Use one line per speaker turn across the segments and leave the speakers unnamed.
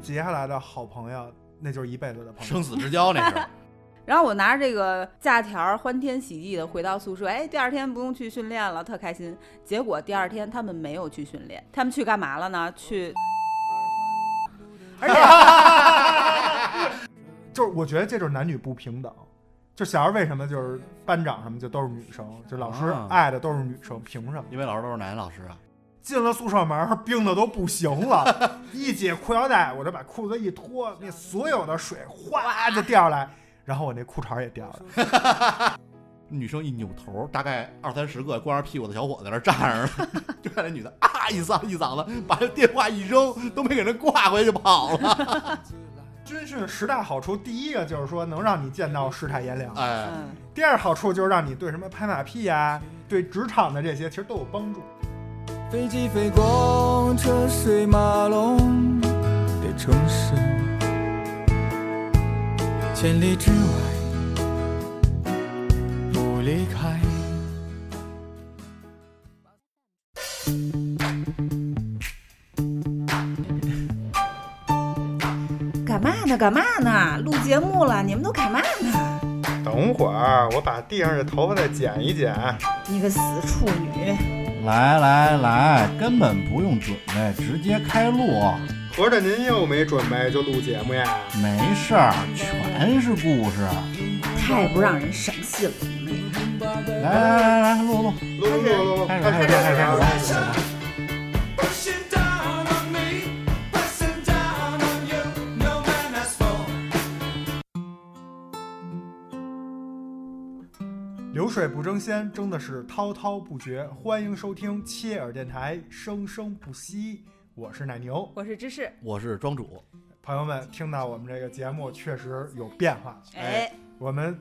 接下来的好朋友，那就是一辈子的朋友。
生死之交那 是，
然后我拿着这个假条，欢天喜地的回到宿舍。哎，第二天不用去训练了，特开心。结果第二天他们没有去训练，他们去干嘛了呢？去，而且
就是我觉得这就是男女不平等。就小时候为什么就是班长什么就都是女生，就老师
啊
爱的都是女生，凭什么？
因为老师都是男老师啊。
进了宿舍门，冰的都不行 了，一解裤腰带，我就把裤子一脱，那所有的水哗就掉下来，然后我那裤衩也掉了。
女生一扭头，大概二三十个光着屁股的小伙子在那站着呢， 就看那女的啊一嗓一嗓子，把这电话一扔，都没给人挂回去就跑 了。
军训十大好处，第一个就是说能让你见到世态炎凉，
哎，
嗯，
第二好处就是让你对什么拍马屁呀、对职场的这些其实都有帮助。
飞机飞过车水马龙的城市，千里之外不离开。
干嘛呢？干嘛呢？录节目了，你们都干嘛呢？
等会儿我把地上的头发再剪一剪。
你个死处女！
嗯来来来，根本不用准备，直接开录，
合着您又没准备就录节目呀？
没事儿，全是故事。啊
太不让人省心了。
来来来来，录
录
录，
录录录，
开始开始开始开始。
Pushing down on me, pressing down on you, 嗯
嗯
no man has fallen.
流水不争先，争的是滔滔不绝。欢迎收听切耳电台，生生不息。我是奶牛，
我是芝士，
我是庄主，
朋友们听到我们这个节目确实有变化，
哎，
我们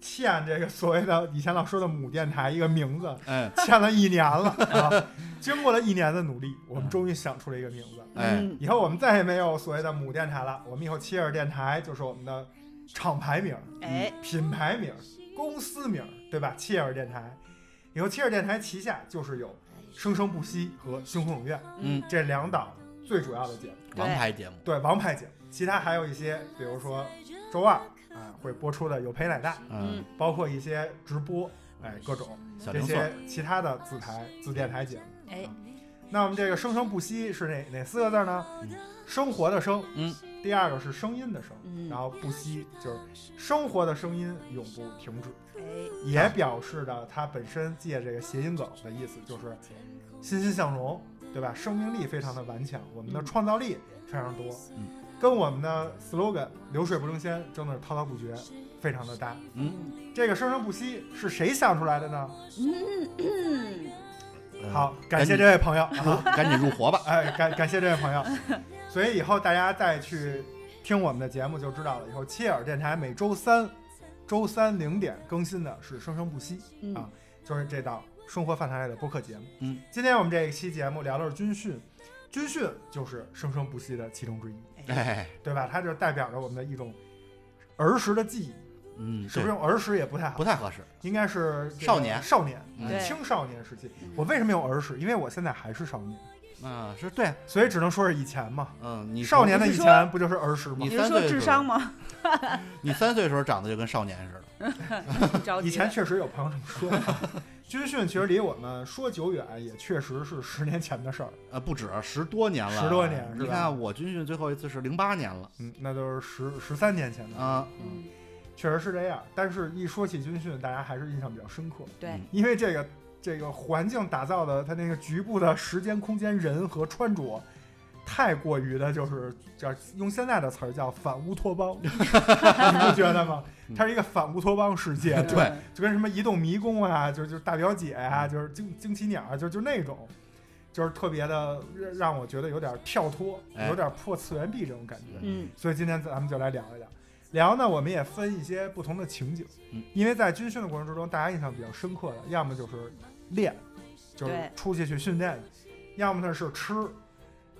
欠这个所谓的以前老说的母电台一个名字，
哎
欠了一年了啊！经过了一年的努力，我们终于想出了一个名字。
哎，
嗯，
以后我们再也没有所谓的母电台了，我们以后切耳电台就是我们的厂牌名、
哎，
品牌名、公司名，对吧？切耳电台，以后切耳电台旗下就是有《生生不息》和《星空影院》
嗯，
这两档最主要的节目，
王牌节目，
对王牌节目。其他还有一些，比如说周二啊会播出的有陪奶大，
嗯，
包括一些直播，哎，各种
小
这
零碎儿
些其他的自台自电台节目。
哎，
那我们这个生生不息是哪哪四个字儿呢？
嗯
生活的生，
嗯，
第二个是声音的声，
嗯
然后不息就是生活的声音永不停止，
嗯
哎，
也表示的它本身借这个谐音梗的意思就是欣欣向荣，对吧？生命力非常的顽强，我们的
嗯
创造力非常多，
嗯，
跟我们的 slogan 流水不争先，争的是滔滔不绝，非常的搭。
嗯，
这个生生不息是谁想出来的呢？
呃
好，感谢这位朋友啊，
嗯，赶紧入伙吧。
哎，感感谢这位朋友。所以以后大家再去听我们的节目就知道了。以后切耳电台每周三，周三零点更新的是《生生不息》，
嗯
哦
啊，就是这档生活饭堂类的播客节目。
嗯，
今天我们这一期节目聊的是军训，军训就是《生生不息》的其中之一，
哎，
对吧？它就代表着我们的一种儿时的记忆，
嗯，
是不是
对
用儿时也不太好
不？太合适？
应该是这个
少年
少年，
嗯
对
青少年时期。我为什么有儿时？因为我现在还是少年，
啊，是对，
所以只能说是以前嘛。
嗯，你
少年的
你
以
是说
前不就是儿时吗
你？
你是
三
说
岁的时
智
候
商 吗？
你三岁的时候长得就跟少年似的。
你着急
以
了
前确实有朋友这么 说。军训其实离我们说久远，也确实是十年前的事儿。
呃，不止十多年了，啊
十多年是吧
你看我军训最后一次是零八年了
嗯，那都是十十三年前的，
啊，
嗯，
确实是这样。但是，一说起军训，大家还是印象比较深刻，
对，
因为这个这个环境打造的，它那个局部的时间、空间、人和穿着，太过于的，就是叫用现在的词儿叫反乌托邦， 你不觉得吗？它是一个反乌托邦世界，
嗯
就
对，
就跟什么移动迷宫啊，就就大表姐啊，就是惊惊奇鸟啊，就就那种，就是特别的让让我觉得有点跳脱，
哎
有点破次元壁这种感觉。
嗯
所以今天咱们就来聊一聊，聊呢我们也分一些不同的情景
嗯，
因为在军训的过程之中，大家印象比较深刻的，要么就是练，就是
对
出去去训练，要么呢是吃。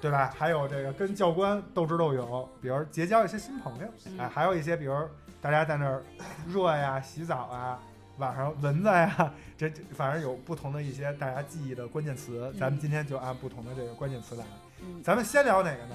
对吧？还有这个跟教官斗智斗勇，比如结交一些新朋友，
嗯
哎，还有一些比如大家在那儿 热呀、洗澡啊，晚上蚊子呀，这这反正有不同的一些大家记忆的关键词，咱们今天就按不同的这个关键词来。
嗯
咱们先聊哪个呢？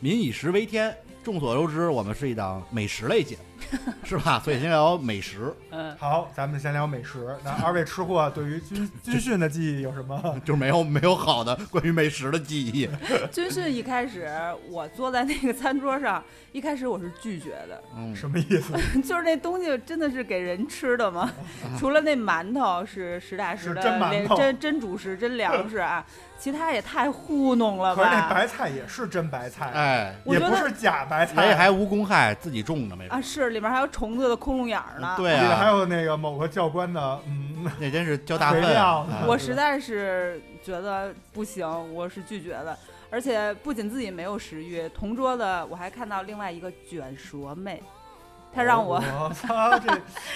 民以食为天。众所周知，我们是一档美食类节目， 是吧？所以先聊美食，
嗯，
好，咱们先聊美食。那二位吃货对于 军军训的记忆有什么？
就是没有没有好的关于美食的记忆。
军训一开始我坐在那个餐桌上，一开始我是拒绝的，
嗯，
什么意思？
就是那东西真的是给人吃的 吗？除了那馒头是实打实的，
是真馒头
那真真主食、真粮食啊，其他也太糊弄了
可是那
吧？
白菜也是真白菜，
哎，
我
也
觉
不
得
是假白
而且
菜，
还无公害，自己种的没
啊，
准。
是里面还有虫子的窟窿眼儿呢。
对
里头还
啊，
有那个某个教官的，嗯，
那真是交大粪
肥料
啊。
我实在是觉得不行，我是拒绝的。而且不仅自己没有食欲，同桌的我还看到另外一个卷舌妹，她让我，
我操， 这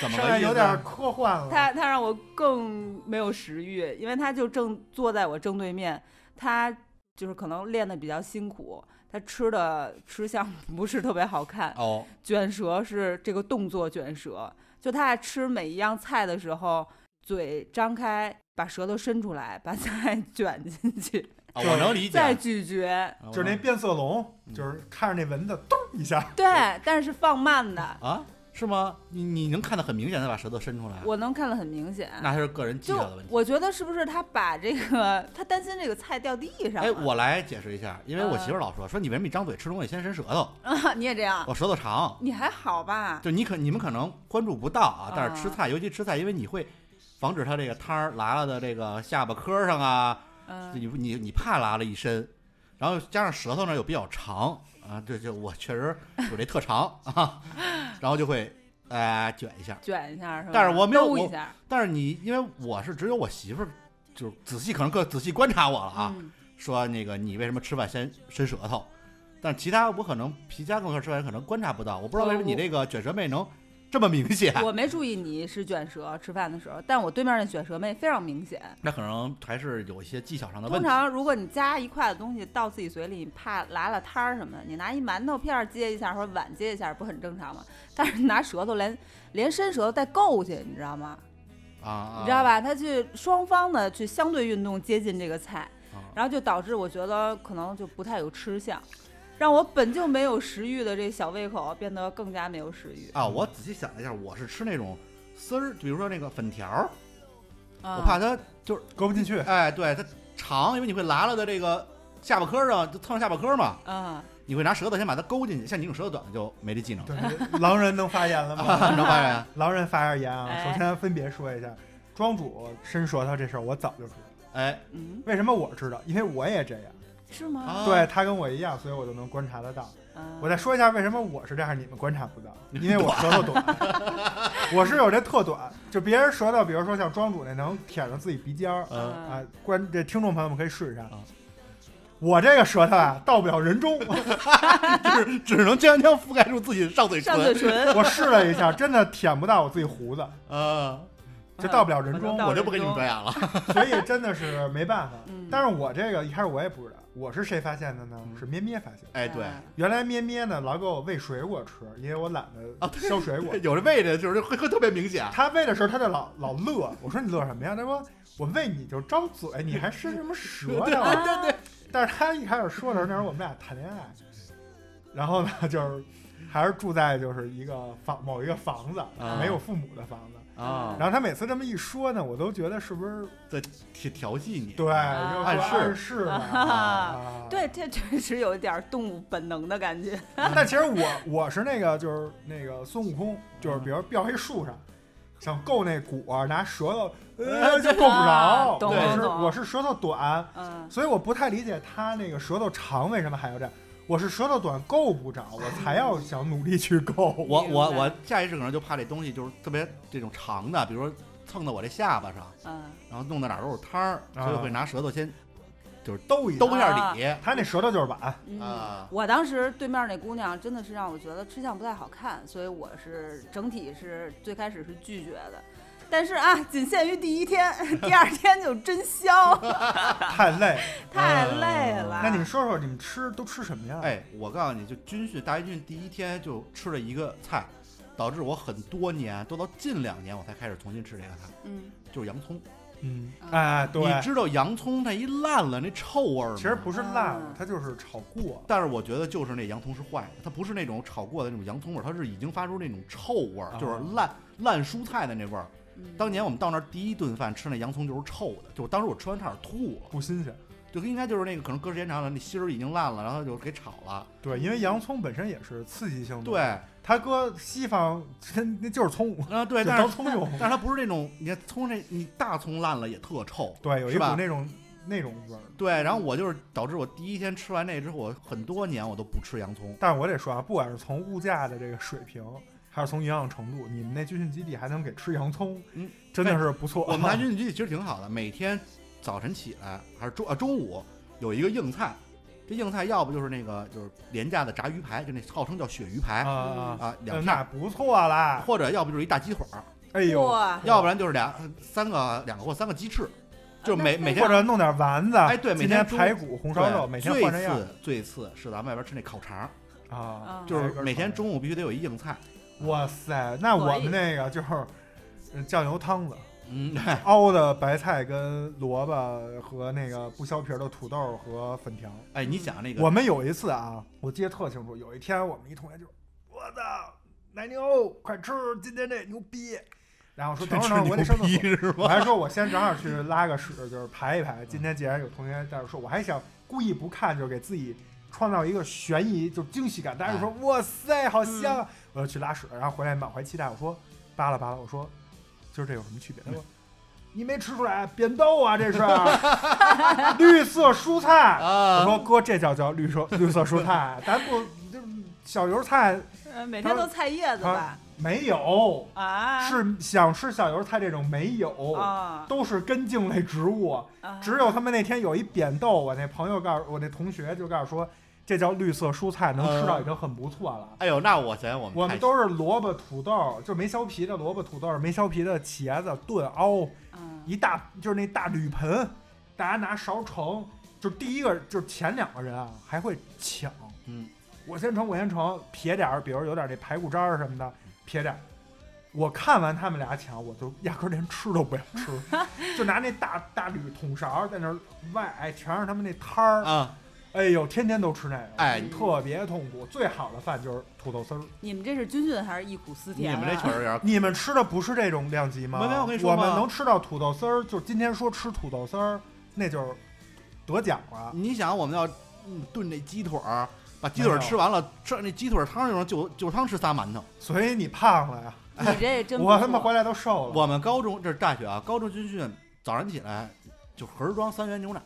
怎么
上
个
来
意思
啊
啊
有点科幻了。
她她让我更没有食欲，因为她就正坐在我正对面，她就是可能练的比较辛苦，她吃的吃相 不是特别好看，
哦，
卷舌是这个动作卷舌，就他在吃每一样菜的时候，嘴张开，把舌头伸出来，把菜 卷进去，
啊
就
我能理解
再，咀嚼。
啊我
就是那
能
变色龙，就是看着那蚊子咚一 下，
嗯
对，但是放慢的，
啊，是吗？你你能看得很明显的把舌头伸出来，啊
我能看得很明显。
嗯那还是个人技
就
巧的问题。
我觉得是不是他把这个，他担心这个菜掉地上
哎，
了？嗯
我来解释一下，因为我媳妇儿老说说你为什么一张嘴吃东西先伸舌头？哦
啊， 你也这样，
我舌头长，
你还好吧？
就你可你们可能关注不到啊
啊，
但是吃菜，尤其吃菜，因为你会防止它这个汤儿拉了的这个下巴颏儿上啊，
嗯，
你你你怕拉了一身，然后加上舌头呢又比较长啊，这这我确实有这特长啊， 然后就会哎、卷一下。
卷一下是吧？
但是我没有
兜一
我
下
但是你因为我是只有我媳妇儿，就是仔细可能更仔细观察我了啊，
嗯
说那个你为什么吃饭先伸舌头，但是其他我可能皮夹更客吃饭可能观察不到，我不知道为什么你这个卷舌妹能这么明显，
我没注意你是卷舌吃饭的时候，但我对面那卷舌妹非常明显。
那可能还是有一些技巧上啊的问
通
题。
常如果你夹一块的东西到自己嘴里，你怕拉了摊儿什么的，你拿一馒头片儿接一下或者碗接一下，不很正常吗？但是拿舌头连连伸舌头带够去，你知道吗？
啊啊，
你知道吧？他去双方的去相对运动接近这个菜，
啊？
然后就导致我觉得可能就不太有吃相，让我本就没有食欲的这小胃口变得更加没有食欲。
啊，我仔细想了一下，我是吃那种丝儿，比如说那个粉条儿，
啊
我怕它就是
搁不进去。
哎，对它长，因为你会拉了的这个下巴颏儿上就蹭上下巴颏儿嘛，
啊，
你会拿舌头先把它勾进去，像你这种舌头短的就没这技能了，
对，狼人能发言了吗？
你知道吧？
狼人发下言啊，
哎
首先分别说一下，庄主伸舌头这事儿我早就知道，
哎，
嗯，
为什么我知道？因为我也这样，
是吗？
啊
对，他跟我一样，所以我就能观察得到。
啊
我再说一下为什么我是这样，你们观察不到，因为我舌头短， 我是有这特短，就别人舌头，比如说像庄主那能舔着自己鼻尖儿
嗯
呃，
啊，观这听众朋友们可以试一下
啊。
我这个舌头啊，到不了人中。
就是只能这样这样覆盖住自己上嘴唇，
嗯上嘴唇，
我试了一下，真的舔不到我自己胡子，
呃，
就到不了人
我
中
能。到
我就不跟你们
人中
表演了。
所以真的是没办法
嗯。
但是我这个一开始我也不知道，我是谁发现的呢？
嗯
是咩咩发现的。
哎，对，
嗯
原来咩咩呢老给我喂水果吃，因为我懒
啊
得削水
嗯
果。
有的位置就是会会特别明显。
他喂的时候，他就老老乐。我说你乐什么呀？他说我喂你就张嘴，你还伸什么舌
对
呀？
啊
对对，
但是他一开始说的时候，那时候我们俩谈恋爱，然后呢，就是还是住在就是一个房某一个房子，
啊
没有父母的房子。
啊，
然后他每次这么一说呢，我都觉得是不是
在调调戏你。
对，就
暗示
说暗 示嘛。
啊。
啊，
对，这确实有一点儿动物本能的感觉。
但其实我我是那个就是那个孙悟空，就是比如吊一树上，想够那果，拿舌头呃就够不着
哎啊。
懂
我是
懂
我是舌头短，
嗯，
所以我不太理解他那个舌头长为什么还要这样。我是舌头短够不着，我才要想努力去够。
我
明白
我我下意识可能就怕这东西就是特别这种长的，比如说蹭到我这下巴上，
嗯，
然后弄到哪儿都是汤儿，所以会拿舌头先就是
兜一下
兜一下底
他那舌头就是碗，
啊嗯，
啊。
我当时对面那姑娘真的是让我觉得吃相不太好看，所以我是整体是最开始是拒绝的。但是啊， 仅限于第一天， 第二天就真香，
太累。
太累了。
哦那你们说说你们吃都吃什么呀？，
哎，我告诉你，就军训大一军第一天就吃了一个菜，导致我很多年都到近两年我才开始重新吃这个菜，
嗯，
就是洋葱。
嗯，哎，对，
你知道洋葱它一烂了那臭味儿吗？
其实不是烂了
啊，
它就是炒过。
但是我觉得就是那洋葱是坏的，它不是那种炒过的那种洋葱味儿，它是已经发出那种臭味儿，
啊
就是烂烂蔬菜的那味儿。
嗯
当年我们到那儿第一顿饭吃那洋葱就是臭的，就当时我吃完差点吐了，
不新鲜，
就应该就是那个可能搁时间长了，那芯儿已经烂了，然后就给炒了。
对，因为洋葱本身也是刺激性的，，
对，
它搁西方 那就是葱，
啊对，
就
但
当
是
葱用，
但是它不是那种，你看葱这你大葱烂了也特臭。
对，有一
是吧
股那种那种味儿。
对，然后我就是导致我第一天吃完那之后，我很多年我都不吃洋葱。
但是我得说啊，不管是从物价的这个水平，还是从营养程度，你们那军训基地还能给吃洋葱，
嗯
真的是不错。
我们南军训基地其实挺好的，每天早晨起来还是中啊中午有一个硬菜，这硬菜要不就是那个就是廉价的炸鱼排，就那号称叫鳕鱼排
啊
啊
啊，
两片
那
儿，
不错啦。
或者要不就是一大鸡腿儿，
哎呦，
哇，
要不然就是俩三个两个或三个鸡翅，就每每
或
天
者弄点丸子，
哎对每
今
天
天
中
排骨、红烧肉，
对
每天换着样
最次最次是咱们外边吃那烤肠儿，
啊
啊，
就是
挨个儿
每天
尝
中午必须得有一硬菜，
哇塞，那我们那个就是呃酱油汤子，
嗯，
熬的白菜跟萝卜和那个不削皮儿的土豆和粉条。
哎，你想那个
我们有一次啊，我记得特清楚，有一天我们一同学就，我操，奶牛，快吃，今天这牛逼。然后说等会儿等会儿我得上厕所，
是
我
吧？
还 说我先正好去拉个屎，就是排一排。今天既然有同学在这说，我还想故意不看，就给自己创造一个悬疑，就惊喜感。大家就说
哎
哇塞，好
嗯
香啊！我就去拉屎，然后回来满怀期待，我说扒拉扒拉，我说今儿这有什么区别？他说你没吃出来，扁豆啊， 这是绿色蔬菜。我
啊，
说哥，这叫叫绿色绿色蔬菜，咱不就是小油菜
呃每天都菜叶子吧？
没有，
啊，
是想吃小油菜这种没有，
啊，
都是根茎类植物。
啊
只有他们那天有一扁豆，我那朋友告诉我那同学就告诉说，这叫绿色蔬菜，能吃到已经很不错了。
哎呦，那我想我们
我
太
们都是萝卜、土豆，就没削皮的萝卜、土豆，没削皮的茄子炖熬
嗯
一大，就是那大铝盆，大家拿勺盛。就第一个，就是前两个人啊，还会抢，
嗯，
我先盛，我先盛，撇点儿，比如有点那排骨渣儿什么的，撇点儿。我看完他们俩抢，我就压根儿连吃都不想吃， 就拿那大大铝桶勺在那儿外，哎全是他们那摊儿。
啊，
哎呦，天天都吃那个，
哎，
特别痛苦。最好的饭就是土豆丝儿。
你们这是军训还是忆苦思
你
甜啊？
们这确实有点
你们吃的不是这种量级吗？
没没我跟你说
我
嘛
们能吃到土豆丝儿，就今天说吃土豆丝儿，那就是得奖了。
你想，我们要嗯炖那鸡腿儿，把鸡腿儿吃完了，吃那鸡腿儿汤那种酒酒汤吃仨馒头。
所以你胖了呀，
你这真不
我他妈
错
回来都瘦了。
我们高中这是大学啊，高中军训早上起来就盒装三元牛奶，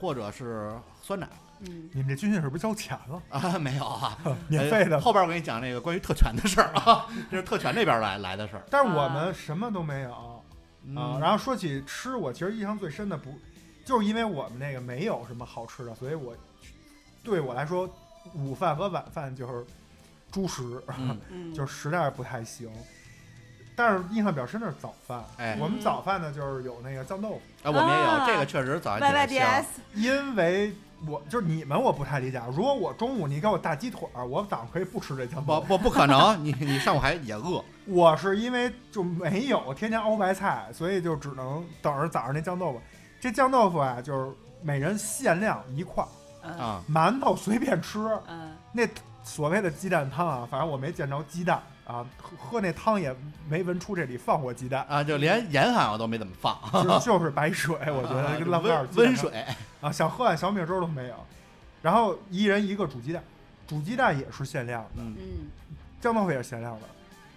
或者是酸奶
嗯，
你们这军训是不是交钱 了？
啊，没有啊，
免费的
哎后边我给你讲那个关于特权的事儿啊， 这是特权那边来来的事儿
但是我们什么都没有啊、
嗯
然后说起吃，我其实印象最深的不，就是因为我们那个没有什么好吃的，所以我对我来说，午饭和晚饭就是猪食，
嗯，
嗯
就实在是不太行。但是印象比较深的是早饭，
哎
我们早饭呢就是有那个酱豆腐，
哎，我们也有
啊
这个，确实早上
Y Y
起
D
来香
S，
因为我就是你们我不太理解啊，如果我中午你给我大鸡腿儿，我早上可以不吃这酱豆
不
腐，
不不可能，你你上午还也饿，
我是因为就没有天天熬白菜，所以就只能等着早上那酱豆腐。这酱豆腐啊，就是每人限量一块儿，
嗯
啊，
馒头随便吃。
嗯，
那所谓的鸡蛋汤啊，反正我没见着鸡蛋啊，喝喝那汤也没闻出这里放过鸡 蛋，
啊，就连盐好像都没怎么放，
就就是白水，我觉
啊
得跟浪费点儿
温
鸡蛋
温
汤
水，
啊，想喝碗小米粥都没有。然后一人一个煮鸡蛋，煮鸡蛋也是限量的。
嗯
嗯，
酱豆腐也是限量的。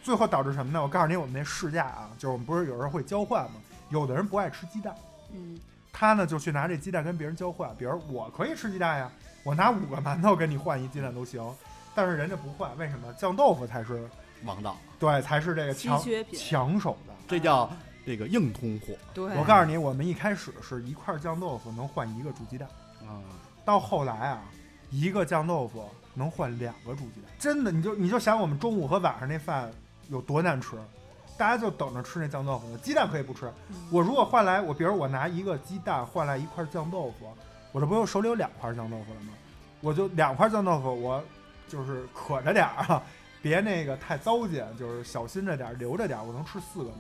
最后导致什么呢？我告诉你，我们那试驾啊，就是我们不是有时候会交换吗？有的人不爱吃鸡蛋，
嗯，
他呢就去拿这鸡蛋跟别人交换。比如我可以吃鸡蛋呀，我拿五个馒头跟你换一鸡蛋都行，但是人家不换，为什么？酱豆腐才是
王道，
对，才是这个
稀
抢
缺品
抢手的。
这叫这个硬通货
对，
我告诉你，我们一开始是一块酱豆腐能换一个煮鸡蛋，
啊。
到后来啊，一个酱豆腐能换两个煮鸡蛋，真的，你就你就想我们中午和晚上那饭有多难吃，大家就等着吃那酱豆腐呢。鸡蛋可以不吃，我如果换来我，比如我拿一个鸡蛋换来一块酱豆腐，我这不又手里有两块酱豆腐了吗？我就两块酱豆腐，我就是可着点儿啊，别那个太糟践，就是小心着点儿，留着点儿，我能吃四个呢。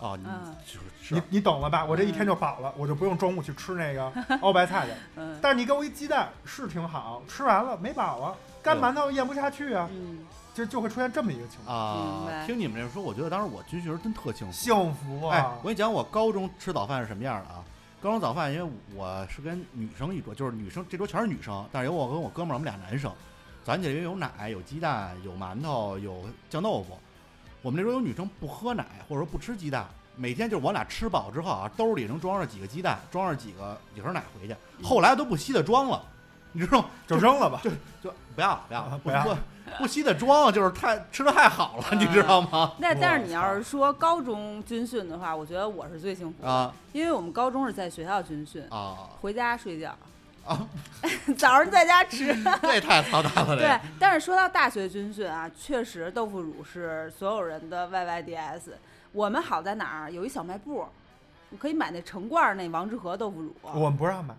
啊，你
嗯
就是
你
是
你懂了吧？我这一天就饱了，我就不用中午去吃那个熬白菜去。
嗯
但是你给我一鸡蛋是挺好，吃完了没饱啊，干馒头咽不下去啊，
嗯，
就就会出现这么一个情况，
明
啊，
白
听你们这么说，我觉得当时我军训时候真特幸福。
幸福
哎
啊，
我！跟你讲，我高中吃早饭是什么样的啊？高中早饭，因为我是跟女生一桌，就是女生这桌全是女生，但是有我跟我哥们儿，我们俩男生。早上起来因为有奶、有鸡蛋、有馒头、有酱豆腐。我们那桌有女生不喝奶，或者说不吃鸡蛋，每天就是我俩吃饱之后啊，兜里能装上几个鸡蛋，装上几个几盒奶回去。后来都不稀的装了，你知道吗？
哎就扔了吧。
就不要了，不要了，
啊不要
不不稀的装，就是太吃的太好
嗯
了，你知道吗？
那
我
但是你要是说高中军训的话，我觉得我是最幸福的，
啊
因为我们高中是在学校军训，
啊
回家睡觉，
啊！
早上在家吃。
这也太操蛋了，这
对，但是说到大学军训啊，确实豆腐乳是所有人的 YYDS。我们好在哪儿？有一小卖部，你可以买那成罐儿那王致和豆腐乳
我们不让买，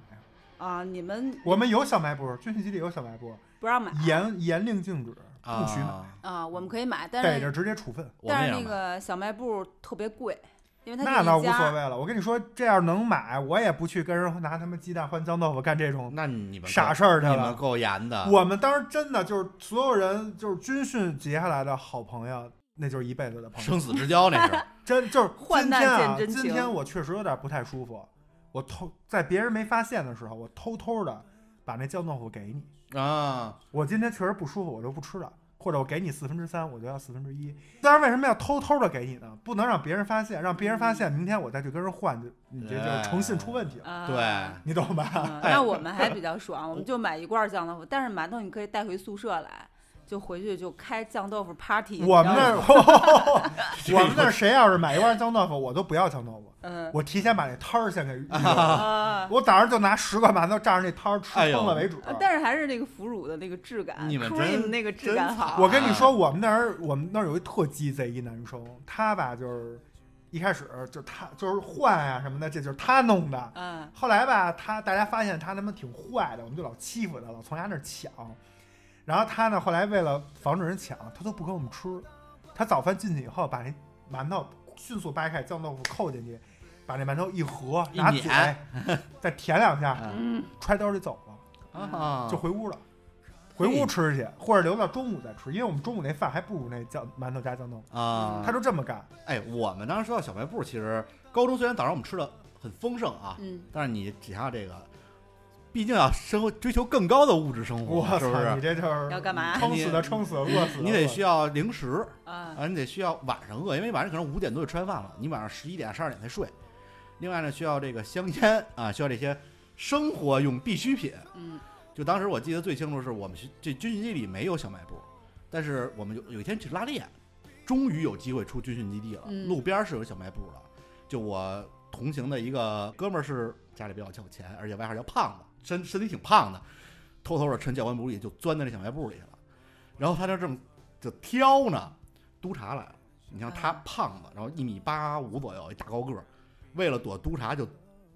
啊。你们
我们有小卖部，军训基地有小卖部，
不让买
严严令禁止，不许买，
啊
啊？我们可以买，但
逮
是
着直接处分。
我们
但
也
是
要
那
买
个小卖部特别贵，因为它
那
就
倒
一
无
家
所谓了，我跟你说，这要能买，我也不去跟人拿他们鸡蛋换酱豆腐干这种
那你们够
傻事儿去
你们
了。
够严的。
我们当时真的就是所有人就是军训结下来的好朋友，那就是一辈子的朋友。
生死之交那是，
真就是
患
今
难
天啊，
见真
今
情
天我确实有点不太舒服，我偷在别人没发现的时候，我偷偷的把那酱豆腐给你。
啊，
我今天确实不舒服，我就不吃了，或者我给你四分之三，我就要四分之一。当然，为什么要偷偷的给你呢？不能让别人发现，让别人发现，明天我再去跟人换，就你这
哎
就诚信出问题了，
啊。
对，
你懂 吧？
嗯
哎
那我们还比较爽，我们就买一罐酱豆腐，但是馒头你可以带回宿舍来，就回去就开酱豆腐 party。
我们那儿， 我们那
这
儿谁要是买一罐酱豆腐，我都不要酱豆腐，
嗯
我提前把那摊儿先给预留了，
啊，
我早上就拿十罐馒头蘸着那摊儿吃
哎呦
撑了为止。啊
呃但是还是那个腐乳的那个质感
你们
，cream
真
那个质
真
感好。
我跟
啊
你说，我们那儿我们那儿有一特鸡贼一男生，他吧就是一开始就他就是换啊什么的，这就是他弄的。
嗯
后来吧，他大家发现他他妈挺坏的，我们就老欺负他，老从他那儿抢。然后他呢，后来为了防止人抢，他都不给我们吃。他早饭进去以后，把那馒头迅速掰开，酱豆腐扣进去，把那馒头一合，
一
拿嘴
碾
再舔两下，
啊
嗯，
揣兜里走了，
啊，
就回屋了。回屋吃去，或者留到中午再吃，因为我们中午那饭还不如那酱馒头加酱豆腐。
啊，
他就这么干，
哎，我们当时说到小卖部，其实高中虽然早上我们吃的很丰盛啊，
嗯，
但是你只要这个，毕竟要生活追求更高的物质生
我
嗯活，是不
操，你
是？
这就是
要干嘛
撑死的撑死的，饿死的
你得
饿死
需要零食
啊，
啊，你得需要晚上饿，因为晚上可能五点多就吃完饭了，你晚上十一点、十二点才睡。另外呢，需要这个香烟啊，需要这些生活用必需品。
嗯
就当时我记得最清楚是我们学这军训基地里没有小卖部，但是我们有有一天去拉练，终于有机会出军训基地了，
嗯
路边儿是有小卖部的。就我同行的一个哥们儿是家里比较有钱，而且外号叫胖子，身身体挺胖的，偷偷的趁教官不注意就钻到那小卖部里去了。然后他这正就挑呢，督察来了。你像他
啊
胖子，然后一米八五左右，一大高个儿，为了躲督察就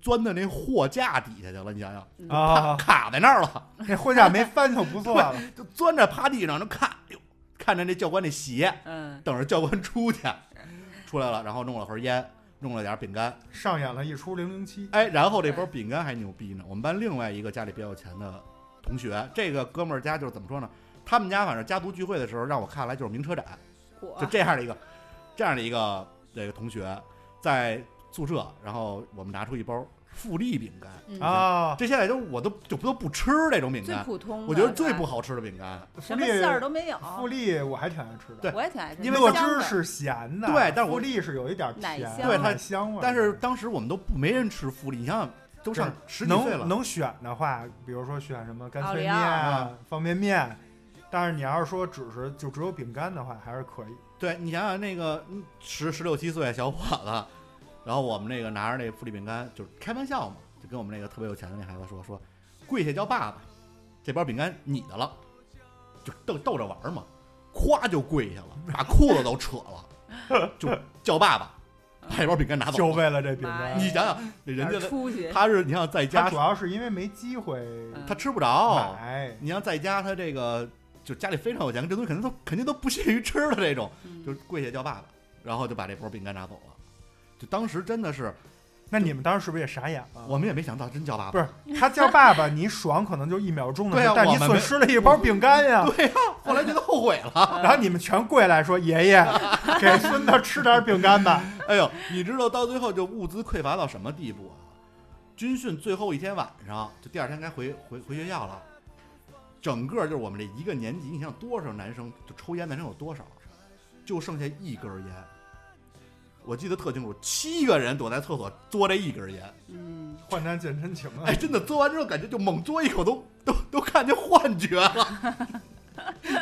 钻到那货架底下去了。你想想，
嗯
啊！
卡在那儿了。
那婚嫁没翻就不错了。
就钻着趴地上就看，哎呦，看着那教官那鞋，
嗯，
等着教官出去，出来了，然后弄了盒烟，弄了点饼干，
上演了一出《零零七》，
哎，然后这包饼干还牛逼呢。我们班另外一个家里比较有钱的同学，这个哥们儿家就是怎么说呢？他们家反正家族聚会的时候，让我看来就是名车展，
火
就这样的一个，这样的一个这个同学在宿舍，然后我们拿出一包富力饼干，
嗯
啊，
这现在都我都就都不吃这种饼
最
干，
普通的，
我觉得最
是吧
不好吃的饼干。
富
什么
丽
馅儿都没有，
富丽我还挺爱吃的，
对
我也挺爱吃，
因为
乐
香
之
的
是咸的，
对但是我
富丽是有一点甜，
奶香
对它
奶香味儿。
但是当时我们都不没人吃福利，你想想都上十几岁了，
能能选的话，比如说选什么干脆面、
奥利奥
啊
方便面，但是你要是说只是就只有饼干的话，还是可以。
对你想想那个嗯十十六七岁小伙子，然后我们那个拿着那福利饼干就是开玩笑嘛，就跟我们那个特别有钱的那孩子说说跪下叫爸爸，这包饼干你的了，就逗逗着玩儿嘛，咵就跪下了，把裤子都扯了，就叫爸爸，把这包饼干拿
就
走了。
为了这饼
妈呀
干，
你想想，那人家
有点
的
出息，
他哦是你想在
他
家
主要是因为没机会
嗯
他吃不着，
买，
你要在家，他这个就家里非常有钱，这东西肯定都肯定都不屑于吃的这种，
嗯
就是跪下叫爸爸，然后就把这波饼干拿走了。就当时真的是
那你们当时是不是也傻眼了？
我们也没想到真叫爸
不
爸，
是他叫爸爸，你爽可能就一秒钟的
对
事，
啊
但
我
你
们
损
没
失了一包饼干呀。
后来觉得后悔了。
然后你们全跪来说：“爷爷，给孙子吃点饼干吧。
哎呦，你知道到最后就物资匮乏到什么地步啊？军训最后一天晚上，就第二天该回回回学校了，整个就是我们这一个年级，你想多少男生就抽烟，男生有多少？就剩下一根烟。我记得特清楚，七个人躲在厕所嘬这一根烟，
嗯，”
患难见真情啊
哎，！真的嘬完之后感觉就猛嘬一口都都都看见幻觉了，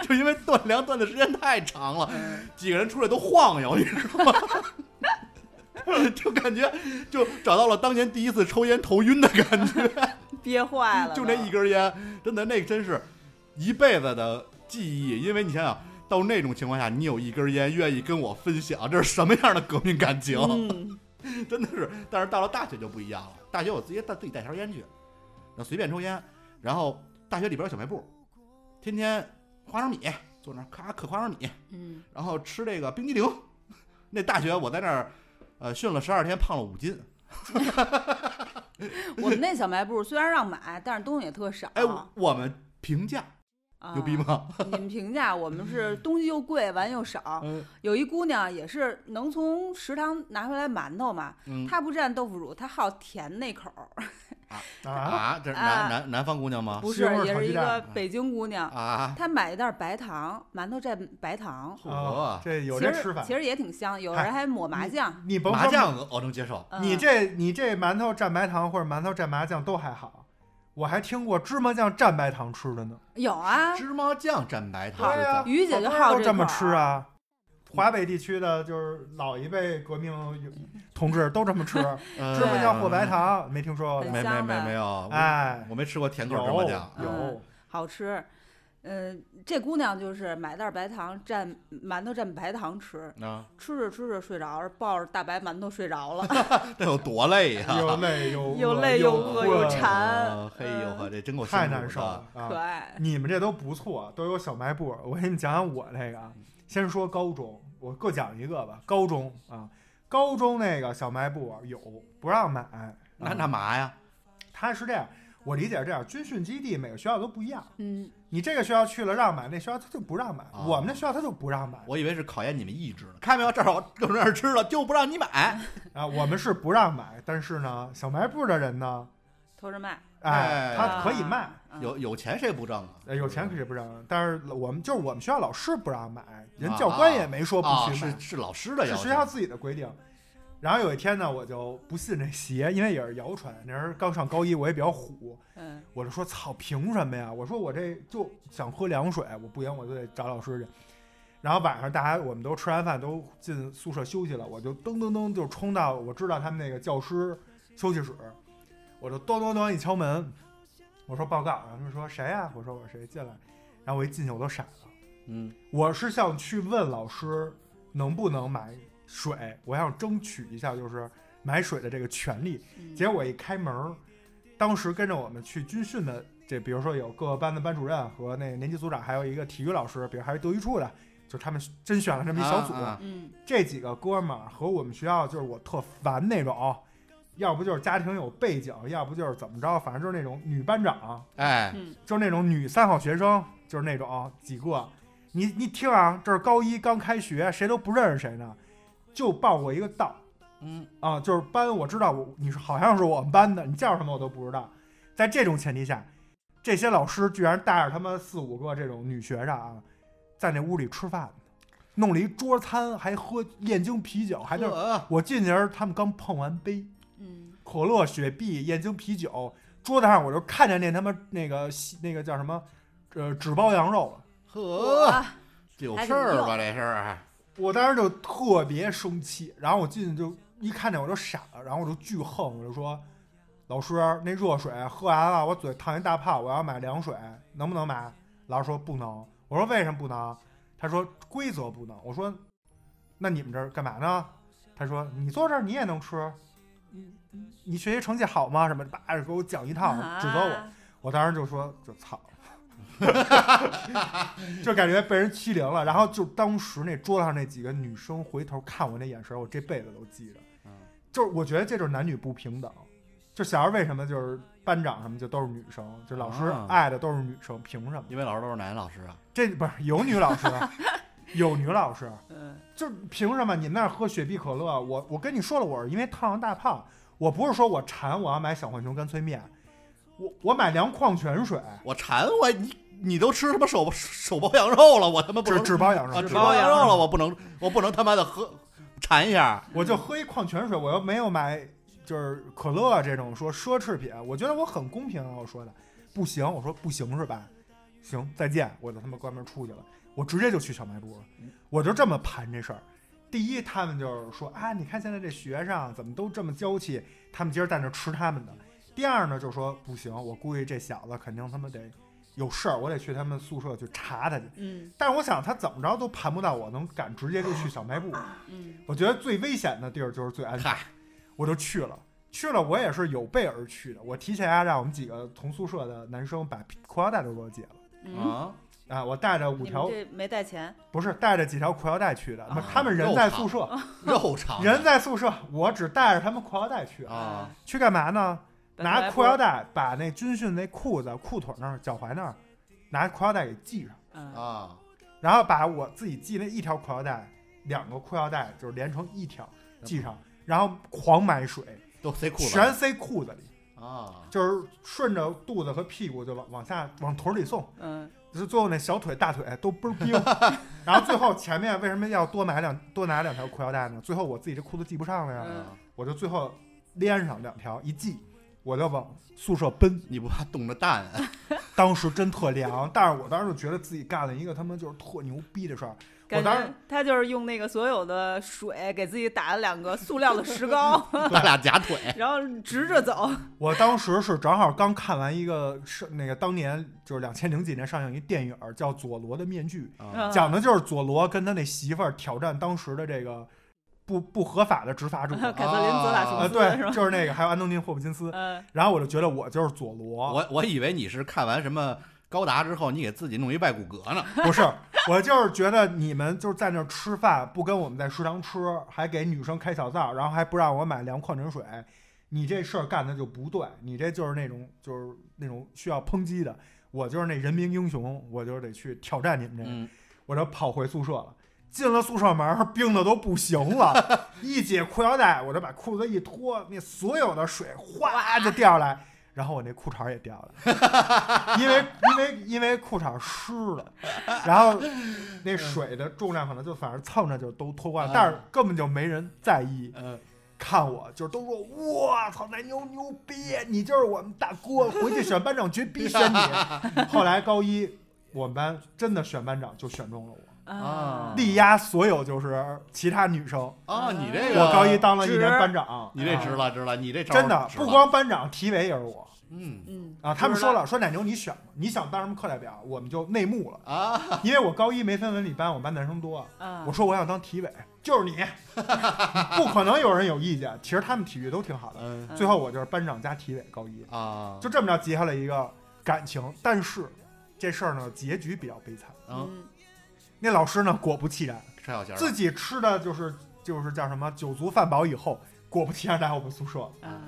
就因为断粮断的时间太长了，几个人出来都晃悠，你知道吗？ 就感觉就找到了当年第一次抽烟头晕的感觉，
憋坏了，
就那一，根烟，真的那真是一辈子的记忆。因为你想想到那种情况下，你有一根烟愿意跟我分享，这是什么样的革命感情？
嗯，
真的是，但是到了大学就不一样了。大学我直接带自己带条烟去，那随便抽烟。然后大学里边有小卖部，天天花生米坐那儿咔嗑花生米，
嗯，
然后吃这个冰激凌。 那大学我在那儿，呃，训了十二天，胖了五斤。
我们那小卖部虽然让买，但是东西也特少。
哎，我我们评价
啊
牛逼吗？
你们评价我 们是东西又贵，完又少。
嗯
有一姑娘也是能从食堂拿回来馒头嘛，
嗯
她不蘸豆腐乳，她好甜那口儿，
啊，
啊，这是
啊
南南南方姑娘吗？
不
西
是
红柿，
也
炒
是
鸡
一个
蛋
北京姑娘，
啊，
她买一袋白糖，馒头蘸白糖，
啊
嚯，
这有
其
这
实
吃法
其。实也挺香，有
嗨
人还抹麻酱。
你甭
麻
说，
酱我能接受，
嗯
你这你这馒头蘸白糖或者馒头蘸麻酱都还好，我还听过芝麻酱蘸白糖吃的呢。
有啊？
芝麻酱蘸白糖
对
是
呀
怎，
于姐就
小
好
朋友都
这
这么
口儿
吃啊。华北地区的就是老一辈革命同志都这 么吃，芝
呃
麻酱和白糖，没听说过
很
吧？
嗯没没
香
没
的
没有，我
哎，
我没吃过甜口
有
芝麻酱。
有
嗯，好吃。嗯、这姑娘就是买袋儿白糖蘸馒头蘸白糖吃，
啊，
吃着吃着睡着了，抱着大白馒头睡着了，
啊
这 有多累呀、
又累又
又
饿
嗯累
又
饿
困
又馋
啊，，嘿呦呵，
嗯
这真够辛苦
太
的
难受了。
可
啊！
爱。
你们这都不错，都有小卖部。我给你们讲讲我这个啊，
嗯
先说高中，我各讲一个吧。高中啊，高中那个小卖部有不让买，啊
那干嘛呀？
他是这样，我理解是这样，军训基地每个学校都不一样，
嗯，
你这个学校去了让买，那学校他就不让买，
哦
我们那学校他就不让买
我以为是考验你们意志呢。看见没有，这儿我各种儿吃了，就不让你买。
啊，我们是不让买，但是呢，小卖部的人呢，
偷着卖，
哎，
哎
他可以卖。
啊
有有钱谁不挣啊？
呃嗯有钱可是不让，但是我们就是我们学校老师不让买，人
啊
教官也没说不
啊，
许买，
是是老师的要
是
求。
学校自己的规定。然后有一天呢，我就不信这邪，因为也是谣传。那时候刚上高一，我也比较虎，
嗯
我就说：“操，凭什么呀？”我说：“我这就想喝凉水，我不行，我就得找老师去。”然后晚上大家我们都吃完饭都进宿舍休息了，我就噔噔噔就冲到我知道他们那个教师休息室，我就咚咚咚一敲门，我说：“报告。”然后他们说：“谁呀、我说：“我是谁进来。”然后我一进去我都傻了。
嗯，
我是想去问老师能不能买水，我想争取一下就是买水的这个权利。
嗯，
结果我一开门儿，当时跟着我们去军训的这，比如说有各个班的班主任和那年级组长，还有一个体育老师，比如还有德育处的，就是他们甄选了这
这
么一小组。
啊
嗯
这几个哥们儿和我们学校就是我特烦那种，要不就是家庭有背景，要不就是怎么着，反正就是那种女班长，
哎，
嗯
就是那种女三好学生，就是那种啊几个，你你听啊，这是高一刚开学，谁都不认识谁呢，就报我一个到
嗯，
啊，就是班我知道我你是好像是我们班的，你叫什么我都不知道。在这种前提下，这些老师居然带着他们四五个这种女学生啊，在那屋里吃饭，弄了一桌餐，还喝燕京啤酒，还那
呃
我进去时候他们刚碰完杯，
嗯
可乐、雪碧、燕京啤酒，桌子上我就看见那他妈那个西那个叫什么，呃，纸包羊肉了。呃
呵，
哇
有事儿啊吧？这是
我当时就特别生气，然后我进去就一看见我就傻了，然后我就巨横，我就说，老师，那热水喝完了，我嘴烫一大泡，我要买凉水，能不能买？老师说不能。我说为什么不能？他说规则不能。我说，那你们这儿干嘛呢？他说你坐这儿你也能吃，你你你学习成绩好吗？什么叭给我讲一套，指责我。
啊
我当时就说就操，就感觉被人欺凌了。然后就当时那桌子上那几个女生回头看我那眼神，我这辈子都记着
嗯。
就是我觉得这就是男女不平等。就小时候为什么就是班长什么就都是女生，就老师
啊
爱的都是女生，凭什么？
因为老师都是男老师啊，
这不是有女老师，有女老师，
嗯，
就是凭什么你们那儿喝雪碧可乐？我我跟你说了，我是因为烫了大胖，我不是说我馋，我要买小浣熊干脆面，我我买凉矿泉水，
我馋我你你都吃他妈手手包羊肉了，我他妈不
只
能
只包养
啊
生，
纸
只
包
包
羊肉了，我不能我不能他妈的喝馋一下，
我就喝一矿泉水，我又没有买就是可乐啊这种说奢侈品，我觉得我很公平啊。我说的不行，我说不行是吧？行，再见，我就他妈关门出去了，我直接就去小卖部了，
嗯
我就这么盘这事儿。第一，他们就是说啊，你看现在这学生啊怎么都这么娇气，他们今儿在那吃他们的。第二呢，就是说不行，我估计这小子肯定他妈得有事儿，我得去他们宿舍去查他去。
嗯
但是我想他怎么着都盘不到我能敢直接就去小卖部。
嗯
我觉得最危险的地儿就是最安全
嗨，
我就去了。去了，我也是有备而去的。我提前啊，让我们几个同宿舍的男生把裤腰带都给我解了
嗯，
啊，
啊！我带着五
你们
条，
这没带钱，
不是带着几条裤腰带去的。
啊
他们人在宿舍，
肉肠
人在宿舍，我只带着他们裤腰带去。
啊，
去干嘛呢？
本来
拿
不
裤腰带把那军训那裤子、裤腿那儿、脚踝那儿，拿裤腰带给系上，
嗯
啊，
然后把我自己系那一条裤腰带，两个裤腰带就是连成一条系上，
嗯
然后狂买水，
都塞裤子
全塞裤子里，
啊，
就是顺着肚子和屁股就往往下往腿里送，
嗯
就是最后那小腿、大腿都倍儿冰。 然后最后前面为什么要多买两多拿两条裤腰带呢？最后我自己这裤子系不上了呀，
嗯，
我就最后连上两条一系，我就往宿舍奔。
你不怕冻着蛋 啊？
当时真特凉，但是我当时就觉得自己干了一个他妈就是特牛逼的事儿。我
感
当时
觉他就是用那个所有的水给自己打了两个塑料的石膏，
咱俩假腿，
然后直着走，
我当时是正好刚看完一个是那个当年就是两千零几年上映一电影儿叫《佐罗的面具》。
啊
嗯
讲的就是佐罗跟他那媳妇儿挑战当时的这个不不合法的执法 者。
凯瑟琳·泽拉
呃，
什姆斯
对
是，吧？
就是那个，还有安东尼·霍普金斯。
嗯，
然后我就觉得我就是佐罗，
我我以为你是看完什么高达之后，你给自己弄一外骨骼呢，
不是，我就是觉得你们就是在那儿吃饭，不跟我们在食堂吃，还给女生开小灶，然后还不让我买凉矿泉水，你这事儿干的就不对，你这就是那种就是那种需要抨击的。我就是那人民英雄，我就得去挑战你们这个。
嗯，
我就跑回宿舍了。进了宿舍门，冰的都不行了，一解裤腰带，我就把裤子一脱，那所有的水哗就掉下来，然后我那裤衩也掉了，因为因为因为裤衩湿了，然后
嗯
那水的重量可能就反正蹭着就都脱光了，但是根本就没人在意。
呃，
看我，就是都说我操，那牛牛逼，你就是我们大哥，回去选班长绝逼 选你。后来高一我们班真的选班长就选中了我，
啊
力压所有就是其他女生。
啊，你这个
我高一当了一
值
年班长，
你这值
啊
了值了，你这招
真的
值了
不光班长，体委也是我
嗯
嗯
啊。他们说了，说奶牛你选吧，你想当什么课代表，我们就内幕了，
啊，
因为我高一没分文理班，我们班男生多。
啊，
我说我想当体委，就是你， 不可能有人有意见。其实他们体育都挺好的，
嗯
最后我就是班长加体委高一，
啊，
就这么着结下了一个感情。但是这事儿呢，结局比较悲惨。
嗯，
嗯
那老师呢，果不其然，
拆小钱儿
自己吃的就是就是叫什么酒足饭饱以后，果不其然来我们宿舍。
啊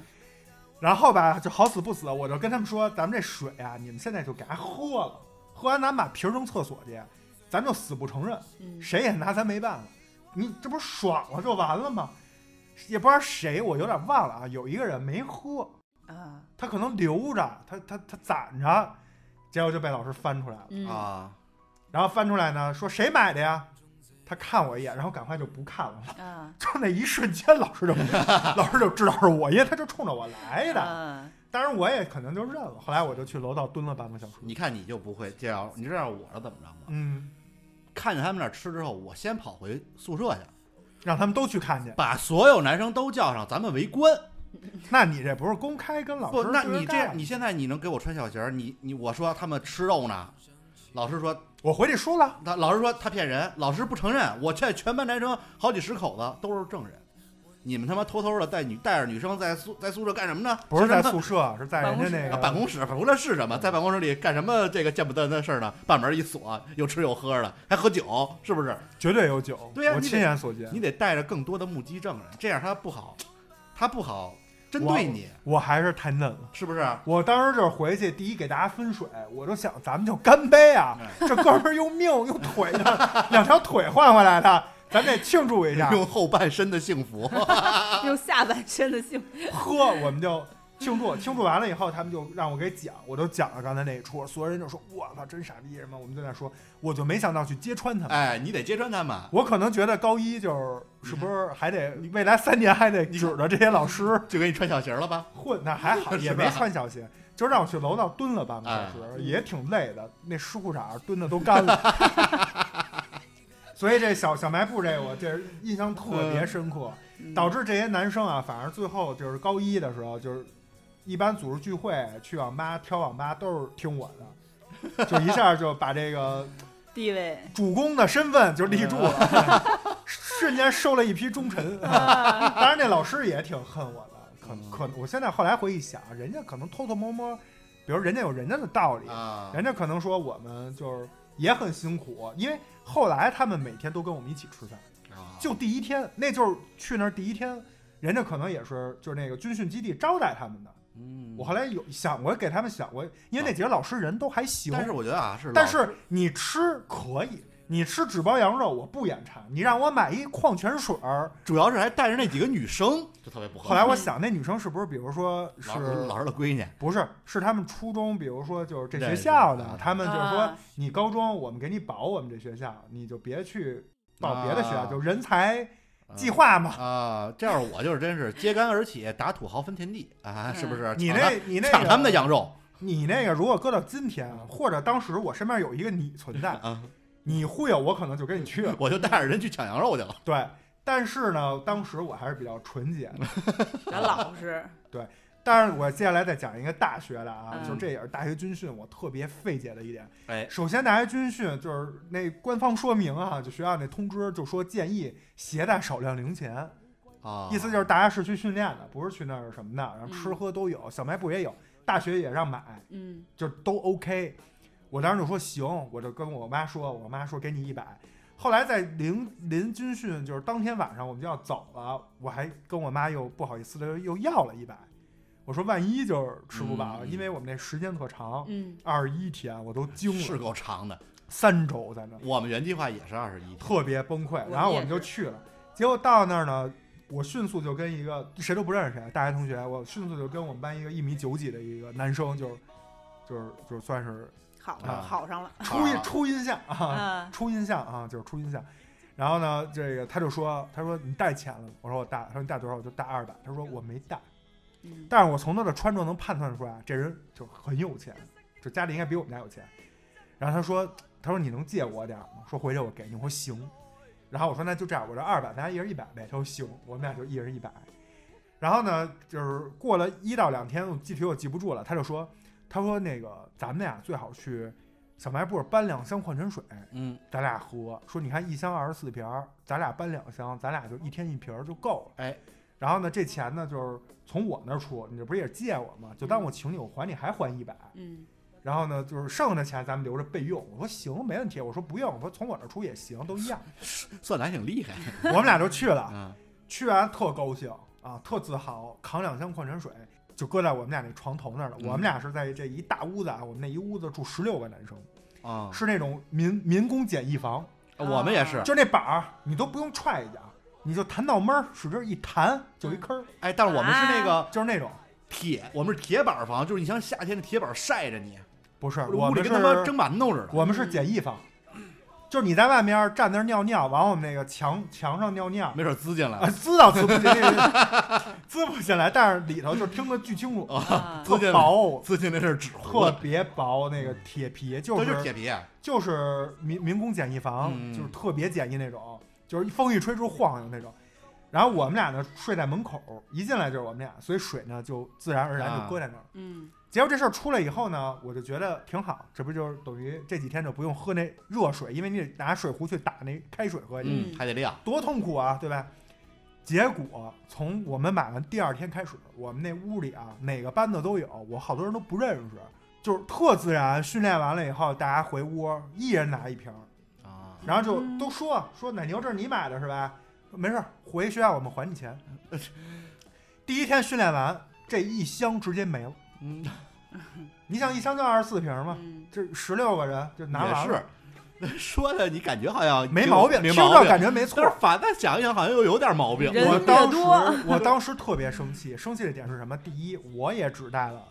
然后吧，就好死不死，我就跟他们说，咱们这水啊，你们现在就给它喝了，喝完咱们把瓶儿扔厕所去，咱就死不承认，
嗯
谁也拿咱没办法。你这不是爽了就完了吗？也不知道谁，我有点忘了啊，有一个人没喝，
啊
他可能留着，他他他攒着，结果就被老师翻出来了。
嗯
啊，
然后翻出来呢，说谁买的呀？他看我一眼，然后赶快就不看了。
啊
就那一瞬间，老师就老师就知道是我，因为他就冲着我来
嗯
的。
啊
当然我也可能就认了。后来我就去楼道蹲了半个小时。
你看你就不会这样，你知道我是怎么着吗？
嗯，
看见他们那儿吃之后，我先跑回宿舍去，
让他们都去看去。
把所有男生都叫上，咱们围观。
那你这不是公开跟老
不
师，
那
对着
你这
干
样，你现在你能给我穿小鞋儿？你你我说他们吃肉呢，老师说
我回去说了。
他老师说他骗人，老师不承认。我这全班男生好几十口子都是证人，你们他妈偷偷的带女带着女生在宿在宿舍干什么呢？
不是在
干什么
宿舍，是在人家那
啊
个
办公室，办公室是什么？在办公室里干什么这个见不得人的事儿呢？把门一锁，又吃又喝的，还喝酒，是不是？
绝对有酒。
对呀
我
你得
亲眼所见
你。得带着更多的目击证人，这样他不好他不好针对你，
我还是太嫩了。
是不是？
我当时就是回去，第一给大家分水，我就想咱们就干杯啊！
嗯
这哥们儿用命用腿的两条腿换回来的，咱得庆祝一下。
用后半生的幸福，
用下半身的幸福，
喝，我们就庆祝，庆祝完了以后，他们就让我给讲，我就讲了刚才那一出，所有人就说：“我操，真傻逼什么？”我们就在说，我就没想到去揭穿他们。
哎，你得揭穿他们。
我可能觉得高一就是是不
嗯
是还得未来三年还得指着这些老师
就给你穿小鞋了吧？
混，那还好也
是吧哎
没穿小鞋，就让我去楼道蹲了半个小时，也挺累的，那湿裤衩蹲的都干了。 所以这小小卖部这我这印象特别深刻，
嗯
导致这些男生啊，反而最后就是高一的时候，就是一般组织聚会去网吧挑网吧都是听我的，就一下就把这个
地位。
主公的身份就立住了， 瞬间收了一批忠臣。
啊
当然，那老师也挺恨我的，可
嗯
可我现在后来回忆想，人家可能偷偷摸摸，比如人家有人家的道理，
啊，
人家可能说我们就是也很辛苦，因为后来他们每天都跟我们一起吃饭，
啊
就第一天，那就是去那儿第一天，人家可能也是就是那个军训基地招待他们的。
嗯啊
我后来有想过给他们想过，因为那几个老师人都还行，
但是我觉得啊，是老
但是你吃可以，你吃纸包羊肉我不眼馋，你让我买一矿泉水儿。
主要是还带着那几个女生，就特别不合。
后来我想，那女生是不是比如说是
老师老师的闺女，
不是是他们初中，比如说就是这
认
学
识
校
啊
的，他们就是说
啊
你高中我们给你保我们这学校，你就别去报别的学校，
啊
就人才计
划
划 嘛。
啊，这样我就是真是揭竿而起，打土豪分田地啊，
嗯
是不是？
你
抢
那你那
他抢他们的
个
羊肉
你那个如果搁到今天，啊或者当时我身边有一个你存在，
啊，
你忽悠我可能就跟你去 了。
我就带着人去抢羊肉去了。
对，但是呢，当时我还是比较纯洁的。
比较老实，
但是我接下来再讲一个大学的啊，
嗯
就这也是大学军训我特别费解的一点。
哎，
首先，大学军训就是那官方说明啊，就学校那通知就说建议携带少量零钱，
啊，
意思就是大家是去训练的，不是去那儿什么的，然后
嗯
吃喝都有，小卖部也有，大学也让买，
嗯，
就都 OK。我当时就说行，我就跟我妈说，我妈说给你一百。后来在临临军训，就是当天晚上我们就要走了，我还跟我妈又不好意思的又要了一百。我说万一就是吃不饱，
嗯
因为我们那时间特长，
嗯，
二十一天我都惊
是
了，
够长的。
三周在那儿
我们原计划也是二十一，
特别崩溃
我。
然后
也
我们就是去了，结果到那儿呢，我迅速就跟一个谁都不认识谁，大学同学，我迅速就跟我们班一个一米九几的一个男生就，就是就是算是
好
啊
好上了，
初音
啊
初音像啊，
啊，
初音像啊，就是初音像。然后呢，这个他就说，他说你带钱了吗，我说我带，他说你带多少，我就带二百。他说我没带，
嗯
但是我从他的穿着能判断出来，这人就很有钱，就家里应该比我们家有钱。然后他说，他说你能借我点儿吗？说回去我给你。我说行。然后我说那就这样，我这二百，咱俩一人一百呗。他说行，我们俩就一人一百。然后呢，就是过了一到两天，我具体我记不住了，他就说，他说那个咱们俩最好去小卖部搬两箱矿泉水，
嗯，
咱俩喝，说你看一箱二十四瓶儿，咱俩搬两箱，咱俩就一天一瓶儿就够了。
哎，
然后呢，这钱呢就是从我那儿出，你这不是也借我吗？就当我请你，我还你还还一百。
嗯，
然后呢，就是剩下的钱咱们留着备用。我说行，没问题。我说不用，我说从我这儿出也行，都一 样。
算的还挺厉害。
我们俩就去了，
嗯，
去完特高兴啊，特自豪，扛两箱矿泉水就搁在我们俩那床头那儿了。
嗯
我们俩是在这一大屋子啊，我们那一屋子住十六个男生，
啊，
是那种民民工简易房。
我们也是。
就那板儿，你都不用踹一脚，你就弹到闷儿，使劲儿一弹就一坑儿，
哎，但是我们是那个
就是那种。
铁，我们是铁板房，就是你像夏天的铁板晒着你，
不是，我
屋里
们
跟他妈嗯
是
蒸馒头似的。
我们是简易房，就是你在外面站那儿尿尿，往我们那个墙墙上尿尿，
没准滋进来
啊，滋倒滋不进来，滋不进来，但是里头就听得巨清楚，
哦
啊
滋进
特
来
薄，
滋进那是纸
特
糊，
别薄那个铁皮，就
这就是
是
铁皮，啊
就是民民工简易房，
嗯
就是特别简易那种，就是风一吹就晃悠那种。然后我们俩呢睡在门口，一进来就是我们俩，所以水呢就自然而
啊
然就搁在那儿。
嗯，
结果这事儿出来以后呢，我就觉得挺好，这不就是等于这几天就不用喝那热水，因为你得拿水壶去打那开水喝去，
嗯，还得晾。
多痛苦啊，对吧？结果从我们买完第二天开始，我们那屋里啊，哪个班的都有，我好多人都不认识，就是特自然。训练完了以后，大家回屋，一人拿一瓶儿，
啊，
然后就
嗯
都说说奶牛这是你买的是吧？没事儿，回学校我们还你钱。第一天训练完，这一箱直接没了。
嗯，
你想一箱就二十四瓶嘛，
嗯，
这十六个人就拿完了，
也是 说的，你感觉好像
没毛病，
没
听
毛
着
病。
感觉没错
但。是反再想一想，好像又有点毛病。
人
我
越
当时
多
我当时特别生气，生气的点是什么？第一，我也只带了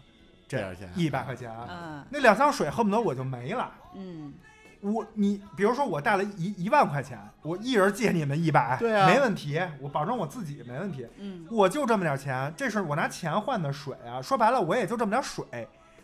这点钱
一百块钱，
啊，
那两箱水恨不得我就没了。
嗯，
我你比如说我带了一一万块钱，我一人借你们一百，
对啊
没问题，我保证我自己没问题。
嗯，
我就这么点钱，这是我拿钱换的水啊。说白了，我也就这么点水，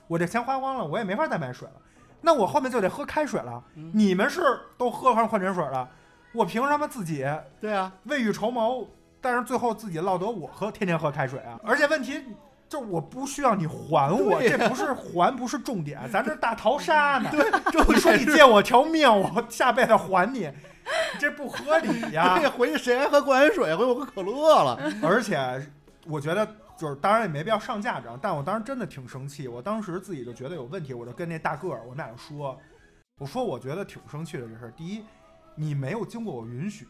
我这钱花光了，我也没法再买水了。那我后面就得喝开水了。
嗯
你们是都喝上矿泉水了，我凭什么自己
对啊，
未雨绸缪？但是最后自己落得我喝，天天喝开水啊！而且问题就是我不需要你还我，
对
这不是还，不是重点，咱这大逃杀呢。你说你借我条命，我下辈子还你，这不合理呀、 嗯
这回去谁还喝矿泉水？回去我喝可乐了。
而且我觉得就是，当然也没必要上价值，啊，但我当时真的挺生气，我当时自己就觉得有问题，我就跟那大个儿，我们俩就说，我说我觉得挺生气的这事儿。第一，你没有经过我允许，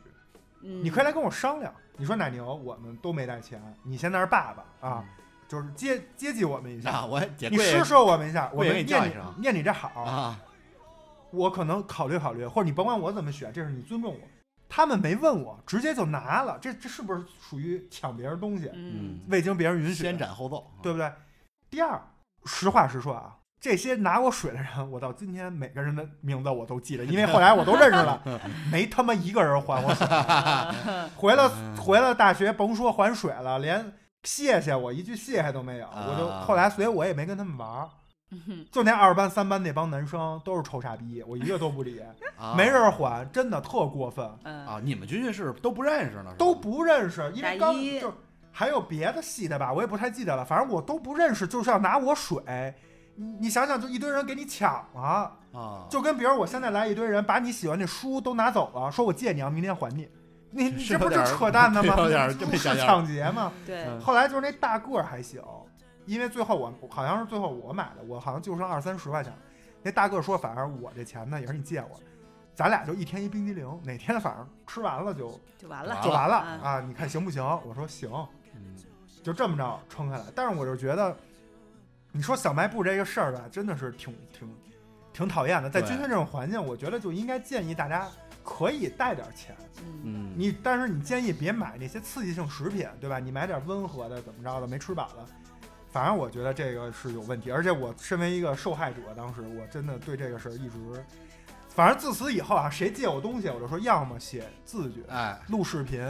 你
你
可以来跟我商量。你说奶牛，我们都没带钱，你现在是爸爸啊，就是接接济我们一
那
下，
我姐
你
贵
施舍我们一下，我
贵
们
人给
念
你叫一声
你念你这好，
啊，
我可能考虑考虑，或者你甭管我怎么选，这是你尊重我。他们没问我，直接就拿了，这这是不是属于抢别人东西？
嗯，
未经别人允许，
先斩后奏，
对不对？第二，实话实说啊，这些拿过水的人，我到今天每个人的名字我都记得，因为后来我都认识 了，没他妈一个人还我水。回了
嗯
回了大学，甭说还水了，连谢谢我一句谢谢都没有。我就
啊
后来，所以我也没跟他们玩儿
嗯哼。
就那二班、三班那帮男生都是臭傻逼，我一个都不理，
啊
没人还，真的特过分，
嗯，
啊！你们军训是都不认识呢，是吧
都不认识，因
大
为刚
一
就还有别的系的吧，我也不太记得了，反正我都不认识，就是要拿我水。你你想想，就一堆人给你抢了，
啊，
就跟比如我现在来一堆人把你喜欢的书都拿走了，说我借你，啊要明天还你，你你
是
这
有
不
点
就
儿
扯淡呢吗？
有点儿
这
这
不
么
是
想象
抢劫吗？
对，
嗯
后来就是那大个儿还行，因为最后我好像是最后我买的，我好像就剩二三十块钱。那大个儿说，反正我这钱呢也是你借我，咱俩就一天一冰激凌，哪天反正吃完了就
就完了，
就完了
嗯
啊！你看行不行？我说行，
嗯
就这么着撑开来。但是我就觉得，你说小卖部这个事儿吧，真的是挺挺挺讨厌的。在
对
军训这种环境，我觉得就应该建议大家可以带点钱。
嗯
嗯，
你但是你建议别买那些刺激性食品，对吧？你买点温和的，怎么着的，没吃饱的。反正我觉得这个是有问题，而且我身为一个受害者，当时我真的对这个事儿一直，反正自此以后啊，谁借我东西，我就说要么写自觉，
哎，
录视 频，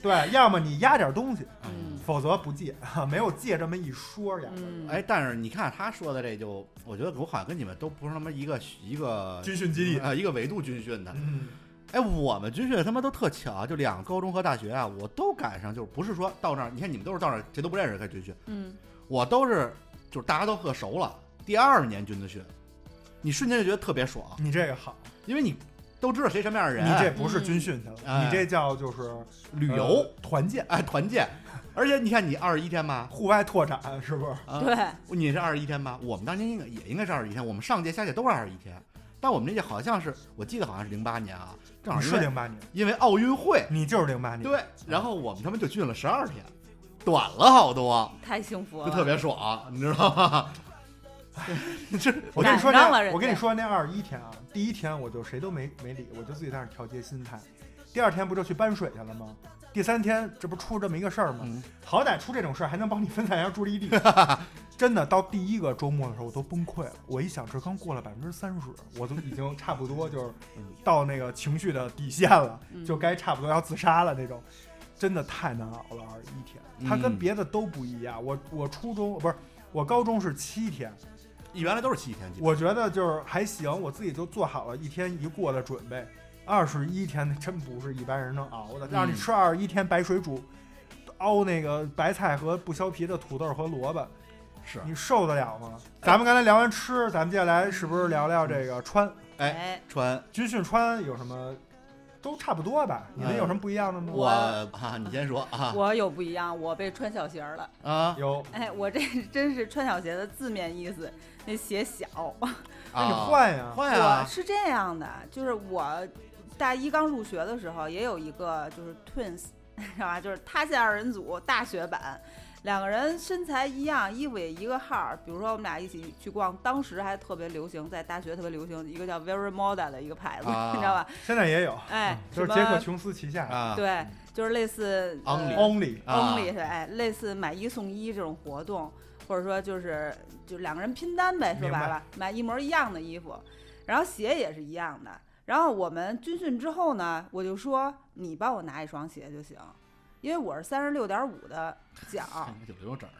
对，要么你压点东西，
嗯
否则不借， 没有借这么一说呀。
嗯，
哎，但是你看他说的这就，我觉得我好像跟你们都不是他妈一个一个
军训基地
啊、一个维度军训的。
嗯，
哎，我们军训他妈都特巧，就两个高中和大学啊，我都赶上，就是不是说到那儿，你看你们都是到那儿谁都不认识开始军训，
嗯，
我都是就是大家都特熟了，第二年军的训，你瞬间就觉得特别爽，
你这个好，
因为你都知道谁什么样的
你
人，啊
这不是军训去了，
哎
你这叫就是
旅
呃
游、
团建、
哎团建，而且你看你二十一天吧，
户外拓展，是不是？
啊、
对，
你是二十一天吧？我们当年应该也应该是二十一天，我们上届、下届都是二十一天，但我们这届好像是，我记得好像是零八年啊，正好
你
因
是
为
零八年，
因为奥运会，
你就是零八年。
嗯
对，然后我们他们就军了十二天，短了好多，
太幸福
就
了，
特别爽，你知道吗？ 这
我跟你说
赶上了人
那，
家
我跟你说那二十一天啊，第一天我就谁都没没理，我就自己在那儿调节心态。第二天不就去搬水去了吗？第三天这不出这么一个事儿吗？
嗯
好歹出这种事儿还能帮你分散一下注 意力。真的，到第一个周末的时候我都崩溃了。我一想这刚过了百分之三十，我都已经差不多就是
嗯
到那个情绪的底线了，
嗯
就该差不多要自杀了那种。真的太难熬了，二十一天，它跟
嗯
别的都不一样。我我初中不是我高中是七天，
原来都是七天，
我觉得就是还行，我自己就做好了一天一过的准备。二十一天那真不是一般人能熬的，让你吃二十一天白水煮，熬那个白菜和不削皮的土豆和萝卜，
是
你受得了吗？咱们刚才聊完吃，咱们接下来是不是聊聊这个穿？
哎，
穿
军训穿有什么？都差不多吧？你们有什么不一样的吗？
我啊，你先说啊
我有不一样，我被穿小鞋儿了。
啊
有，
哎，我这真是穿小鞋的字面意思，那鞋小。
那你
啊，
换呀。
换
我
呀，
是这样的，就是我大一刚入学的时候，也有一个就是 twins 知道吧？就是塌陷二人组大雪版，两个人身材一样，衣服也一个号儿。比如说我们俩一起去逛，当时还特别流行，在大学特别流行一个叫 Very Moda 的一个牌子，
啊嗯
你知道吧？
现在也有，
哎，
就是
什
杰克
么
琼斯旗下的
啊，
对，就是类似
Only
呃
Only，
啊
Only 是哎，类似买一送一这种活动，或者说就是就两个人拼单呗，说
明白
白了，买一模一样的衣服，然后鞋也是一样的。然后我们军训之后呢，我就说你帮我拿一双鞋就行，因为我是三十六点五的脚，
看你有没有整儿，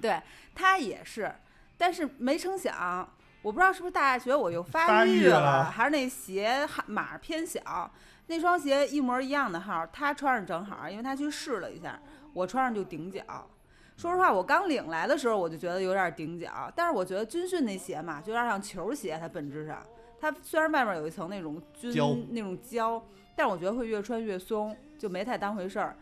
对他也是，但是没成想，我不知道是不是大学我又
发
发
育
育
了
还是那鞋哈码儿偏小，那双鞋一模一样的号儿，他穿上正好，因为他去试了一下，我穿上就顶脚。说实话，我刚领来的时候我就觉得有点顶脚，但是我觉得军训那鞋嘛，就有点像球鞋，它本质上，它虽然外面有一层那种军
胶
那种胶，但是我觉得会越穿越松，就没太当回事儿。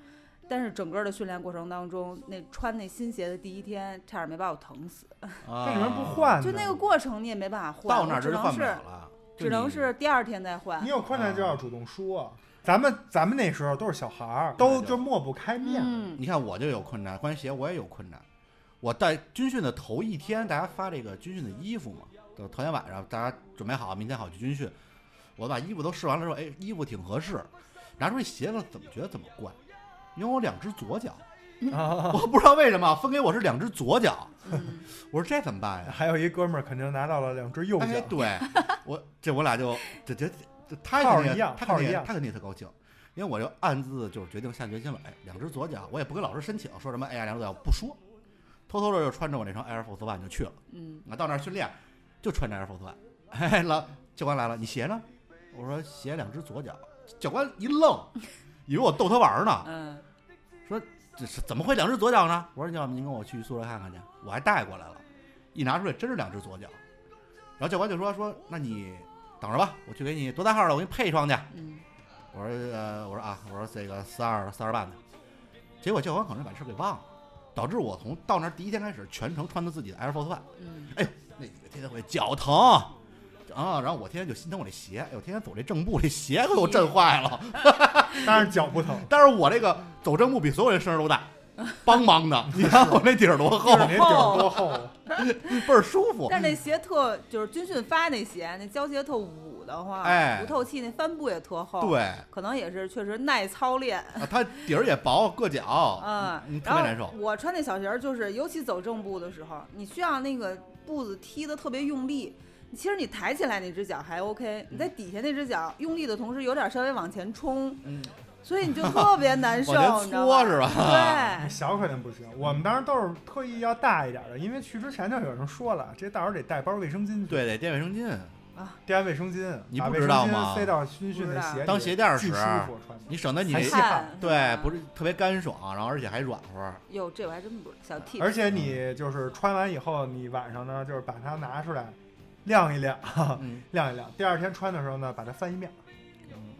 但是整个的训练过程当中，那穿那新鞋的第一天，差点没把我疼死。
那
啊
你们不，换
就
的
那个过程你也没办法换，
到那
我
儿
只
就
能
换不
是
了了，就
只能
你
是第二天再换
你。有困难就要主动说。咱们咱们那时候都是小孩儿，
对
都
对
就抹不开面。
嗯，
你看我就有困难，关于鞋我也有困难。我在军训的头一天，大家发这个军训的衣服嘛，就头天晚上大家准备好，明天好去军训。我把衣服都试完了之后，哎，衣服挺合适，拿出这鞋子怎么觉得怎么怪，因为我两只左脚，
啊，
我不知道为什么分给我是两只左脚，
嗯
我说这怎么办呀？
还有一哥们儿肯定拿到了两只右脚，
哎，对我这我俩就这这这他
号儿
肯定
一样
他
号
肯
儿一
定
样
他肯定特高兴，因为我就暗自就是决定下决心了，哎，两只左脚我也不跟老师申请，说什么哎呀两只左脚不说，偷偷的就穿着我那双 Air Force One 就去了，
嗯，
啊到那儿训练就穿着 Air Force One，哎老教官来了，你鞋呢？我说鞋两只左脚，教官一愣，以为我逗他玩儿呢，
嗯，
这是怎么会两只左脚呢？我说要不您跟我去宿舍看看去，我还带过来了，一拿出来真是两只左脚。然后教官就说说那你等着吧，我去给你多大号的，我给你配一双去。
嗯，
我说呃我说啊我说这个四二四二半的，结果教官可能把这事儿给忘了，导致我从到那儿第一天开始全程穿的自己的 Air Force One，
嗯，
那几个天天会脚疼。啊，然后我天天就心疼我这鞋，哎呦，天天走这正步，这鞋给我震坏了。
当然脚不 疼，
但是我这个走正步比所有人声儿都大，梆梆的。你看我那底儿多厚
就是，您底儿多厚啊，
倍儿舒服。
但那鞋特就是军训发那鞋，那胶鞋特捂得慌，
哎
不透气，那帆布也特
哦
厚，，
对，啊
可能也是确实耐操练，
它底儿也薄，硌脚，嗯，
嗯，
特别
然后
难受。
我穿那小鞋儿就是，尤其走正步的时候，你需要那个步子踢得特别用力。其实你抬起来那只脚还 OK，你在底下那只脚用力的同时，有点稍微往前冲，
嗯，
所 以你就特别难受，
往
你
前
知道
搓
吗？
是吧？
对，
小肯定不行。我们当时都是特意要大一点的，因为去之前就有人说了，这到时候得带包卫生巾去，
对，得垫卫生巾。
垫卫生巾，
你
把
不
卫
知
生
道
巾
吗
塞到军训
不
那
知道
鞋里
当鞋垫儿
巨舒
使
服穿着。
你省得你
还
这
细汗
汗
对不是特别干爽，然后而且还软和。
啊
哟，这我还真不知道。小 T，
而且你就是穿完以后，你晚上呢就是把它拿出来晾一晾，
嗯，
晾一晾。第二天穿的时候呢，把它翻一面。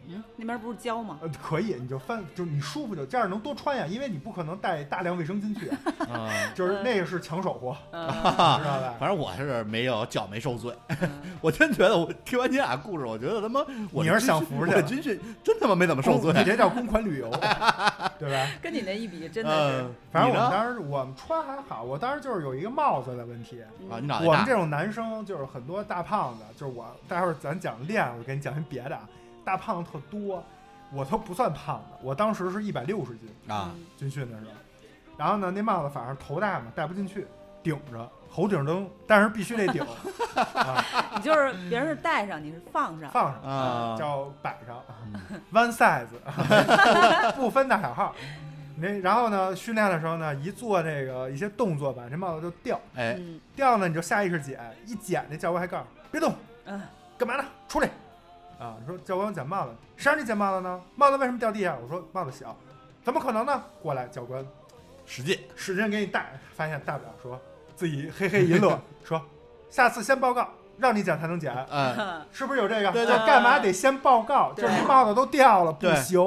嗯，那边不是 胶吗？
呃，可以，你就翻，就是你舒服就这样能多穿呀，因为你不可能带大量卫生巾去啊，
啊，
就是那个是抢手货，
嗯，
知道 吧？
反正我是没有脚没受罪。
嗯
我真觉得我听完你俩故事，我觉得他妈我
你
这
是享
军训
福去
我
了哦
军训真他妈没怎么受罪
你。这叫公款旅游， 对吧？
跟你那一比，真的
嗯，
反正
你
我
呢
们当时我们穿还好，我当时就是有一个帽子的问题。
是
啊，你脑袋
我们
大
这种男生就是很多大胖子，就是我待会儿咱讲练，我给你讲一别的啊，大胖子特多，我都不算胖的，我当时是一百六十斤，
啊，，
嗯
军训的时候，然后呢，那帽子反正头大嘛，戴不进去，顶着头顶灯，但是必须得顶 啊，
你就是别人是戴上，你是放上，
放上
啊
叫摆上
嗯
，one size，不 分大小号。那然后呢，训练的时候呢，一做这个一些动作吧，这帽子就掉，
哎，
嗯
掉呢你就下意识捡，一捡那教官还告诉你别动，
嗯
干嘛呢？出来！啊，说教官我捡帽子，谁让你捡帽子呢？帽子为什么掉地下？我说帽子小，怎么可能呢？过来，教官
使劲。
使劲给你带，发现大不了说自己嘿嘿一乐，说下次先报告，让你捡才能捡，
嗯，
是不是有这个？
对
就
对
干嘛得先报告？
对
就是帽子都掉了，不
对
行，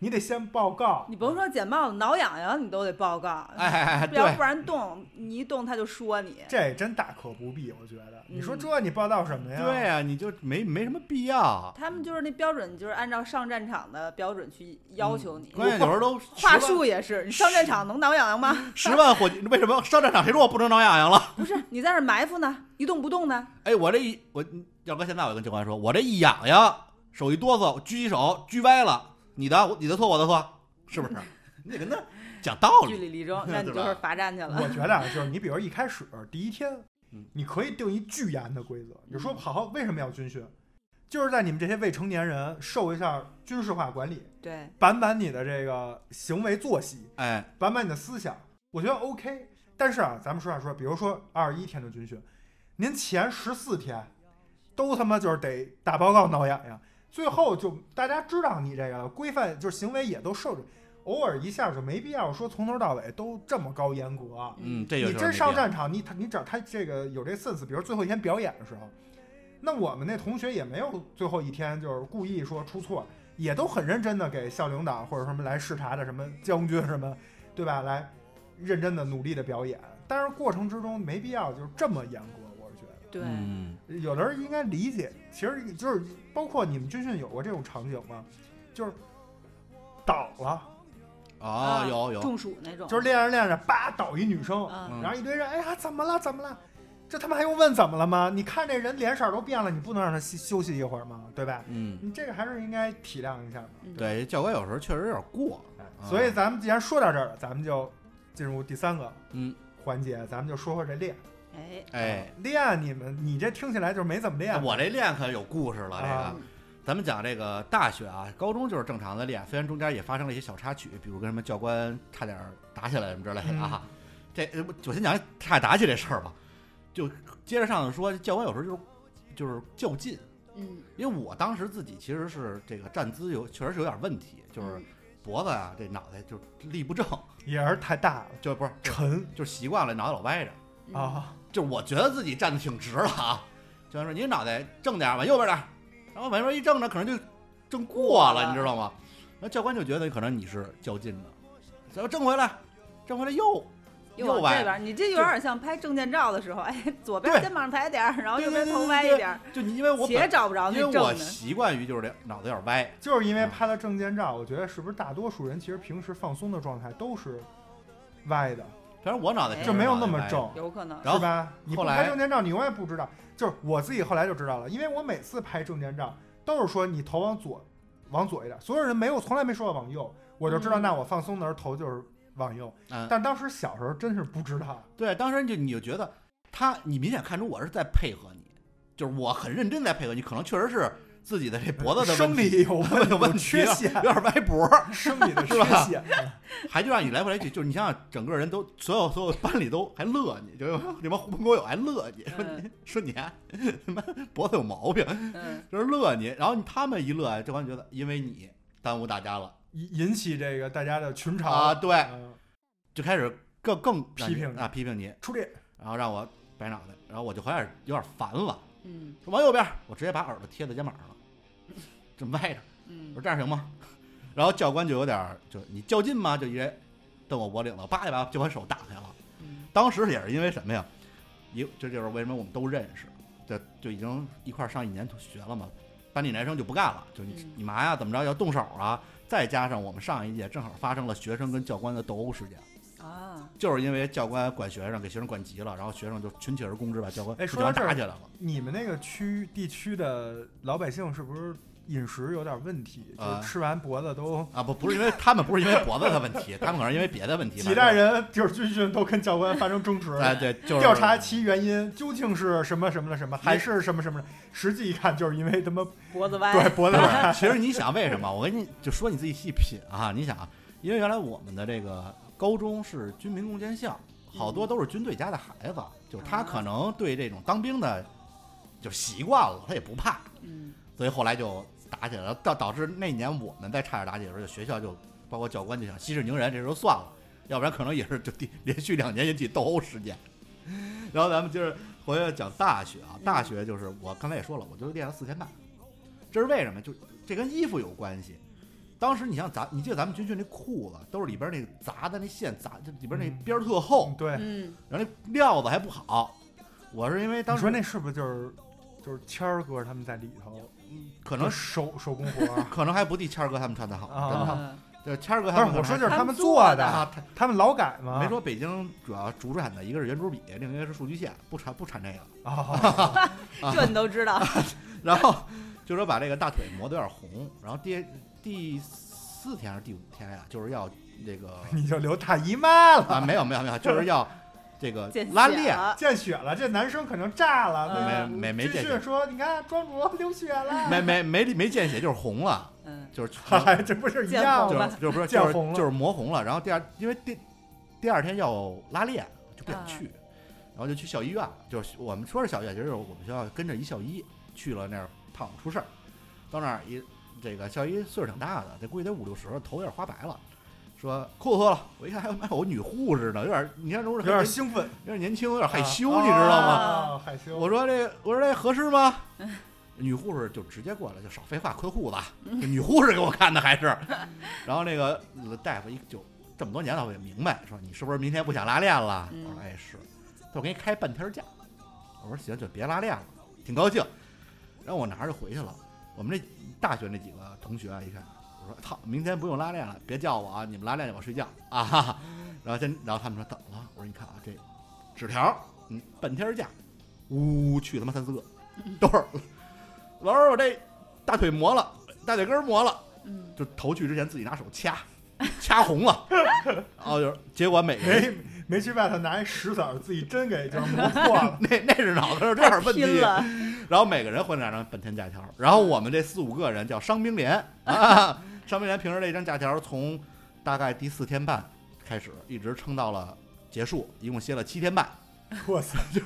你得先报告。
你甭说剪帽子，挠痒痒你都得报告，
哎哎哎，
要
对
不，然动你一动他就说你。
这真大可不必，我觉得。你说
嗯
这你报道什么呀？
对呀、你就没没什么必要。
他们就是那标准，就是按照上战场的标准去要求你。
嗯关键有时候都十
话
万
术也是，你上战场能挠痒痒吗？
十万火急，为什么上战场谁说我不能挠痒痒了？
不是，你在那儿埋伏呢，一动不动呢。
哎，我这一我要搁现在我就跟教官说，我这一痒痒，手一哆嗦，举起手举歪了，你的我你的错我的错，是不 是？你得跟他讲道
据
理。
理力 争，那你
对
就
吧
是罚站去了。
我觉得啊，就是你比如一开始第一天
嗯，
你可以定一巨严的规则，你说好好为什么要军训，就是在你们这些未成年人受一下军事化管理，
对，
板板你的这个行为作息，
哎，
板板你的思想，我觉得 OK。但是啊，咱们实话说，比如说二十一天的军训，您前十四天都他妈就是得打报告挠痒痒，最后就大家知道你这个了，规范就是行为也都受着，偶尔一下就没必要说从头到尾都这么高严格啊。
嗯，这
你
有时候
真
没
上
必要
战场，你他你只要他这个有这 sense，比如最后一天表演的时候，那我们那同学也没有最后一天就是故意说出错，也都很认真的给校领导或者什么来视察的什么将军什么，对吧？来认真的努力的表演，但是过程之中没必要就是这么严格，我是觉得
对，
嗯，
有的人应该理解，其实就是包括你们军训有过这种场景吗？就是倒了，
哦，有有，
中暑那种，
就是练着练着，叭倒一女生，
嗯，
嗯
然后一堆人，哎呀，怎么了？怎么了？这他妈还用问怎么了吗？你看这人脸色都变了，你不能让他休休息一会儿吗？对吧？
嗯，
你这个还是应该体谅一下嘛。
嗯，
对，教官有时候确实有点过，
哎
啊
所以咱们既然说到这儿了，咱们就进入第三个
嗯，
环节，咱们就说说这练。
哎，
哎，
练你们，你这听起来就是没怎么练。
我这练可有故事了，这
啊
个。咱们讲这个大学啊，高中就是正常的练，虽然中间也发生了一些小插曲，比如跟什么教官差点打起来什么之类
嗯
的啊。这呃不我先讲差点打起这事儿吧，就接着上头说，教官有时候就是就是较劲，
嗯，
因为我当时自己其实是这个站姿有确实是有点问题，就是
嗯
脖子啊这脑袋就立不正，
也是太大了，
就不是
沉
就是习惯了脑袋老歪着，
嗯，
啊，
就是我觉得自己站的挺直了啊。教官说你脑袋正点儿，往右边点儿，然后往右边一正呢，可能就正过
过了
了，你知道吗？那教官就觉得可能你是较劲的，然后正回来，正回来又右
又往这
歪
边，你这有点像拍证件照的时候，哎，左边
对
肩膀抬点儿，然后
对
右
对
边
对
头
对
歪一
对
点儿，
就你因为我
且
本
找不着那
因
正
为我
的，
习惯于就是这脑袋有点歪，
就是因为拍了证件
嗯
照，我觉得是不是大多数人其实平时放松的状态都是歪的，
反正我脑袋
哎
肯
就
定
没有
是
那
脑袋
么
歪
正。
有 可能，
然后
是吧？你不
后来
拍证件照，你永远不知道。就是我自己后来就知道了，因为我每次拍证件照都是说你头往左，往左一点。所有人没有从来没说过往右，我就知道，
嗯
那我放松的时候头就是往右。
嗯
但当时小时候真是不知道，
对，当时就你就觉得他，你明显看出我是在配合你，就是我很认真在配合你，可能确实是自己的这脖子的
生
问题
理有问
有问
有
题
缺
了
陷
有， 点歪脖儿，
生理的
是
缺
吧
陷。
还就让你来回来去，就是你想想，整个人都所有所有班里都还乐你，就是你们狐朋狗友还乐你，
嗯
说你说你啊他妈脖子有毛病，
嗯，
就是乐你，然后他们一乐啊，教官觉得因为你耽误大家了
引引起这个大家的群嘲
啊，对，
嗯
就开始更更让
批
你
评你
啊批评你，
出力
然后让我摆脑袋，然后我就有点有点烦了，
嗯
说往右边，我直接把耳朵贴在肩膀上了，这么歪着，我说
嗯，
这样行吗？ 然后教官就有点儿就你较劲吗？就一人瞪我脖领子，叭就把教官手打开了。
嗯
当时也是因为什么呀？一这就是为什么我们都认识，这就已经一块儿上一年学了嘛。班里男生就不干了，就你
嗯
你嘛呀，怎么着要动手啊？再加上我们上一届正好发生了学生跟教官的斗殴事件，
啊，
就是因为教官管学生，给学生管急了，然后学生就群起而攻之，把教官
哎
给
说
教
到
官
这儿
打起来了。
你们那个区地区的老百姓是不是饮食有点问题？就是
啊
吃完脖子都。
啊，不不是因为他们不是因为脖子的问题，他们可能是因为别的问题。
几代人就是军训都跟教官发生 争执，
哎，对，就是
调查其原因究竟是什么什么的什么，还是什么什么的。实际一看，就是因为他妈
脖子歪，
对 脖子
不
哎
是，其实你想为什么？我跟你就说你自己细品啊，你想，啊，因为原来我们的这个高中是军民攻坚校，好多都是军队家的孩子，就是他可能对这种当兵的就习惯了，他也不怕，
嗯
所以后来就打起来了，导导致那年我们在差点打起来的时候，学校就包括教官就想息事宁人，这时候算了，要不然可能也是就第连续两年引起斗殴事件。 然后咱们接着回来讲大学啊，大学就是我刚才也说了，我就练了四天半，这是为什么？就这跟衣服有关系。当时你像咱，你记得咱们军训那裤子都是里边那杂的那线杂，就里边那边儿特厚，
对，
嗯，
然后那料子还不好。我是因为当
你
时
说那是不是就是就是谦儿哥他们在里头，
可
可
能？
手手工活儿
可能还不地谦儿哥他们穿的好，
啊
真的好。
嗯
就是谦儿哥
不
他
是
们，
我说就是是
他
他
们
们
做
做
的
的，
啊，他
他们劳改嘛。
没说北京主要主产的一个是圆珠笔，另一个是数据线，不产不产这个。
啊，
这你都知道，
啊然后 就说把这个大腿磨得有点红，然后第第四天还是第五天呀、就是要这个
你就留大姨妈了，
啊，没有没有没有，就是要这个
见血
拉链，
了
见血了，这男生可能炸了。
没
嗯
没没
军
见
训
血，
说，你看庄主 流血了，
没没没没见血，就是红了，
嗯，
就是
嗨， 这不是一样
就
吗？
是就是不是
见
就是
红了
就是磨红了，然后第二因为第第二天要拉练，就不想去，然后就去校医院，就是我们说是校医院，其实就是我们学校跟着一校医去了那儿，怕我们出事儿，到那儿一这个校医岁数挺大的，这估计得五六十了，头有点花白了。说裤子脱了，我一看，还有哎妈，我女护士呢，有点，你看，如果
有点兴奋，
有点年轻，有点害羞，
啊
你知道吗？
啊害羞，
我说这，我说这合适吗？女护士就直接过来，就少废话，脱裤子。这女护士给我看的还是，然后那个大夫一就这么多年了，我也明白，说你是不是明天不想拉练了？
嗯
我说哎是，他说我给你开半天假。我说行，就别拉练了，挺高兴。然后我拿着回去了。我们这大学那几个同学啊，一看，我说操，明天不用拉练了，别叫我啊，你们拉练去，我睡觉啊。哈哈。然后先，然后他们说怎么了？我说你看啊，这纸条，嗯，半天假，呜去他妈三四个，等会儿， 老师我这大腿磨了，大腿根儿磨了，
嗯，
就头去之前自己拿手掐， 掐红了，然后就是结果每个人
没没去外头拿一石子儿，自己真给就是 磨破了
。那那是脑子有
太
点问题，
拼 了，
然后每个人换两张本天假条，然后我们这四五个人叫伤兵 连啊，伤兵连平时这张假条从大概第四天半开始，一直撑到了结束，一共歇了七天 半，
我操，
就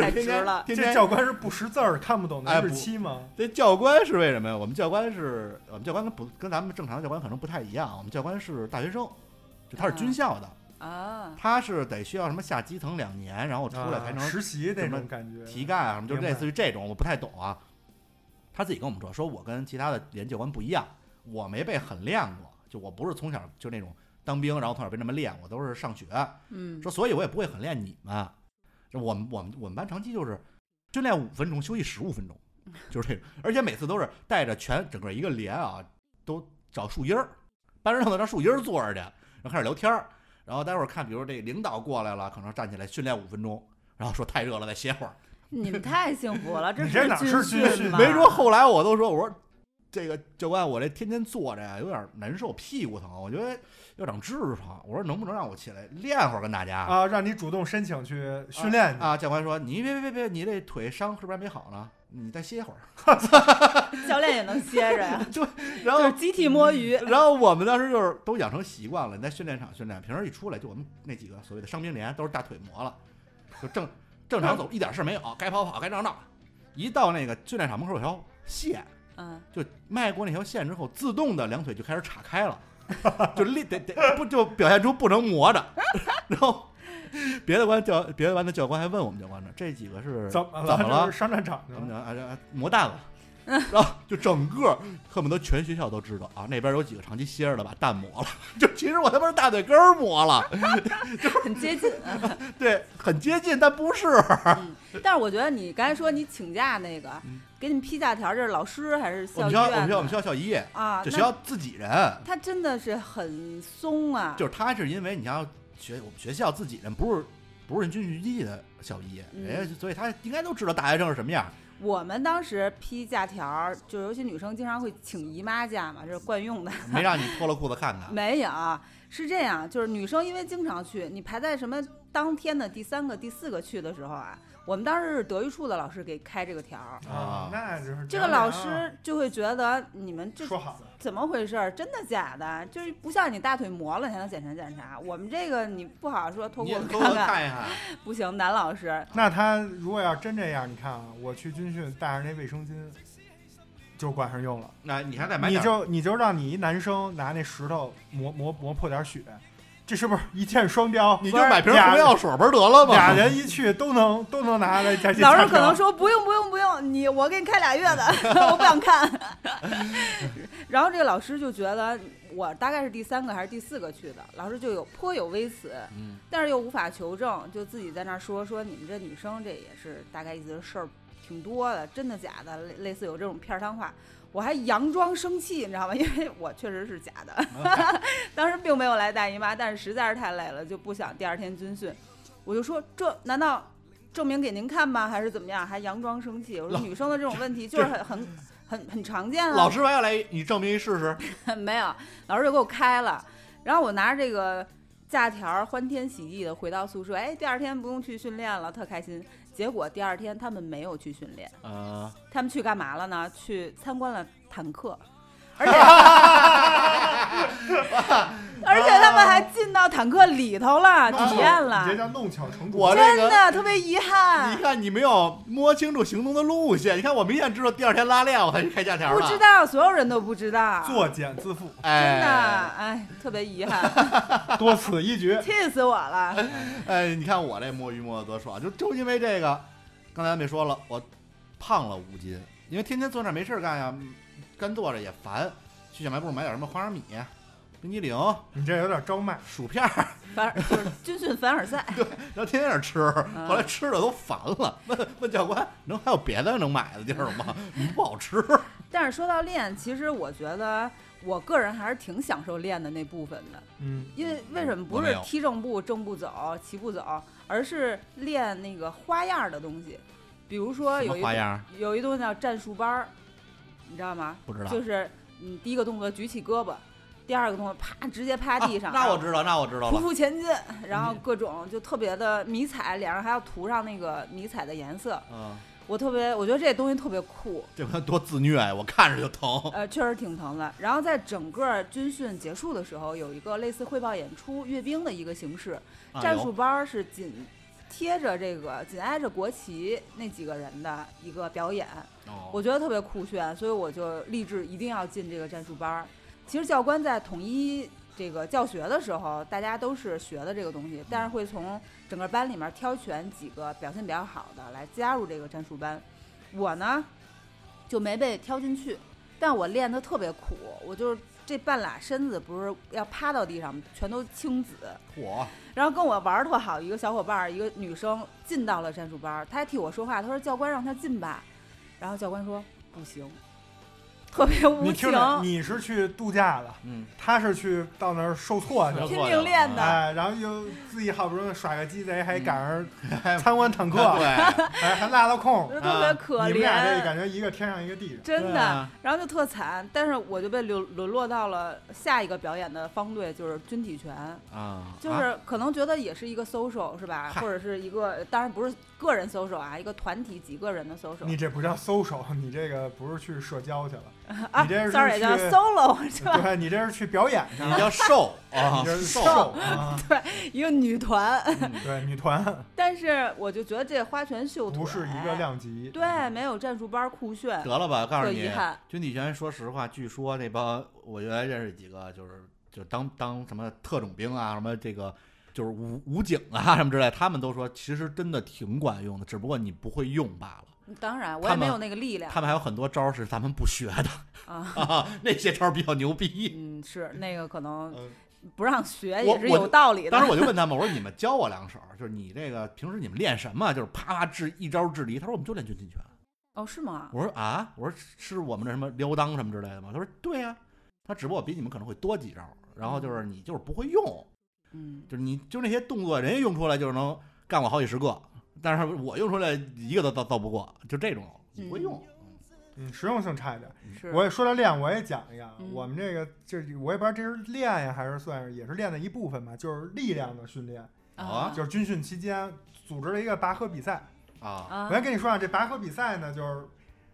太
天
值
天
了
天
这
天
教官是不识字儿，看不懂
哎
的
不
日期吗？
这教官是为什么呀？我们教官是我们教官跟不跟咱们正常的教官可能不太一样，我们教官是大学生，就他是军校的，
啊，
他是得需要什么下基层两年，然后出来才
啊
能
实习那
什么
种感觉。
提干啊什么，就
明白
类似于这种，我不太懂啊。他自己跟我们说，说我跟其他的连教官不一样，我没被狠练过，就我不是从小就那种当兵，然后从小被那么练，我都是上学，
嗯，
说所以我也不会狠练你们。就我们我们我们班长期就是训练五分钟，休息十五分钟，就是这种，而且每次都是带着全整个一个连啊，都找树荫儿，班上的让树荫儿坐着去，然后开始聊天儿，然后待会儿看，比如这领导过来了，可能站起来训练五分钟，然后说太热了，再歇会儿。
你们太幸福了，
你
是
这哪是军
军
训
吗？
没说后来我都说，我说这个教官，我这天天坐着呀，有点难受，屁股疼，我觉得要长痔疮，我说能不能让我起来练会儿跟大家？
啊，让你主动申请去训练去。
啊，教官说：“你别别别别，你这腿伤是不是还没好呢？你再歇会儿。
教练也能歇着呀，”
然
就
后
是，集体摸鱼，
然后我们当时就是都养成习惯了，你在训练场训练，平时一出来就我们那几个所谓的伤兵连都是大腿磨了，就正正常走，一点事儿没有，该跑跑，该闹闹。一到那个训练场门口有条线，
嗯，
就迈过那条线之后，自动的两腿就开始岔开了，就立得得不就表现出不能磨着。 然后别的官教别的班的教官还问我们教官呢，这几个是
怎么
怎么了
就是上战场去
怎么
了。
着啊这啊磨蛋 了。然后就整个恨不得全学校都知道啊，那边有几个长期歇着的把蛋磨了， 就其实我他妈是大腿根儿磨了，
很接近。嗯
对，很接近，但不是。
但是我觉得你刚才说你请假那个
嗯，
给你们批假条，这是老师还是
我们学
校医
校我们学校我
院
们
的？
学校校医，
啊，
就学
那
校自己人，
他真的是很松啊，
就是他是因为你像学我们学校自己人不是不是人军训地的校医，
嗯
人家所以他应该都知道大学生是什么样。
我们当时批假条儿，就尤其女生经常会请姨妈假嘛，这是惯用的。
没让你脱了裤子看看，
没有，是这样，就是女生因为经常去，你排在什么当天的第三个、第四个去的时候啊，我们当时是德育处的老师给开这个条儿，
啊
那就是
这个
娘娘
老
啊
师就会觉得你们这
说好了，
怎么回事儿？真的假的？就是不像你大腿磨了才能检查检查，我们这个你不好说脱
你
裤
也
子
脱裤
看
子
看，
看一看。
不行，男老师
那他如果要真这样，你看啊，我去军训带着那卫生巾，就管上用了。
那你还得买
你
点儿
就你就让你一男生拿那石头磨磨磨破点血，这是不是一箭双雕？
你就买瓶红药水不是得了 吗？
俩人一去都能都能拿来加薪。
老师可能说不用不用不用，你我给你开俩月的， 我不想看。然后这个老师就觉得我大概是第三个还是第四个去的，老师就有颇有微词，
嗯，
但是又无法求证，就自己在那儿说说你们这女生这也是大概意思是事儿挺多的，真的假的，类类似有这种片儿汤话。我还佯装生气，你知道吗？ 因为我确实是假的， 当时并没有来大姨妈，但是实在是太累了，就不想第二天军训。我就说这难道证明给您看吗？还是怎么样？还佯装生气？我说
老
女生的这种问题就是很很很很常见啊。
老师完要来，你证明一试试。
没有，老师就给我开了。然后我拿着这个假条儿，欢天喜地的回到宿舍。哎，第二天不用去训练了，特开心。结果第二天他们没有去训练，
呃，
他们去干嘛了呢？去参观了坦克，而且而且他们还进到坦克里头了，体验了
你这，叫弄巧成拙
我。这
真
个
的特别遗憾
你。看你没有摸清楚行动的路线，你看我明显知道第二天拉练我才去开假条
不
呢。
知道，所有人都不知道，
作茧自缚，
真的，
哎
哎，特别遗憾，
多此一举。
气死我了。
哎，你看我这摸鱼摸的多爽，就就因为这个，刚才咱们也说了，我胖了五斤，因为天天坐那儿没事儿干呀，干坐着也烦，去小卖部买点什么花生米、冰激凌、
你这有点招卖。
薯片儿，
凡尔就是军训凡尔赛，
然后天天在那儿吃，后来吃的都烦了，问问教官能还有别的能买的地儿 吗？不好吃。
但是说到练，其实我觉得我个人还是挺享受练的那部分的，
嗯，
因为为什么
我
不
没
是
有
踢正步、正步走、齐步走，而是练那个花样儿的东西，比如说
什
有
么
一
花样儿？
有一东西叫战术班儿，你知道吗？
不知道。
就是你第一个动作举起胳膊，第二个动作啪直接趴地 上，
啊那我知道，那我知道
匍
了。嗯
匐前进，然后各种就特别的迷彩，脸上还要涂上那个迷彩的颜色，
嗯，
我特别我觉得这东西特别酷，
这不多自虐呀，我看着就疼。
呃，确实挺疼的。然后在整个军训结束的时候，有一个类似汇报演出、阅兵的一个形式，
啊
呃战
有
术班儿是紧贴着这个、紧挨着国旗那几个人的一个表演，
哦
我觉得特别酷炫，所以我就立志一定要进这个战术班儿。其实教官在统一这个教学的时候，大家都是学的这个东西，但是会从整个班里面挑选几个表现比较好的来加入这个战术班。我呢就没被挑进去，但我练得特别苦，我就是这半拉身子不是要趴到地上，全都青紫。
火
然后跟我玩儿特好一个小伙伴儿，一个女生进到了战术班儿，她还替我说话，她说教官让她进吧，然后教官说不行，特别无
你
情
听，着，你是去度假的，
嗯，
他是去到那儿受挫去了。
拼命练的。
哎，然后又自己好不容易耍个鸡贼，还赶上
嗯 对，
参观坦克， 哎还还落了空
就。特别
啊
可
你们俩这
怜，
感觉一个天上一个地上。
真
对
的
啊。
然后就特惨，但是我就被沦沦落到了下一个表演的方队，就是军体拳，
啊，
就是可能觉得也是一个 social 是吧？
嗨
或者是一个，当然不是个人 social 啊，一个团体几个人的 social。
你这不叫 social，你这个不是去社交去了，
啊
你这是
，sorry，
去
叫 solo 是吧？
对你这是去表演去
你
了，
叫瘦啊 嗯
你，这是
瘦
瘦啊。
一个女团。
对，女团
但是我就觉得这花拳绣腿
不是一个，量级。
对，没有战术班酷炫，
得了吧，告诉
特遗
你
憾，
军体拳，说实话，据说那帮我原来认识几个，就是就当当什么特种兵啊，什么这个。就是武武警啊什么之类，他们都说其实真的挺管用的，只不过你不会用罢了。
当然我
他
也
们
没有那个力量
他们还有很多招儿是咱们不学的
啊。
啊， 那些招儿比较牛逼。
嗯，是那个可能
嗯
不让学
我
也是
我
有道理的。
当时我就问他们，我说你们教我两手，就是你这个平时你们练什么？就是啪啪制一招制敌。他说我们就练军体拳。
哦，是吗？
我说啊，我说是我们这什么撩裆什么之类的吗？他说对呀、他只不过比你们可能会多几招，然后就是你就是不会用，
嗯，
就是你就那些动作，人家用出来就是能干我好几十个，但是我用出来一个都造造不过，就这种你不会用。
嗯，实用性差一点。
是。
我也说到练，我也讲一个啊
嗯。
我们这个就是我也不知道这是练呀，还是算是也是练的一部分吧，就是力量的训练。
啊
就是军训期间组织了一个拔河比赛。
啊，
我
啊
先跟你说啊，这拔河比赛呢，就是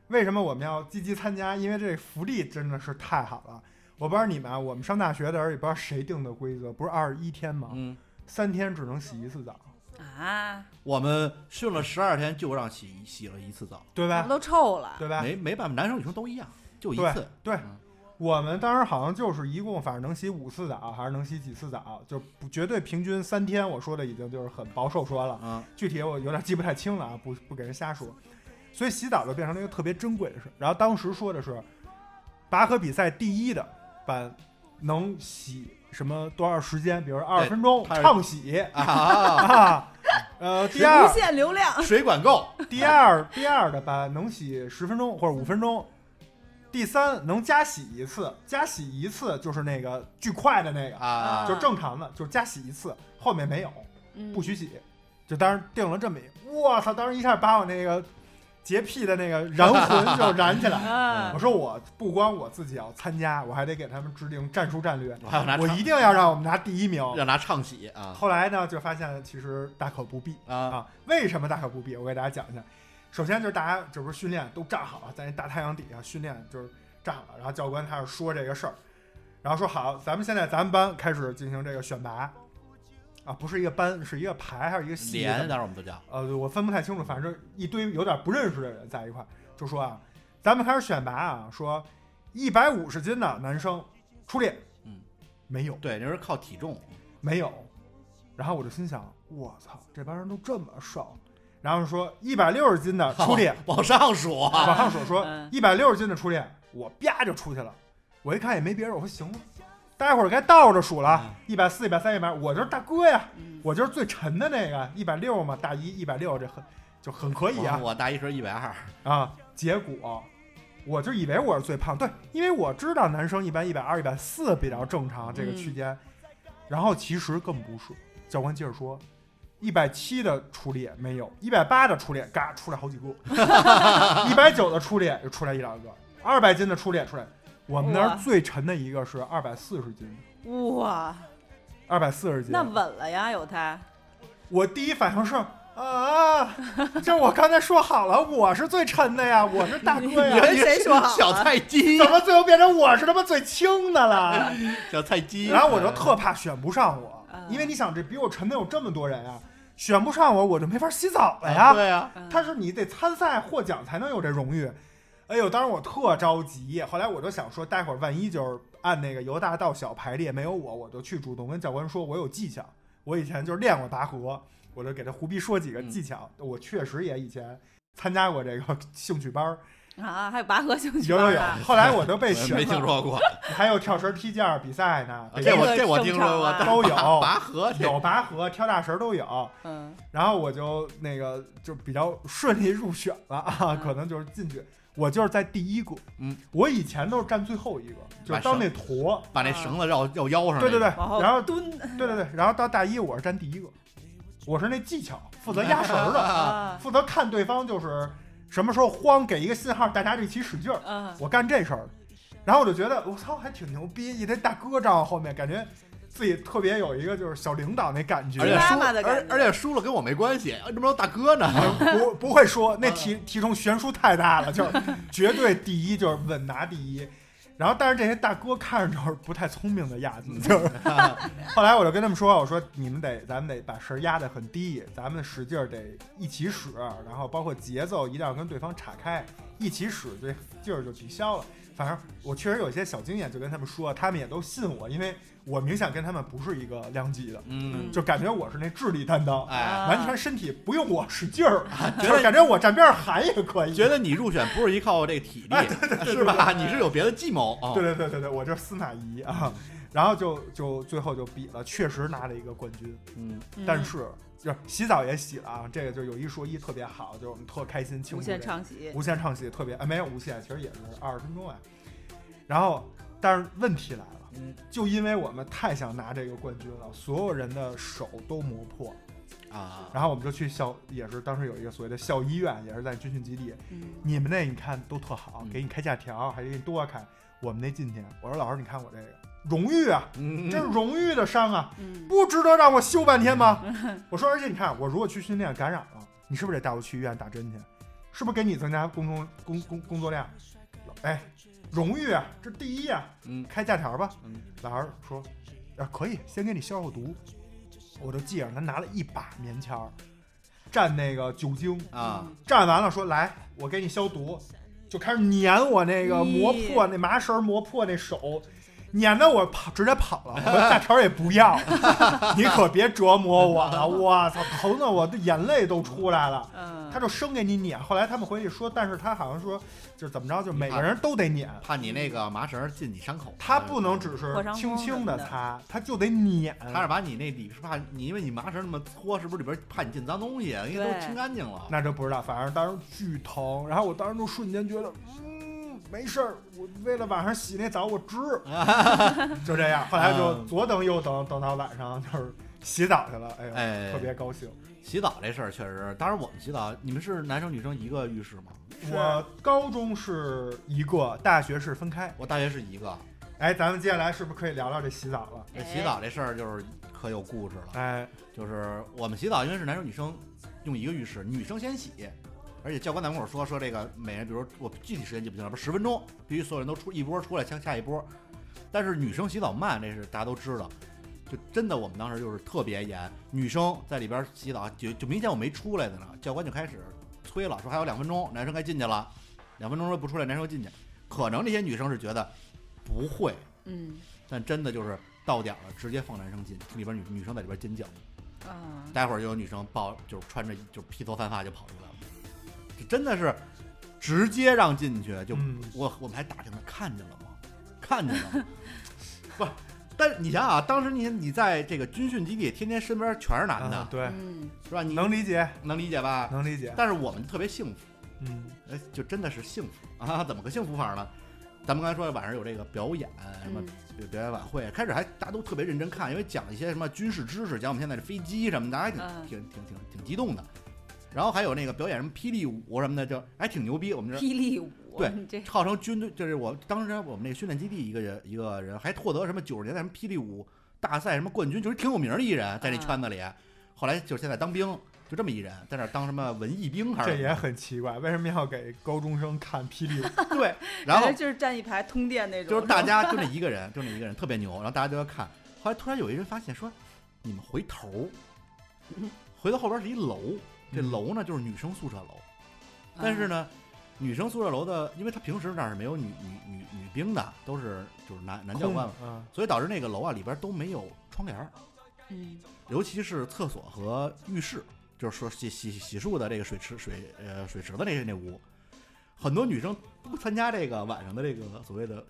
为什么我们要积极参加，因为这福利真的是太好了。我不知道你们啊，我们上大学的时候也不知道谁定的规则，不是二十一天吗？
嗯，
三天只能洗一次澡，
啊，
我们训了十二天就让洗洗了一次澡，
对
我们
吧？
都臭了。
对吧？啊
没没办法，男生女生都一样，就一次。
对，我们当时好像就是一共，反正能洗五次澡，还是能洗几次澡，就不绝对平均三天。我说的已经就是很保守说了，
嗯，
具体我有点记不太清了啊，不不给人瞎说。所以洗澡就变成了一个特别珍贵的事。然后当时说的是，拔河比赛第一的班能洗什么多少时间，比如二十
对
分钟
他是
畅洗
啊，
啊，呃，第二
无限流量，
水管够，
第二第二的班能洗十分钟或者五分钟，第三能加洗一次，加洗一次就是那个巨快的那个，
啊，
就正常的，就是加洗一次，后面没有，
嗯
不许洗。就当时定了这么一，我操！当时一下把我那个洁癖的那个燃魂就燃 起来。
啊
我，说我不光我自己要参加，我还得给他们制定战术战略，
我还要拿
我
唱
一定要让我们拿第一名。
要拿唱洗啊
后来呢，就发现其实大可不必。
啊，
啊，为什么大可不必？我给大家讲一下。首先就是大家这不是训练都站好了，在那大太阳底下训练就是站好了，然后教官开始说这个事儿，然后说好，咱们现在咱们班开始进行这个选拔，啊，不是一个班，是一个排还是一个系？
连当时我们都叫
呃，我分不太清楚，反正一堆有点不认识的人在一块儿，就说啊，咱们开始选拔啊，说一百五十斤的男生出列，
嗯，
没有，
对，那是靠体重，
没有。然后我就心想，我操，这帮人都这么瘦。然后说一百六十斤的出 列，
往上数啊，
网上所说
嗯
一百六十斤的出列，我啪就出去了。我一看也没别人，我说行了，待会儿该倒着数了，一百四、一百三、一百，我就是大哥呀，
嗯
我就是最沉的那个，一百六嘛，大一一百六这很就很可以啊
我我大一时候一百二，
啊！结果我就以为我是最胖，对，因为我知道男生一般一百二、一百四比较正常这个
嗯
区间，然后其实更不是。教官接着说，一百七的出列没有，一百八的出列嘎出来好几个，一百九的出列又出来一两个，二百斤的出列出来，我们那
哇
儿最沉的一个是二百四十斤，
嗯哇，
二百四十斤
那。稳了呀，有他，
我第一反应是啊，这我刚才说好了，我是最沉的呀，我是大哥
你
呀
跟。谁说好啊
小菜 鸡，
怎么最后变成我是他妈最轻的了？
小菜鸡，
然后我就特怕选不上我
啊，
因为你想，这比我沉的有这么多人啊，选不上我我就没法洗澡了
啊
哎呀。
对啊，
嗯
他是你得参赛获奖才能有这荣誉。哎呦，当时我特着急，后来我就想说，待会儿万一就是按那个由大到小排列没有我，我就去主动跟教官说我有技巧，我以前就是练过拔河，我就给他胡逼说几个技巧。我确实也以前参加过这个兴趣班儿，
啊，还有拔河兴趣
有有
班
有
啊。
后来我都被
没
选
没
了
听 说过，
还有跳绳、踢毽比赛呢，
这
个
我这我听说过，
正常啊
都有，
拔河去，
有拔河、跳大绳都有。
嗯，
然后我就那个就比较顺利入选了啊，
嗯
可能就是进去，我就是在第一个。
嗯，
我以前都是站最后一个，就是当那坨。
把那绳子绕绕腰上，
对对对，，
往后
然后
蹲
对对对，然后到大一我是站第一个，我是那技巧负责压绳 儿的，
啊
负责看对方就是什么时候慌，给一个信号，大家就一起使劲儿。
啊，
我干这事儿，然后我就觉得我操还挺牛逼，一堆大哥站我后面，感觉自己特别有一个就是小领导那感觉，
而且
妈
输，
妈的感
而
觉
而且输了跟我没关系，这不是大哥呢，
不不会说那题题中悬殊太大了，就是绝对第一，就是稳拿第一。然后，但是这些大哥看着就是不太聪明的样子，就是。后来我就跟他们说：“我说你们得，咱们得把绳压得很低，咱们使劲儿得一起使，然后包括节奏一定要跟对方岔开，一起使，这劲儿就抵消了。反正我确实有一些小经验，就跟他们说，他们也都信我，因为我明显跟他们不是一个量级的，
嗯，
就感觉我是那智力担当。
哎，
啊
完全身体不用我使劲儿，
觉
就
得
是感觉我站边儿喊也可以。
觉得你入选不是依靠这个体
哎
力，是吧？你是有别的计谋啊
对，对对对对，我这司马懿啊，然后就就最后就比了，确实拿了一个冠军，
嗯，
但是就是洗澡也洗了啊，这个就有一说一特别好，就是我们特开心庆
无
祝
限
这个
唱戏，
无限唱戏特别啊、没有无限，其实也是二十分钟啊。然后但是问题来了，
嗯
就因为我们太想拿这个冠军了，所有人的手都磨破，
啊，
然后我们就去校，也是当时有一个所谓的校医院，也是在军训基地，
嗯
你们那你看都特好
嗯，
给你开假条，还给你多开。我们那进去，我说老师，你看我这个荣誉啊，
嗯，
这是荣誉的伤啊，
嗯，
不值得让我休半天 吗？我说，而且你看，我如果去训练感染了，你是不是得带我去医院打针去？是不是给你增加工作工工工作量？哎，荣誉啊，这第一啊，
嗯
开假条吧。
嗯
老师说，啊，可以，先给你消消毒。我就记着，他拿了一把棉签儿蘸那个酒精，
啊，
站完了说来，我给你消毒。就开始粘我那个磨破那麻绳，磨破那手，撵得我跑直接跑了。我说大条也不要 了，你可别折磨我了，我操，疼的我的眼泪都出来了。
嗯，
他就生给你撵，后来他们回去说，但是他好像说就是怎么着，就每个人都得撵，
怕你那个麻绳进你伤口。
他不能只是
破伤风
轻轻
什么
的
的
擦，他就得撵。
他是把你那里是怕你，因为你麻绳那么搓，是不是里边怕你进脏东西？啊因为都
对
清干净了。
那就不知道，反正当时巨疼，然后我当时就瞬间觉得，嗯，没事儿，我为了晚上洗那澡，我 值，就这样。后来就
嗯
左等右等，等到晚上就是洗澡去了，哎呦，
哎
特别高兴。
洗澡这事儿确实，当然我们洗澡，你们是男生女生一个浴室吗？
是
我高中是一个，大学是分开。
我大学是一个。
哎，咱们接下来是不是可以聊聊这洗澡了？
那
哎
洗澡这事儿就是可有故事了。
哎，
就是我们洗澡，因为是男生女生用一个浴室，女生先洗，而且教官咱跟我说说这个每人，比如我具体时间记不清了，不是十分钟，必须所有人都出一波出来，像下一波。但是女生洗澡慢，这是大家都知道。就真的，我们当时就是特别严，女生在里边洗澡，就就明显我没出来的呢，教官就开始催了，说还有两分钟，男生该进去了，两分钟说不出来，男生进去。可能这些女生是觉得不会，
嗯
但真的就是到点儿了，直接放男生进，里边女女生在里边尖叫。
啊，
待会儿就有女生抱，就是穿着就是披头散发就跑出来了，就真的是直接让进去，就、
嗯
我我们还打听呢，看见了吗？看见了吗？ 不是，但是你想想啊，当时你你在这个军训基地，天天身边全是男的，
啊对，
嗯，
是吧？你
能理解，
能理解吧？
能理解。
但是我们特别幸福，
嗯，
哎，就真的是幸福啊！怎么个幸福法呢？咱们刚才说晚上有这个表演，什
嗯
么表表演晚会，开始还大家都特别认真看，因为讲一些什么军事知识，讲我们现在的飞机什么的，大家还
嗯
挺挺挺挺挺激动的。然后还有那个表演什么霹雳舞什么的，就还挺牛逼。我们这
霹雳舞，
对
你这
号称军队，就是我当时我们那个训练基地一个人一个人还获得什么九十年代什么霹雳舞大赛什么冠军，就是挺有名的一人，在那
啊
圈子里。后来就是现在当兵，就这么一人，在那儿当什么文艺兵还是
这也很奇怪，为什么要给高中生看霹雳舞？
对。然后
感觉 就是站一排通电那种，
就是大家就那一个人， 就那一个人特别牛，然后大家都要看。后来突然有一人发现说，你们回头，回到后边是一楼，这
嗯
楼呢就是女生宿舍楼，
嗯，
但是呢，女生宿舍楼的，因为他平时那儿是没有女女女女兵的，都是就是男男教官嘛，
嗯，
所以导致那个楼啊里边都没有窗帘儿，
嗯，
尤其是厕所和浴室，就是说洗洗洗漱的这个水池水呃水池的那那屋，很多女生不参加这个晚上的这个所谓的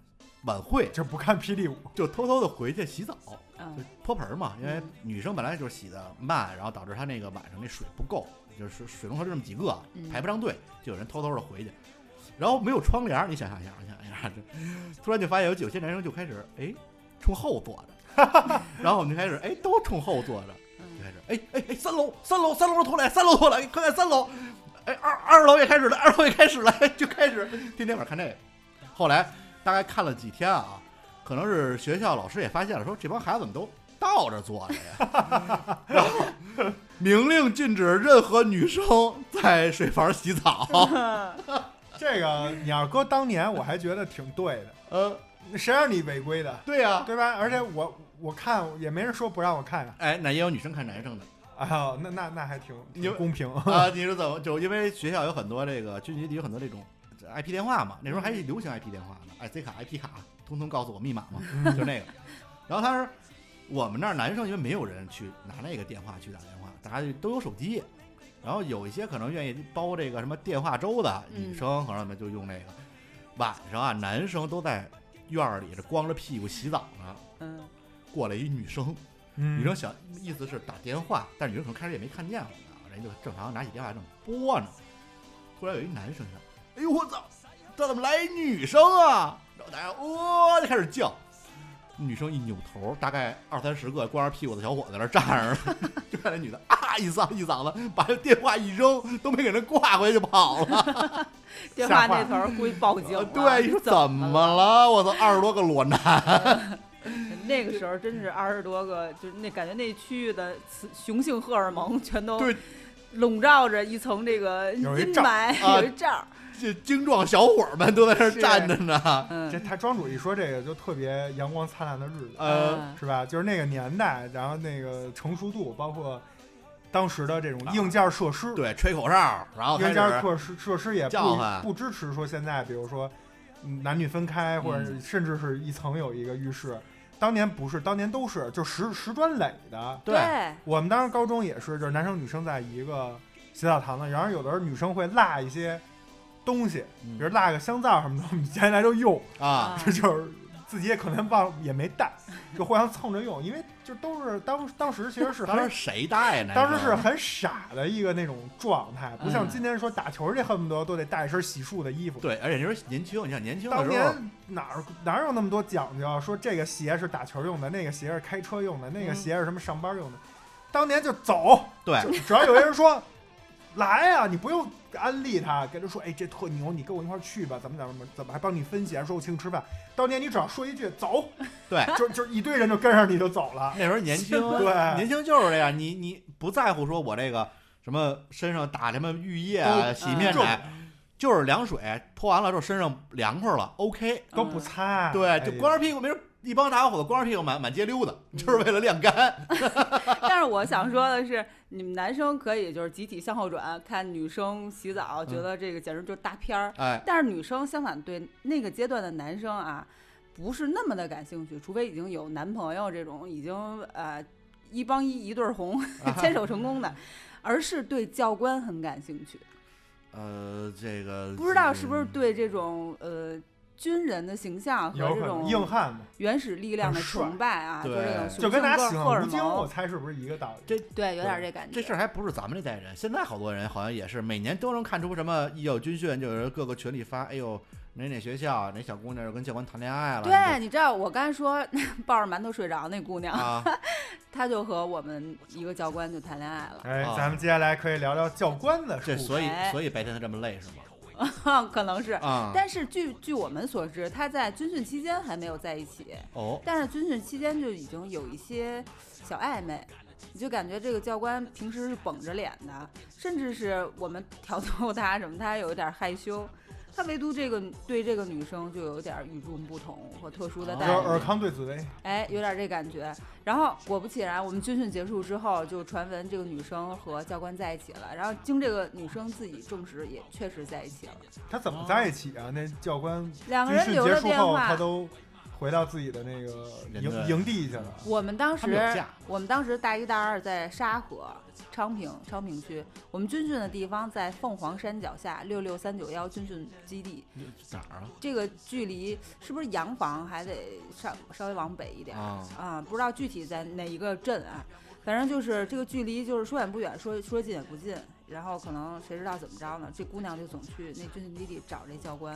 晚会。
就不看霹雳舞。
就偷偷的回去洗澡，就
嗯
泼盆儿嘛，因为
嗯
女生本来就是洗的慢，然后导致她那个晚上那水不够，就是水水龙头就这么几个啊
嗯，
排不上队，就有人偷偷的回去，然后没有窗帘儿，你想想想想想，这突然就发现有有些男生就开始哎冲后坐着， 然后我们就开始哎都冲后坐着，就
嗯
开始哎哎哎三楼三楼三楼出来三楼出来，快看三楼，哎二二楼也开始了，二楼也开始了，就开始天天晚上看这个。后来大概看了几天啊，可能是学校老师也发现了，说这帮孩子怎么都倒着坐着呀， 然后明令禁止任何女生在水房洗澡。
这个你要搁当年，我还觉得挺对的，
呃，
谁让你违规的，
对呀、啊
对吧？而且我我看也没人说不让我看呀、
哎，那也有女生看男生的
啊，哎呦，那那那还挺
你
挺公平。
啊？你是怎么就因为学校有很多这个军级有很多这种 IP 电话嘛？那时候还流行 IP 电话呢，IC 卡、IP 卡，通通告诉我密码嘛， 就那个。然后他说我们那儿男生因为没有人去拿那个电话去打电话，大家就都有手机。然后有一些可能愿意包这个什么电话粥的
嗯
女生，可能他们就用那个。晚上啊，男生都在院儿里这光着屁股洗澡呢，
嗯
过来一女生，
嗯
女生想意思是打电话，但是女生可能开始也没看见我们，人家就正常拿起电话正拨呢，突然有一男生说：“哎呦我操，这怎么来一女生啊？”然后大家哇、就开始叫，女生一扭头，大概二三十个光着屁股的小伙子在那儿站着呢， 就看那女的啊一嗓一嗓子，把这电话一扔，都没给人挂回去跑了。
电话那头儿估计报警了，
呃对，你说怎
么
么了？我操，二十多个裸男。
那个时候真是二十多个，就是那感觉那区域的雌雄性荷尔蒙全都
对
笼罩着一层这个阴
有一罩
霾，
啊
有一罩儿。
这精壮小伙儿们都在那儿
是
站着呢，
这
嗯，
他庄主一说这个就特别阳光灿烂的日子，
呃，
嗯
是吧？就是那个年代，然后那个成熟度，包括当时的这种硬件设施，
对，吹口哨，然哦后
硬
开始
件设施设施也不
叫唤
不支持说现在，比如说嗯男女分开，或者
嗯
甚至是一层有一个浴室。当年不是，当年都是就石石砖垒的。
对啊
我们当时高中也是，就是男生女生在一个洗澡堂子，然后有的时候女生会落一些东西，比如
嗯
落个香皂什么的，我们原来就用，
啊，
这就是自己也可能忘也没带，就互相蹭着用，因为就都是当当时其实 是
当时
很
谁带呢？
当时是
那个
很傻的一个那种状态，不像
哎嗯
今天说打球这恨不得都得带一身洗漱的衣服。
对，而且那时候年轻，你想年轻的
当
时候，
年哪儿哪有那么多讲究啊？说这个鞋是打球用的，那个鞋是开车用的，那个
嗯
鞋是什么上班用的？当年就走，
对
就只要有一人说来呀、你不用安利他，跟他说，哎，这特牛，你跟我一块儿去吧，怎么怎么怎么，怎么还帮你分析，还说我请你吃饭。当年你只要说一句走，
对，
就就一堆人就跟上你就走了。
那时候年轻，
对
年轻就是这样，你你不在乎说我这个什么身上打什么浴液啊、
都嗯
洗面
重
奶，就是凉水泼完了之后身上凉快了，OK，
嗯
都不擦，
对，
哎
就
呀
光着屁股，没人一帮大小伙子光着屁股满满街溜达，
嗯
就是为了晾干。
但是我想说的是，你们男生可以就是集体向后转，看女生洗澡，
嗯
觉得这个简直就是大片儿。
哎，
但是女生相反对那个阶段的男生啊，不是那么的感兴趣，除非已经有男朋友这种已经呃一帮一一对儿红
啊
牵手 成功的，而是对教官很感兴趣。
嗯
呃，这个
不知道是不是对这种呃军人的形象和
有
这
可能
种
硬汉嘛，
原始力量的
很帅
崇拜啊，
对
就
就是这种雄
跟大家
性
喜
荷荷
欢
尔
吴京，我
蒙，
猜是不是一个道理？
对，有点这感觉。
这事儿还不是咱们这代人，现在好多人好像也是每年都能看出什么一有军训，就有人各个群里发，哎呦哪哪学校哪小姑娘又跟教官谈恋爱了，
对，你知道我刚才说抱着馒头睡着那姑 娘，
啊，
她就和我们一个教官就谈恋爱了，
哎
啊，
咱们接下来可以聊聊教官的故
这
事。
所以
哎
所以白天他这么累是吗？
可能是。
啊，
但是据据我们所知，她在军训期间还没有在一起，
哦，
但是军训期间就已经有一些小暧昧，你就感觉这个教官平时是绷着脸的，甚至是我们挑逗他什么，他还有一点害羞。他唯独这个对这个女生就有点与众不同和特殊的
哦
待
就
遇，
是尔康对紫薇，
哎，有点这感觉。然后果不其然，我们军训结束之后，就传闻这个女生和教官在一起了。然后经这个女生自己证实，也确实在一起了。
他怎么在一起啊？那教官
哦两个
军
人
训
留
结
着
束
电
后，他
话。
都回到自己的那个
人
营
的
营地去了。
我们当
他们有
时
假，
我们当时大一大二在沙河、昌平、昌平区，我们军训的地方在凤凰山脚下六六三九幺军训基地。
哪儿啊？
这个距离是不是洋房还得稍稍微往北一点儿
啊
啊？不知道具体在哪一个镇啊，反正就是这个距离，就是说远不远，说说近也不近。然后可能谁知道怎么着呢？这姑娘就总去那军训基地找这教官，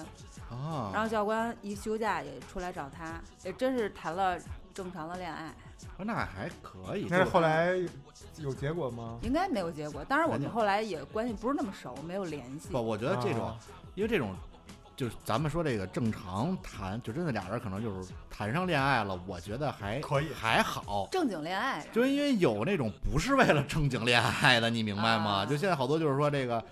啊，
然后教官一休假也出来找她，也真是谈了正常的恋爱，
那还可以。
那
就
后来有结果吗？
应该没有结果。当然我
人
们
家
后来也关系不是那么熟，没有联系
不，。我觉得这种
啊，
因为这种，就是咱们说这个正常谈，就真的俩人可能就是谈上恋爱了，我觉得还
可以
还好。
正经恋爱，
就因为有那种不是为了正经恋爱的，你明白吗？
啊
就现在好多就是说这个，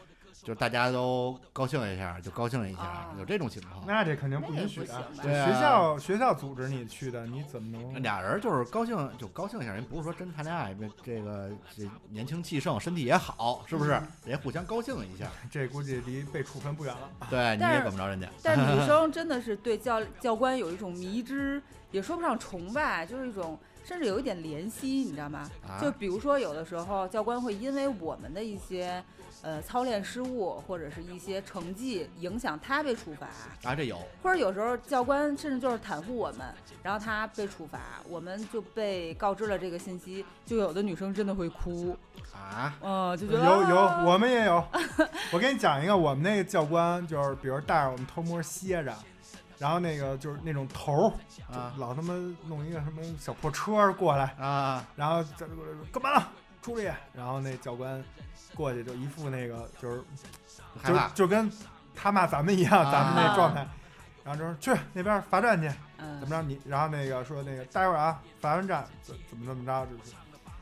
就是大家都高兴一下就高兴一下，
啊
有这种情况。
那这肯定
那也
允
不
许
行
啊！
吧
这？
对啊
学校学校组织你去的，你怎么能？
俩人就是高兴就高兴一下，人不是说真谈恋爱，这这个这年轻气盛，身体也好，是不是？人家互相高兴一下，
这估计离被处分不远了。
对，你
但
也
是
管不着人家。
但是女生真的是对教教官有一种迷之，也说不上崇拜，就是一种甚至有一点怜惜，你知道吗？
啊
就比如说有的时候教官会因为我们的一些呃操练失误或者是一些成绩影响他被处罚，
啊，这有
或者有时候教官甚至就是袒护我们，然后他被处罚，我们就被告知了这个信息，就有的女生真的会哭，
啊，
嗯、就觉
有
得
有，
啊
我们也有。我给你讲一个，我们那个教官就是，比如带着我们偷摸歇着，然后那个就是那种头儿，
啊
就老他妈弄一个什么小破车过来，
啊，
然后这干嘛呢？出去！然后那教官过去就一副那个就是
害
就
怕
就跟他骂咱们一样，
啊
咱们那状态。然后就说去那边罚站去，
嗯
怎么着你？然后那个说那个待会儿啊，罚完站怎怎么怎么着，就是。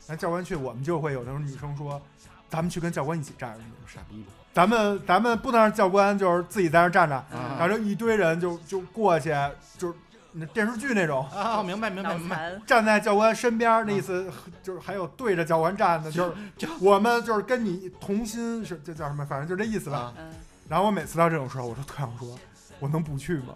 然后教官去，我们就会有那种女生说，咱们去跟教官一起站着去，
傻逼吧
咱们咱
嗯
们不能让教官就是自己在那儿站着，
啊
然后就一堆人就就过去，就是那电视剧那种，
啊，明白明白
脑
明白，
残，
站在教官身边儿，那意思就是还有对着教官站的，就是
就
我们就是跟你同心是这叫什么，反正就这意思吧。
啊，
嗯，
然后我每次到这种时候，我就特想说，我能不去吗？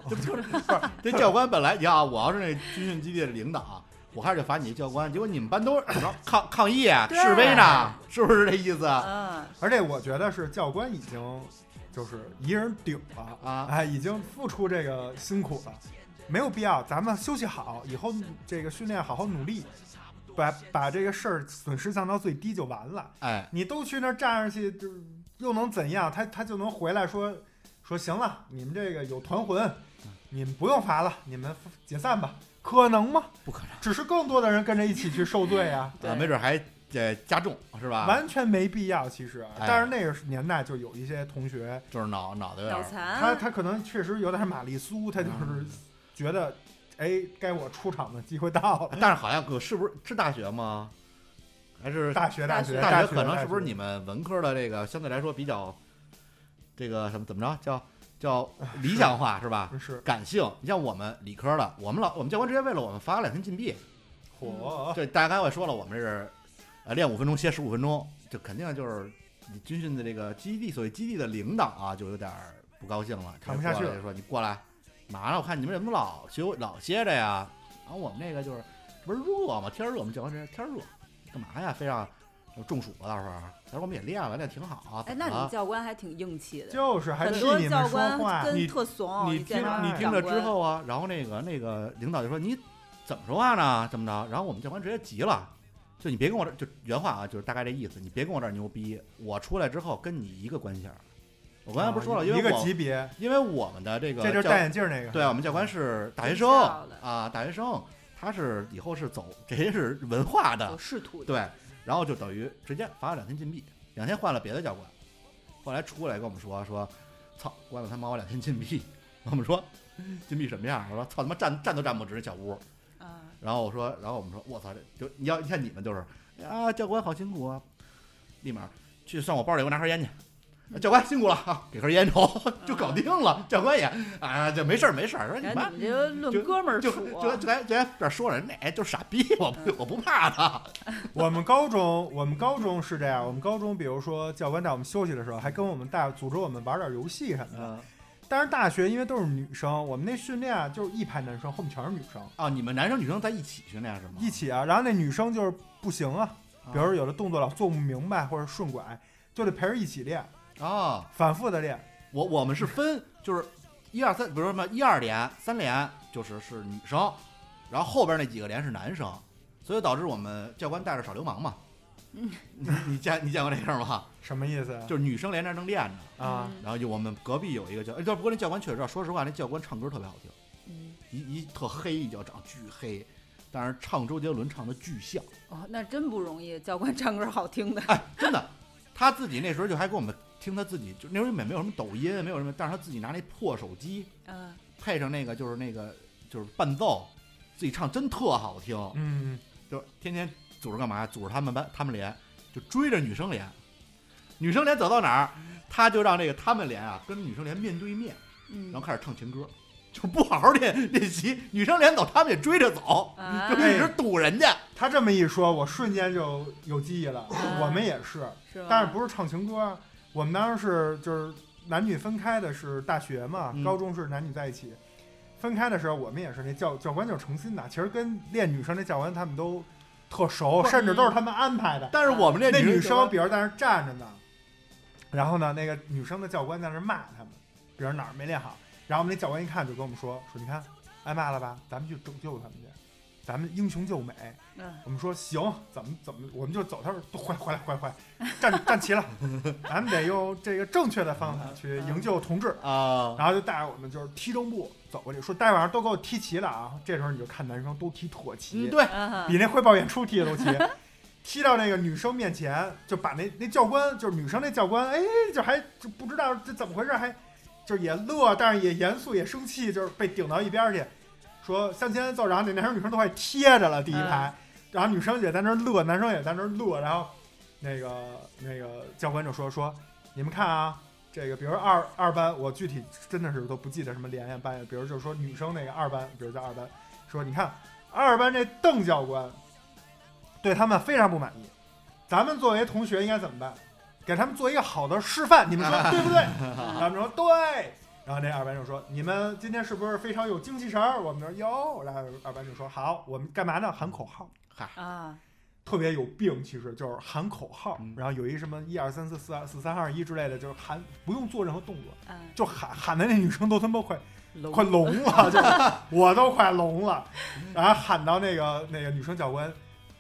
这教官本来呀，我要是那军训基地的领导，我开始就罚你一教官，结果你们班都是 抗抗议啊
对
示威呢，是不是这意思啊？
嗯，
而且我觉得是教官已经就是一人顶了
嗯
啊
哎，已经付出这个辛苦了，没有必要，咱们休息好，以后这个训练好好努力，把把这个事儿损失降到最低就完了。
哎，
你都去那儿站上去，就又能怎样？他他就能回来说说行了，你们这个有团魂，你们不用罚了，你们解散吧。可能吗？
不可
能，只是更多的人跟着一起去受罪啊，
对
啊，没准还呃加重是吧？
完全没必要。其实，
哎
但是那个年代就有一些同学，
就是脑脑袋有点
嗯脑
儿
他
残，
啊他可能确实有点玛丽苏，他
嗯
就是觉得，哎，该我出场的机会到了。
但是好像可是不是是大学吗？还是
大学
大
学
学
大
学可能是不是
大学
你们文科的这个相对来说比较这个什么怎么着叫叫理想化 是吧？
嗯
是
感性，你像我们理科的，我们老我们教官直接为了我们罚了两天禁闭。
火？
对，大家刚才我也说了，我们是呃练五分钟歇十五分钟，这肯定就是你军训的这个基地，所谓基地的领导啊，就有点儿不高兴了，
看不下去了
过来就说你过来，马上我看你们怎么老歇老歇着呀？然后我们那个就是这不是热嘛，天儿热，我们教官说天儿热，干嘛呀？非让中暑了到时候，他说我们也练了，练得挺好啊。
哎，
怎么
那你们
了
教官还挺硬气的，
就是还
很
替
多
你们
教
说话
官，
你
跟特怂，
你
一见
听
着
到
你听
长
着之
官，
后啊，然后那个那个领导就说你怎么说话呢？怎么着？然后我们教官直接急了，就你别跟我这就原话啊，就是大概这意思，你别跟我这儿牛逼，我出来之后跟你一个关系儿。我刚才不是说了，因
哦啊一
为
个
我
级别，
因为我们的这个
这就是
教
戴眼镜那个。
对啊我们教官是大学生
学校的
啊，大学生他是以后是走这些是文化的
有，仕途的，
对，然后就等于直接罚了两天禁闭，两天换了别的教官，后来出来跟我们说说，操，关了他妈我两天禁闭，我们说禁闭什么样？我说操他妈站站都站不直那小屋，
啊，
然后我说，然后我们说我操，这就你要你看你们就是啊，教官好辛苦啊，立马去上我包里给我拿盒烟去。啊教官辛苦了啊，给盒烟抽 就搞定了。教官也啊，就没事儿没事儿，说你
然
妈
后你们这论哥们儿
就
处啊
就，就咱咱这说人那哎就是傻逼，我不我不怕他。
我们高中，我们高中是这样，我们高中比如说教官带我们休息的时候，还跟我们带组织我们玩点游戏什么的。
嗯
但是大学因为都是女生，我们那训练啊就是一排男生，后面全是女生
啊，你们男生女生在一起训练是吗？
一起啊，然后那女生就是不行啊，比如说有的动作老做不明白或者顺拐，就得陪着一起练，
啊，
反复的练。
我我们 是分，就是一二三，比如说什么一二连、三连，就是是女生，然后后边那几个连是男生，所以导致我们教官带着耍流氓嘛。
嗯
你你见你见过这样吗？
什么意思啊？
就是女生连着正练着，
啊，
嗯
然后就我们隔壁有一个教，哎，不过那教官确实啊，说实话，那教官唱歌特别好听，
嗯
一一特黑，一脚长巨黑，但是唱周杰伦唱的巨像。
哦，那真不容易，教官唱歌好听的，
真的，他自己那时候就还给我们听他自己，就那时候也没有什么抖音，没有什么，但是他自己拿那破手机
嗯，
配上那个就是那个就是伴奏，自己唱真特好听，
嗯，
就是天天组织干嘛？组织他们班他们连就追着女生连，女生连走到哪儿，他就让这个他们连啊跟女生连面对面，然后
嗯，
开始唱情歌，就不好好练练习，女生连走他们也追着走，
啊
就，一直堵人家。
他这么一说，我瞬间就有记忆了。我们也是，
是吧？
但是不是唱情歌，我们当时是就是男女分开的，是大学嘛，
嗯
高中是男女在一起。分开的时候，我们也是那教教官就是诚心的，其实跟练女生那教官他们都特熟，
不
甚至都是他们安排的。
但是我们这
那女
女
生比如在那儿站着呢，然后呢，那个女生的教官在那儿骂他们，比如哪儿没练好，然后我们那教官一看就跟我们说说，你看挨骂了吧，咱们去拯救他们去，咱们英雄救美。
嗯
我们说行，怎么怎么，我们就走。他说回来回来回来回来，站站 齐了，咱们得用这个正确的方法去营救同志。
啊，
然后就带着我们就是踢正步走过去，说待会儿都给我踢齐了啊！这时候你就看男生都踢特齐，
嗯，对。
啊
比那汇报演出踢的都齐。 踢到那个女生面前，就把那那教官，就是女生那教官，哎，就还就不知道这怎么回事，还就是也乐，但是也严肃，也生气，就是被顶到一边儿去，说向前走，然后那男生女生都快贴着了第一排，然后女生也在那儿乐，男生也在那儿乐，然后那个那个教官就说说，你们看啊，这个，比如说二二班，我具体真的是都不记得什么连呀班呀。比如就是说女生那个二班，比如叫二班，说你看二班这邓教官对他们非常不满意，咱们作为同学应该怎么办？给他们做一个好的示范，你们说对不对？他们说对。然后那二班就说：“你们今天是不是非常有精气神儿？”我们说有。然后二班就说：“好，我们干嘛呢？喊口号。”
啊，
特别有病，其实就是喊口号，
嗯
然后有一什么一二三四四二四三二一之类的，就是喊不用做任何动作，
嗯，
就喊喊的那女生都他妈快
龙
快聋了，就是我都快聋了，然后喊到那个那个女生教官，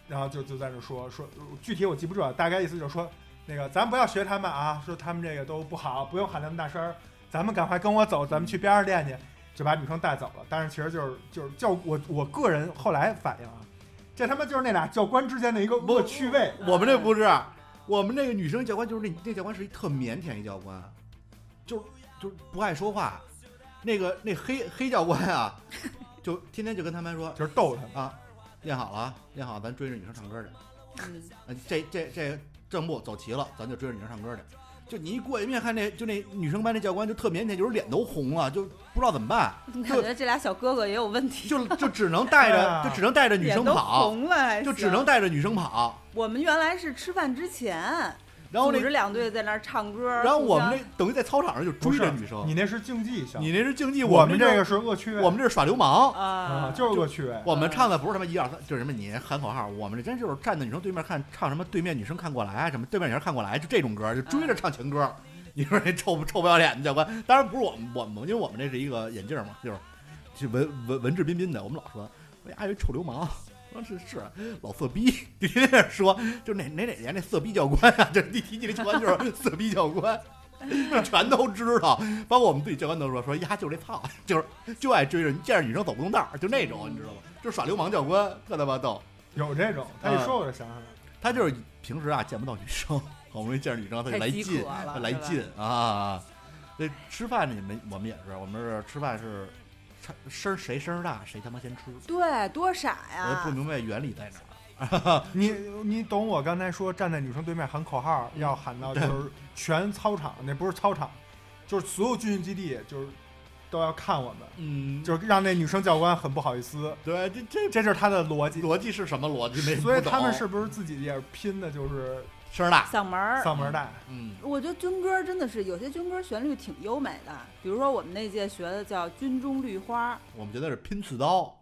然后就就在那说说具体我记不住了，大概意思就是说那个咱不要学他们啊，说他们这个都不好，不用喊那么大声儿，咱们赶快跟我走，咱们去边上练去，就把女生带走了。但是其实就是就是教我我个人后来反应啊，这他妈就是那俩教官之间的一个恶趣味，
我们这
嗯
不是，啊我们那个女生教官就是那那教官是一特腼腆一教官，就就不爱说话。那个那黑黑教官啊， 就天天就跟他们说
就是逗他们。
啊，练好了啊，练好，咱追着女生唱歌去。
嗯
啊这这这正步走齐了，咱就追着女生唱歌去。就你一过去面看那，就那女生班那教官就特腼腆，就是脸都红了，就不知道怎么办，
感觉这俩小哥哥也有问题，
就就只能
哎
带 着
呀
就只能带着女
脸
生
都
跑，
红了还
就只
行
能带着女生跑。
我们原来是吃饭之前，
然后
组
那
织啊两队在那儿唱歌，
然后我
互
们
相
那等于在操场上就
不
追
是
着女生，
你那是竞技项目，
你那是竞技，
我
们
们
这
这个是恶趣味，
我们这是耍流氓。
啊
啊，
就是恶趣味。
我们唱的不是什么一二三，就是什么你喊口号，我们这真就是站在女生对面看，唱什么对面女生看过来啊，什么对面女生看过来，就这种歌，就追着唱情歌。你说这臭不臭不要脸的教官？当然不是我们，我们因为我们这是一个眼镜嘛，就是就文文文质彬彬的，我们老说哎呀，一臭流氓。我说是是老色逼， 就天天说，就哪哪哪年那色逼教官啊， 就是一提起这教官就是色逼教官，全都知道，包括我们自己教官都说说呀，就是这操，就是就爱追着见着女生走不动道儿，就那种你知道吗？就是耍流氓教官，特他妈逗。
有这种，他
啊
一说我就想起来了。
他就是平时啊见不到女生，好不容易见着女生，他就
太
来
饥
劲
渴，了，
来
是吧
劲啊！那吃饭你们我们也是，我们是吃饭是吃声儿谁声儿大谁他妈先吃，
对，多傻
我也不
呀！
明白原理在哪儿。
你你懂我刚才说站在女生对面喊口号，要喊到就是全操场，那不是操场，就是所有军训基地，就是都要看我们，
嗯，
就是让那女生教官很不好意思，
对，这这
这就是他的逻辑。
逻辑是什么逻辑？没
所以
不懂
他们是不是自己也是拼的，就是
声儿大，
嗓门儿，
嗓门大？
嗯，
我觉得军歌真的是有些军歌旋律挺优美的，比如说我们那届学的叫《军中绿花
我们觉得是拼刺刀》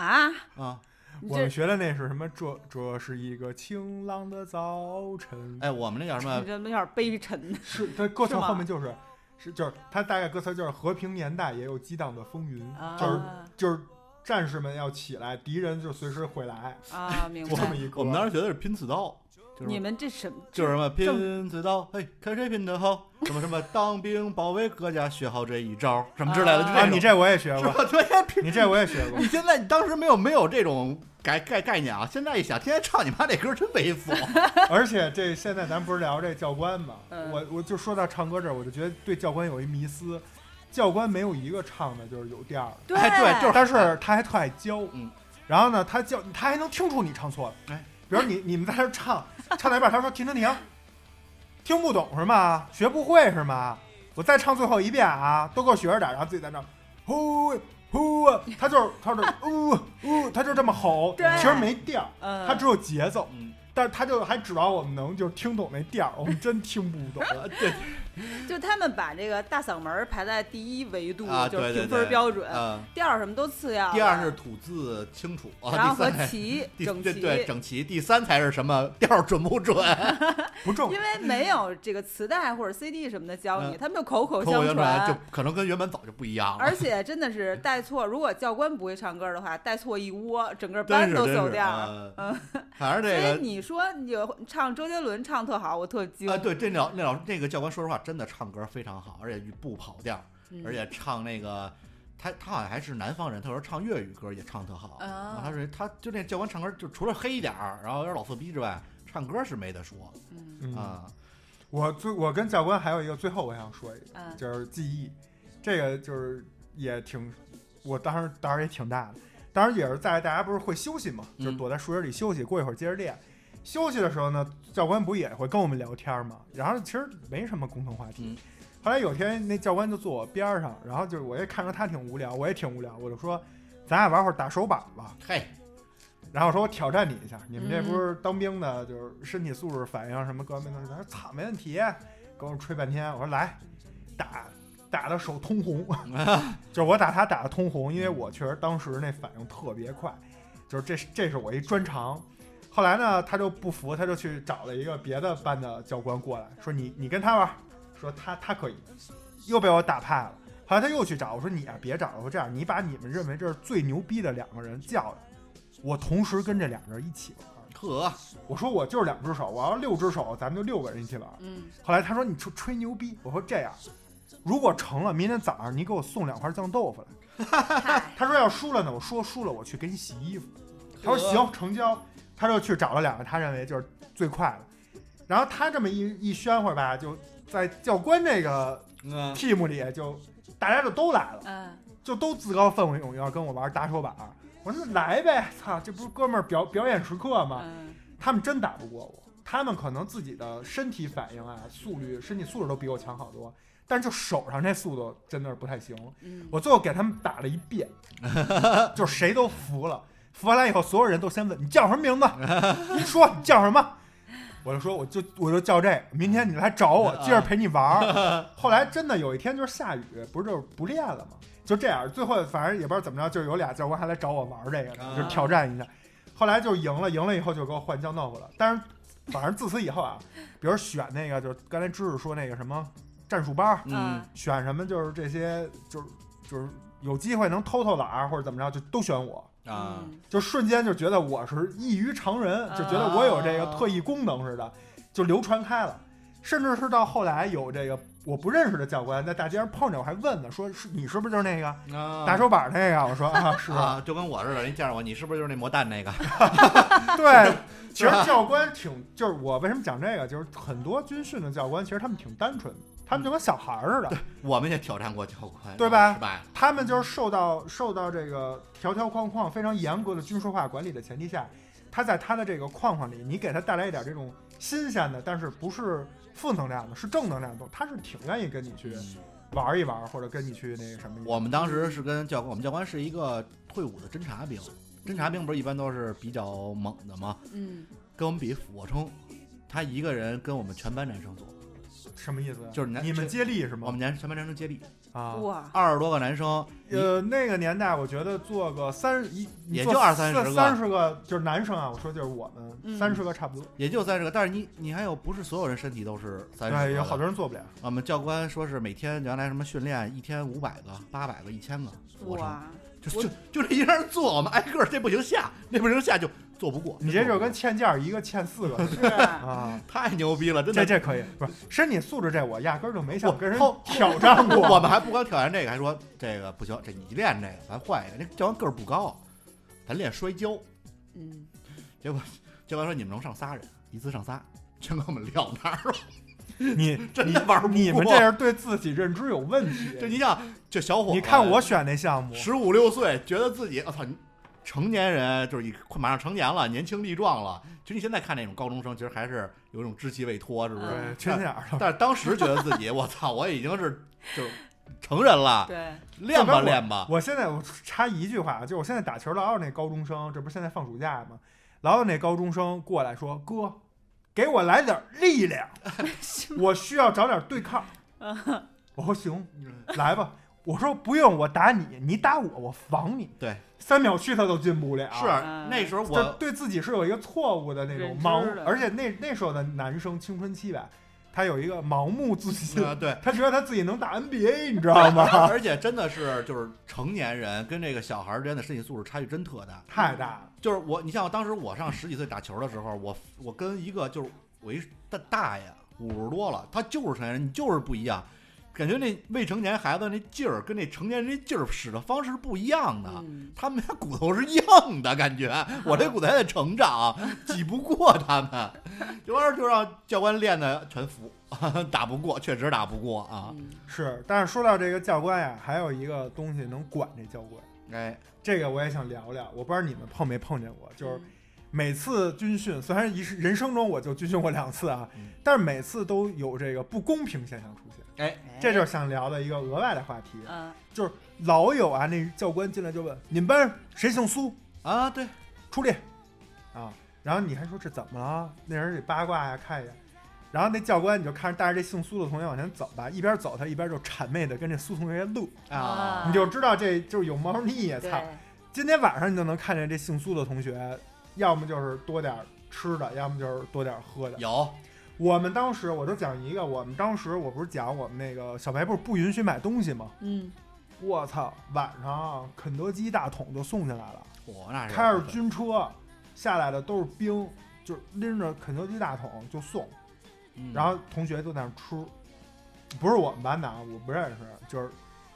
啊，
啊。
你
我
这
们学的那是什么？这这是一个晴朗的早晨，
哎，我们那叫什么
你？这有点悲沉的，
是它歌词
是吗
后面就是是就是它大概歌词就是和平年代也有激荡的风云，
啊
就是就是战士们要起来，敌人就随时会来，
啊，明
就这么
白？
一歌。
我们当时觉得是拼刺刀，就是
你们这什么？
就是什么
正
拼刺刀，嘿，看谁拼得 好，什么什么当兵保卫国家，学好这一招，什么之类的，就
啊
啊，
这种
你这我也学
是
过，
吧？对呀，拼
你这我也学过
你。现在你当时没有没有这种概概概念啊？现在一想，天天唱你妈这歌真猥 琐。
而且这现在咱不是聊这教官嘛，
嗯
我我就说到唱歌这儿，我就觉得对教官有一迷思，教官没有一个唱的就是有调儿的，
对
哎对 就是
但是他还特爱教，
嗯，
然后呢，他教他还能听出你唱错了，
哎，
比如你你们在这儿唱 唱到一半，他说停停停，听不懂是吗？学不会是吗？我再唱最后一遍啊，都给我学着点儿，然后自己在那儿呼呼，他就是他就是呜呜，他就这么吼，
对
其实没调儿，
嗯，
他只有节奏，
嗯，
但是他就还指望我们能就是听懂那调儿，我们真听不懂。
对
就他们把这个大嗓门儿排在第一维度，
啊，
就
对
是
对
评
对，
分标准，
嗯，
调儿什么都次要了。
第二是吐字清楚，啊
然后和
第三
齐
第
整
对
齐，
对整齐，第三才是什么调儿准不 准？
不重要
因为没有这个磁带或者 CD 什么的教你，
嗯
他们就口口
口 口相
传。
就可能跟原本早就不一样了
啊而。且真的是带错，如果教官不会唱歌的话，带错一窝，整个
真
班
是
都
真
走
是，
调儿。
呃
嗯
反正
所
这
以
个
你说你有唱周杰伦唱特好，我特惊。
啊，对，这老那老那个教官，说实话，真的唱歌非常好，而且不跑调儿，
嗯
而且唱那个他他好像还是南方人，他说唱粤语歌也唱特好。然后他
啊，
说他就那教官唱歌，就除了黑一点儿，然后有点老色逼之外，唱歌是没得说
嗯
嗯
啊。
我最我跟教官还有一个最后我想说一个，
嗯
就是记忆，这个就是也挺，我当时胆儿也挺大的，当时也是在大家不是会休息嘛，
嗯
就是躲在树荫里休息，过一会儿接着练。休息的时候呢，教官不也会跟我们聊天嘛？然后其实没什么共同话题。
嗯
后来有天那教官就坐我边儿上，然后就是我也看着他挺无聊，我也挺无聊，我就说咱俩玩会儿打手板吧。
嘿，
然后我说我挑战你一下，你们这不是当兵的，就是身体素质、反应什么各方面的。他说操，没问题，啊跟我吹半天。我说来，打打的手通红，就是我打他打的通红，因为我确实当时那反应特别快，就是这这是我一专长。后来呢，他就不服，他就去找了一个别的班的教官过来，说你你跟他玩，说他他可以，又被我打败了。后来他又去找我说你啊别找了，我说这样你把你们认为这是最牛逼的两个人叫来，我同时跟这两个人一起玩。
呵，
我说我就是两只手，我要六只手，咱们就六个人一起玩。
嗯，
后来他说你吹吹牛逼，我说这样，如果成了，明天早上你给我送两块酱豆腐来。
嗨，
他说要输了呢，我说输了我去给你洗衣服。
嗯
他说行，成交。他就去找了两个他认为就是最快的，然后他这么一一宣会吧，就在教官这个
嗯，
team 里就大家就都来了，
嗯，
就都自告奋勇要跟我玩打手板。我说那来呗，操，这不是哥们儿表表演时刻吗？
嗯，
他们真打不过我，他们可能自己的身体反应啊、速率、身体素质都比我强好多，但是就手上这速度真的是不太行。
嗯，
我最后给他们打了一遍， 就谁都服了。服完了以后，所有人都先问你叫什么名字，你说你叫什么。我就说，我就我就叫这个，明天你来找我，接着陪你玩儿。后来真的有一天就是下雨，不是就是不练了吗？就这样，最后反正也不知道怎么着，就有俩教官还来找我玩儿这个呢，就
啊
挑战一下。后来就赢了，赢了以后就给我换酱豆腐了。但是反正自此以后啊，比如选那个，就是刚才知识说那个什么战术班儿，
啊
嗯，
选什么就是这些，就是就是有机会能偷偷懒儿或者怎么着，就都选我，
啊，
嗯
就瞬间就觉得我是异于常人，就觉得我有这个特异功能似的，就流传开了。甚至是到后来有这个我不认识的教官在大街上碰见我还问呢，说是你是不是就是那个打
打
手板那个？我说啊是，
嗯啊，就跟我似的，人见着我，你是不是就是那磨蛋那个？
对。其实教官挺，就是我为什么讲这个，就是很多军训的教官，其实他们挺单纯的，他们就跟小孩儿似的，
我们也挑战过教官，
对吧
失败了，
他们就是受到受到这个条条框框非常严格的军事化管理的前提下，他在他的这个框框里，你给他带来一点这种新鲜的，但是不是负能量的，是正能量的东西，他是挺愿意跟你去
嗯
玩一玩，或者跟你去那个什么。
我们当时是跟教官，我们教官是一个退伍的侦察兵，侦察兵不是一般都是比较猛的吗？
嗯，
跟我们比俯卧撑，他一个人跟我们全班男生组，
什么意思？
就是男
你们接力是
我
吗
们？男全班男生接力，
啊，
哇，
二十多个男生，你
呃，那个年代我觉得做个三一，你
也
做
就二三十个
三十个就是男生啊，我说就是我们
嗯
三十个差不多。
也就三十个，但是你你还有不是所有人身体都是
对，
三十个的，
哎有好多人做不了。
我们教官说是每天原来什么训练，一天五百个、八百个、一千个俯卧撑，
哇，
就
我
就就这一人做，我们挨个儿这不行下，那不行下就做不过。
你这就跟欠价一个欠四个
是，
啊。
太牛逼了，真
这
的。
这可以，不是身体素质这我压根儿就没想
我
跟人
后
挑战 过。
我们还不光挑战这个，还说这个不行，这你练这个，咱换一个。那教官个儿不高，咱练摔跤。
嗯，
教官说你们能上仨人，一次上仨，全给我们撂那儿了，
你
真的玩不过。
你们这是对自己认知有问题。
这你想，这小伙子，
你看我选那项目，
十五六岁，觉得自己我操、你成年人就是你快马上成年了，年轻力壮了。其实你现在看那种高中生，其实还是有一种稚气未脱，是不是？
嗯
对，缺心眼儿了。
但是当时觉得自己，我操，我已经是就是成人了，
对，
练吧练吧。
我现在我插一句话，啊就是我现在打球，老有那高中生，这不是现在放暑假吗？老有那高中生过来说：“哥，给我来点力量，
嗯
我需要找点对抗。”我说：“行，来吧。”我说：“不用，我打你，你打我，我防你。”
对，
三秒区他都进不了。
是
啊
那时候
就
我
对自己是有一个错误的那种
认知
盲，
的
而且那那时候的男生青春期吧，他有一个盲目自信，
啊对。
他觉得他自己能打 NBA，你知道吗？
而且真的是，就是成年人跟这个小孩儿之间的身体素质差距真特大。
太大了，
就是我，你像我当时我上十几岁打球的时候，我我跟一个就是我一大大爷五十多了，他就是成年人，你就是不一样，感觉那未成年孩子那劲儿跟那成年人那劲儿使的方式是不一样的。
嗯，
他们家骨头是硬的感觉， 我这骨头还得成长，挤不过他们。这玩意儿就让教官练的全服， 打不过，确实打不过啊。
嗯
是。但是说到这个教官呀，还有一个东西能管这教官，
哎，
嗯
这个我也想聊聊。我不知道你们碰没碰见过，就是每次军训，虽然一世人生中我就军训过两次啊
嗯，
但是每次都有这个不公平现象出现，
哎，
这就是想聊的一个额外的话题，
嗯，
就是老有啊，那教官进来就问你们班谁姓苏，
啊，对，
出列啊，然后你还说这怎么了？那人得八卦呀、看一眼。然后那教官你就看着带着这姓苏的同学往前走吧，一边走他一边就谄媚的跟这苏同学乐，
啊，
你就知道这就是有猫腻呀！
对
操，，今天晚上你就能看见这姓苏的同学，要么就是多点儿吃的，要么就是多点儿喝的。
有，
我们当时我就讲一个，我们当时我不是讲我们那个小卖部不允许买东西吗？
嗯，
我操，晚上肯德基大桶就送进来了，
我那是
开着军车下来的都是兵，就拎着肯德基大桶就送，
嗯，
然后同学就在那儿吃，不是我们班的啊，我不认识，就是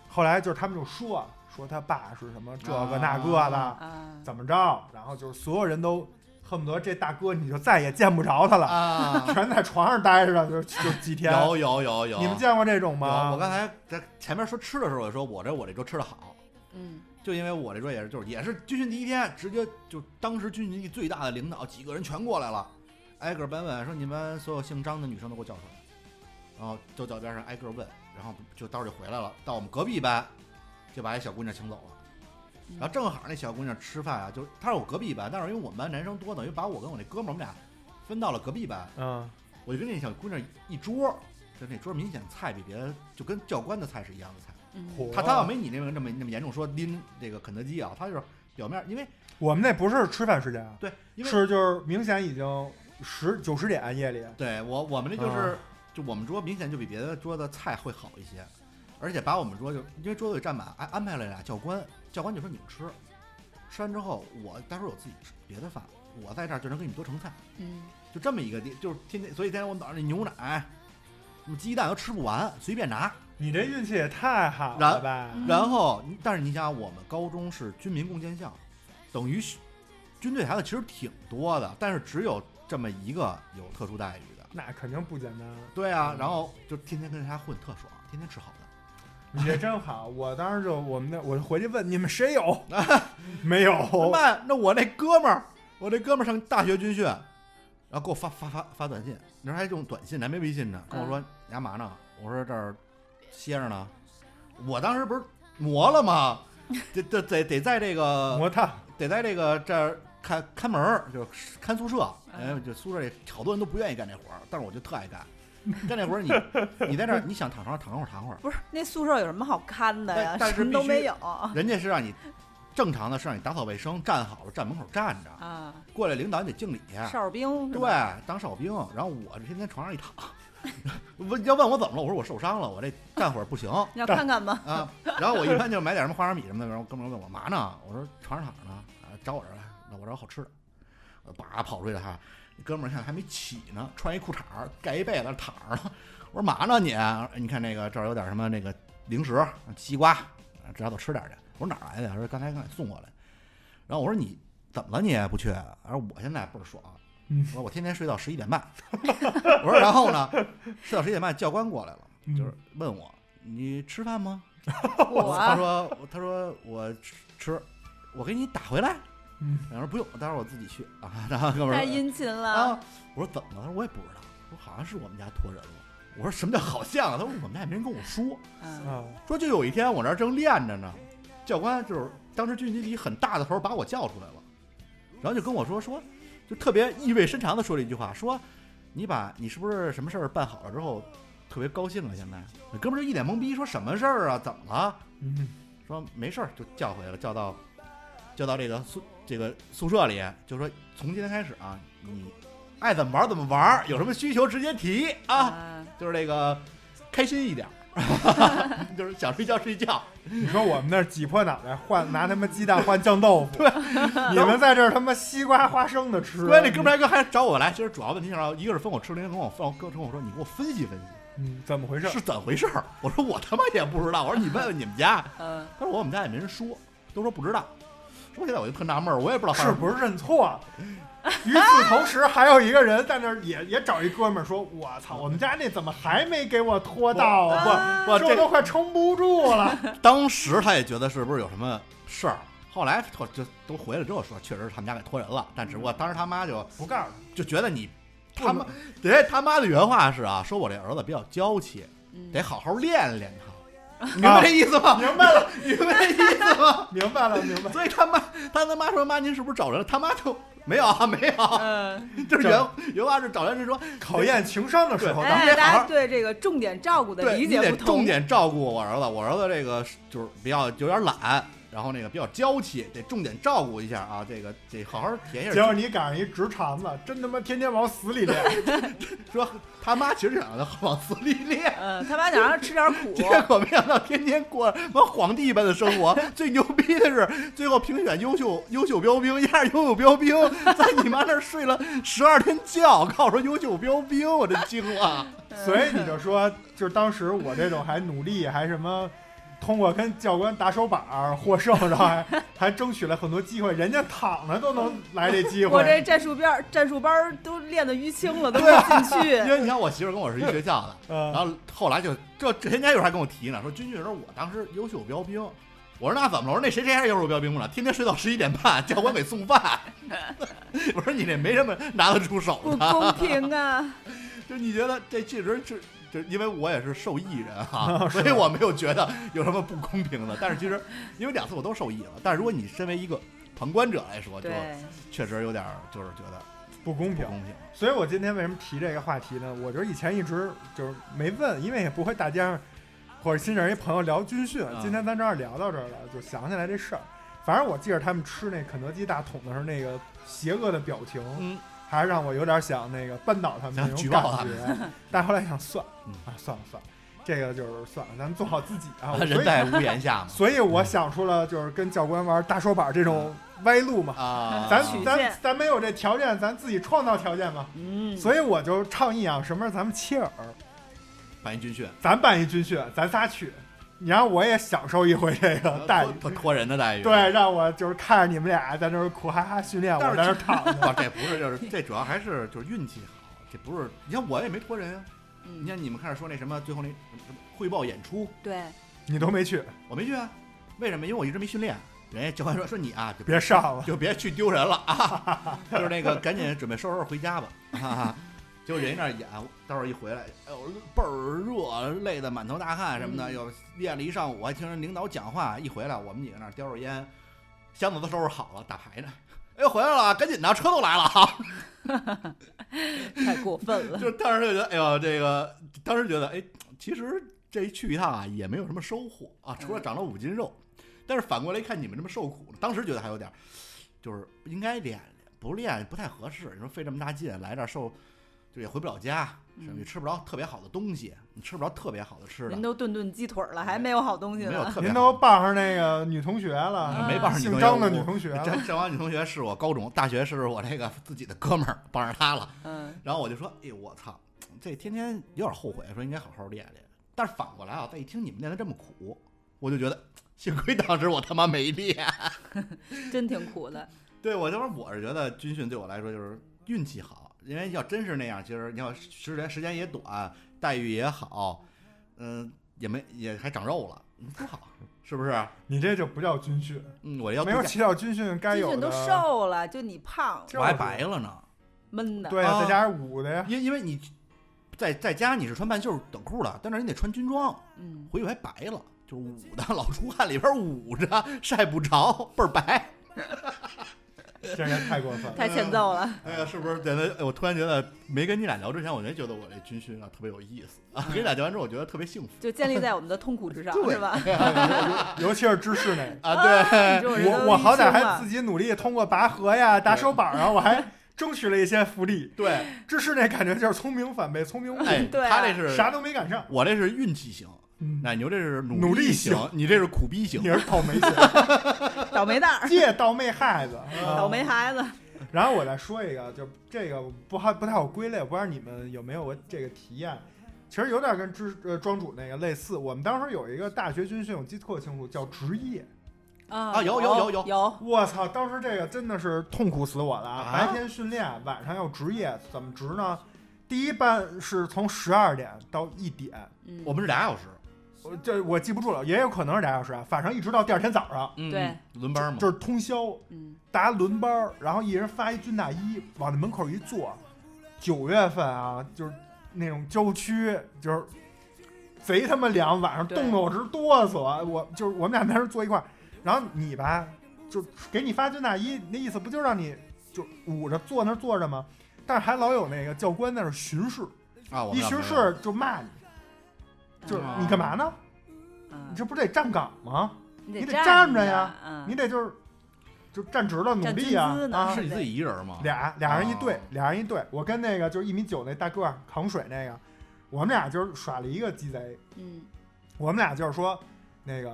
后来就是他们就说说他爸是什么这个那个的。
啊
啊，
怎么着？然后就是所有人都恨不得这大哥你就再也见不着他了，
啊，
全在床上待着，就就几天。
有有有有，
你们见过这种
有
吗？
我刚才在前面说吃的时候，我说我这我这桌吃的好，
嗯，
就因为我这桌也是，就是也是军训第一天，直接就当时军训地最大的领导几个人全过来了，挨个班问说你们所有姓张的女生都给我叫出来，然后都到边上挨个问，然后就道儿就回来了，到我们隔壁班就把一小姑娘请走了。
嗯
然后正好那小姑娘吃饭啊，就是她是我隔壁班，但是因为我们班男生多，等于把我跟我那哥们儿我们俩分到了隔壁班，
嗯，
我就跟那小姑娘一桌，就那桌明显菜比别的就跟教官的菜是一样的菜。
嗯
火
他他倒没你那个那么那么严重，说拎这个肯德基啊，他就是表面因为
我们那不是吃饭时间啊，
对，因为
是就是明显已经十九十点啊夜里。
对我我们那就是、就我们桌明显就比别的桌的菜会好一些，而且把我们桌就因为桌子里站满安安排了俩教官，教官就说你们吃，吃完之后我待会儿我自己吃别的饭，我在这儿就能给你们多盛菜，
嗯，
就这么一个地，就是天天所以天天我们早上那牛奶。什么鸡蛋都吃不完，随便拿。
你这运气也太好了吧？
嗯
然后，但是你想，我们高中是军民共建校，等于是军队孩子其实挺多的，但是只有这么一个有特殊待遇的。
那肯定不简单，
对啊，
嗯
然后就天天跟人家混特爽，天天吃好的。
你这真好。我当时就我们那我就回去问你们谁有？ 没有。
那那我那哥们儿，我那哥们儿上大学军训，然后给我发发发发短信，那时候还用短信呢，还没微信呢，跟我说你干嘛呢？我说这儿歇着呢。我当时不是磨了吗？得得得得在这个
魔烫，
得在这个这儿看看门儿，就是看宿舍。
嗯
哎，就宿舍里好多人都不愿意干这活儿，但是我就特爱干。 干这活儿你你在这儿，你想躺床上躺会儿躺会儿，
不是那宿舍有什么好看的呀？
但但是
什么都
必须
没有
人家是让你正常的是让你打扫卫生，站好了站门口站着，
啊，
过来领导你得敬礼，啊
哨兵啊是
对
吧，
当哨兵。然后我天天床上一躺， 问要问我怎么了，我说我受伤了，我这站会儿不行。
你要看 看吧，
啊，然后我一般就买点什么花生米什么的，然后哥们儿问我嘛呢，我说床上躺着呢，啊，找我这儿来，那我找好吃的，我叭跑出去了哈，哥们儿看还没起呢，穿一裤衩儿盖一被子躺着呢，我说嘛呢你，啊你看那个这儿有点什么那个零食，西瓜，啊找我吃点去，我说哪儿来的？他说刚才刚才送过来，然后我说你怎么了你啊不去？他说我现在倍儿爽。
嗯
我说我天天睡到十一点半， 我说然后呢，睡到十一点半，教官过来了，就是问我你吃饭吗？
我
他
啊
说他说我吃吃，我给你打回来。
嗯
然后说不用，待会儿我自己去啊。然后哥们儿
太
说
殷勤
啊
了，，
我说怎么了？他说我也不知道，我说好像是我们家托人了。我说什么叫好像啊？他说我们家也没人跟我说，
嗯
啊，
说就有一天我那儿正练着呢，教官就是当时军训里很大的头把我叫出来了，然后就跟我说说，就特别意味深长的说了一句话，说你把你是不是什么事儿办好了之后，特别高兴了？啊现在那哥们儿就一脸懵逼，说什么事儿啊？怎么了？
嗯，
说没事儿，就叫回来了，叫到叫到这个宿这个宿舍里，就说从今天开始啊，你爱怎么玩儿怎么玩儿，有什么需求直接提啊，
啊，
就是这个开心一点儿， 就是想睡觉睡觉。
你说我们那儿挤破脑袋换拿他妈鸡蛋换酱豆 腐，你们在这儿他妈西瓜花生的吃。
关键那哥们儿还还找我来，其实主要问题想要一个是分我吃零，跟我分跟跟我说你给我分析分析
嗯，怎么回事？
是怎么回事儿。我说我他妈也不知道，我说你问问你们家，
嗯，
他说我们家也没人说，都说不知道。说现在我就特纳闷儿，我也不知道发
是
生
不是认错了？啊与此同时，还有一个人在那儿也也找一哥们儿说：“我操，我们家那怎么还没给我拖到啊？
我我
这
这
都快撑不住了。
当时他也觉得是不是有什么事儿，后来后就都回来之后说，确实是他们家给托人了，但只不过当时他妈就
不告诉
就觉得你他妈，人家他妈的原话是啊，说我这儿子比较娇气，
嗯
得好好练练他，明
啊
白这意思吗？明白了，明白这意思吗？
你，明白了，明白了。
所以他妈他他妈说妈您是不是找人了？他妈就没有啊，没有，
嗯，
就是原原话是找人是说
考验情商的时候，
对
咱
们
们
哎，
得
大
好
家
好
对这个重点照顾的
对，
理
你
解
得
不
重
同。
点照顾我儿子，我儿子这个是就是比较有点懒，然后那个比较娇气，得重点照顾一下啊，这个得好好体验一
结
下。
果你赶上一直肠子，真他妈天天往死里练。
说他妈其实想让他往死里 练。
嗯，他妈想让他吃点 苦，
结果没想到天天过什么皇帝一般的生 活。最牛逼的是，最后评选优秀优秀标兵，一下优秀标兵在你妈那儿睡了十二天觉，告诉说优秀标兵，我真惊 了。
所以你就说，就是当时我这种还努力，还什么。通过跟教官打手板儿获胜，然后还还争取了很多机会，人家躺着都能来这机
我这
会。
战术边儿战术班儿都练得淤青了，都没进
因
去。
为你看我媳妇儿跟我是一学校的，然
呃，
后后来就这这前天有人还跟我提呢，说军训的时候我当时优秀标兵。我说那怎么了？我说那谁谁还是优秀标兵呢？天天睡到十一点半，教官给送饭。 我说你这没什么拿得出手
不
的，
公平啊！
就你觉得这确实是，就因为我也是受益人哈，所以我没有觉得有什么不公平的。但是其实因为两次我都受益了，但是如果你身为一个旁观者来说，就
对，
确实有点儿就是觉得
不公
不
平。
公平。
所以我今天为什么提这个话题呢？我就是以前一直就是没问，因为也不会大街上或者新认识一朋友聊军训。
嗯
今天咱正好聊到这儿了，就想起来这事儿。反正我记着他们吃那肯德基大桶的时候，那个邪恶的表情，
嗯，
还是让我有点想那个扳倒他们那
想举
种
报
感
他
觉。但后来想算
嗯
啊，算了算了，这个就是算了，咱们做好自己 啊。所
人
以，
在屋檐下嘛。
所以我想出了就是跟教官玩大手板这种歪路嘛。
嗯啊，
咱
曲
咱
线
咱没有这条件，咱自己创造条件嘛。
嗯，
所以我就倡议啊，什么时候咱们切耳，
办一军训，
咱办一军训，咱仨去，你让我也享受一回这个待
呃
遇。
托托人的待遇。
对，让我就是看着你们俩在那儿苦哈哈训练，
但
我
是
在那儿躺着。
啊，这 不是，就是这主要还是就是运气好，这不是。你看我也没托人啊，你
嗯
看你们开始说那什么，最后那什么汇报演出，
对，
你都没去，
我没去啊，为什么？因为我一直没训练。人家教官说说你啊，就
别上了。
就别去丢人了啊， 就是那个赶紧准备收拾收拾回家吧。 啊结果人家那儿演，待会儿一回来，哎呦倍儿热，累得满头大汗什么的，
嗯
又练了一上午，还听人领导讲话。一回来，我们几个那儿叼着烟，箱子都收拾好了，打牌呢。哎呦，回来了，赶紧的，车都来了啊！
太过分 了。
就是当时就觉得，哎呦，这个当时觉得，哎，其实这一去一趟啊，也没有什么收获啊，除了长了五斤肉。但是反过来一看你们这么受苦，当时觉得还有点儿，就是应该练练，不练不太合适。你说费这么大劲来这儿受，就也回不了家，什么也吃不着特别好的东西，你吃不着特别好的吃的
人，都顿顿鸡腿儿了，还没有好东西
没有
呢。
特别
您
好
都
的。
傍上那个女同学了，
嗯
没帮上女
姓
同学，
张的
我
女同学了。
张张王女同学是我高中、大学是我这个自己的哥们儿，帮上她了。
嗯，
然后我就说，哎呦我操，这天天有点后悔，说应该好好练练。但是反过来啊，再一听你们练的这么苦，我就觉得幸亏当时我他妈没练。
真挺苦的。
对我这边我是觉得军训对我来说就是运气好，因为要真是那样，其实你要时间时间也短，待遇也好，嗯、也没也还长肉了，嗯多好，是不是？
你这就不叫军训，
嗯，我要
没有
度假
起到军训该
军
有
训
的
都。瘦了，就你胖
就是
我还白了呢，
闷的。
对呀，
啊
再加上捂的呀，
因因为你在在家你是穿半袖短裤的，但是你得穿军装。
嗯，
回去还白了，就是捂的， 老出汗里边捂着，晒不着，倍儿白。
这个太过分了。
太欠揍了。
哎呀，是不是觉得？哎我突然觉得没跟你俩聊之前，我真觉得我这军训啊特别有意思啊。跟你俩聊完之后，我觉得特别幸福
就建立在我们的痛苦之上，
对
是 吧？
尤其是芝士那个，
啊。对，
哎你这种人
我
都
我好歹
一清
还
了
自己努力通过拔河呀、打手板啊，我还争取了一些福利。
对，
芝士那感觉就是聪明反被聪明误，
哎，
对啊
他这是
啥？都没赶上。
我这是运气型，
嗯，
奶牛这是
努
力
力
型
型，
你这是苦逼型
你。嗯是倒霉型，
倒霉蛋儿，
借倒霉孩子， 啊
倒霉。孩子。
然后我再说一个，就这个不好不太好归类，我不知道你们有没有过这个体验。其实有点跟知呃庄主那个类似，我们当时有一个大学军训，我记得特清楚，叫职业。
啊
啊有有有有
有，
我操，当时这个真的是痛苦死我了
啊
白天训练，晚上要值夜，怎么值呢？第一班是从十二点到一点，
嗯
我们是俩小时，
我这我记不住了，也有可能是俩小时啊，反正一直到第二天早上，
嗯
对，
轮班嘛，
就是通宵，
嗯，
大家轮班儿，然后一人发一军大衣，往那门口一坐。九月份啊，就是那种郊区，就是贼他妈凉，晚上
对
冻得我直哆嗦。我就是我们俩当时坐一块儿，然后你吧，就给你发军大衣，那意思不就让你就捂着坐那儿坐着吗？但是还老有那个教官在那儿巡
嗯
视，
啊，我
一
们俩
巡
没有
视就骂你，就是
啊
你干嘛呢？
嗯
你这不是得站岗吗？你
你
得
站
站着呀，
嗯
你得就是就站直了努
站
力
军
呀
姿呢
啊！
是你自己一人吗？
俩俩人一队
哦，
俩人一队。我跟那个就是一米九那大个儿扛水那个，我们俩就是耍了一个鸡贼。
嗯
我们俩就是说，那个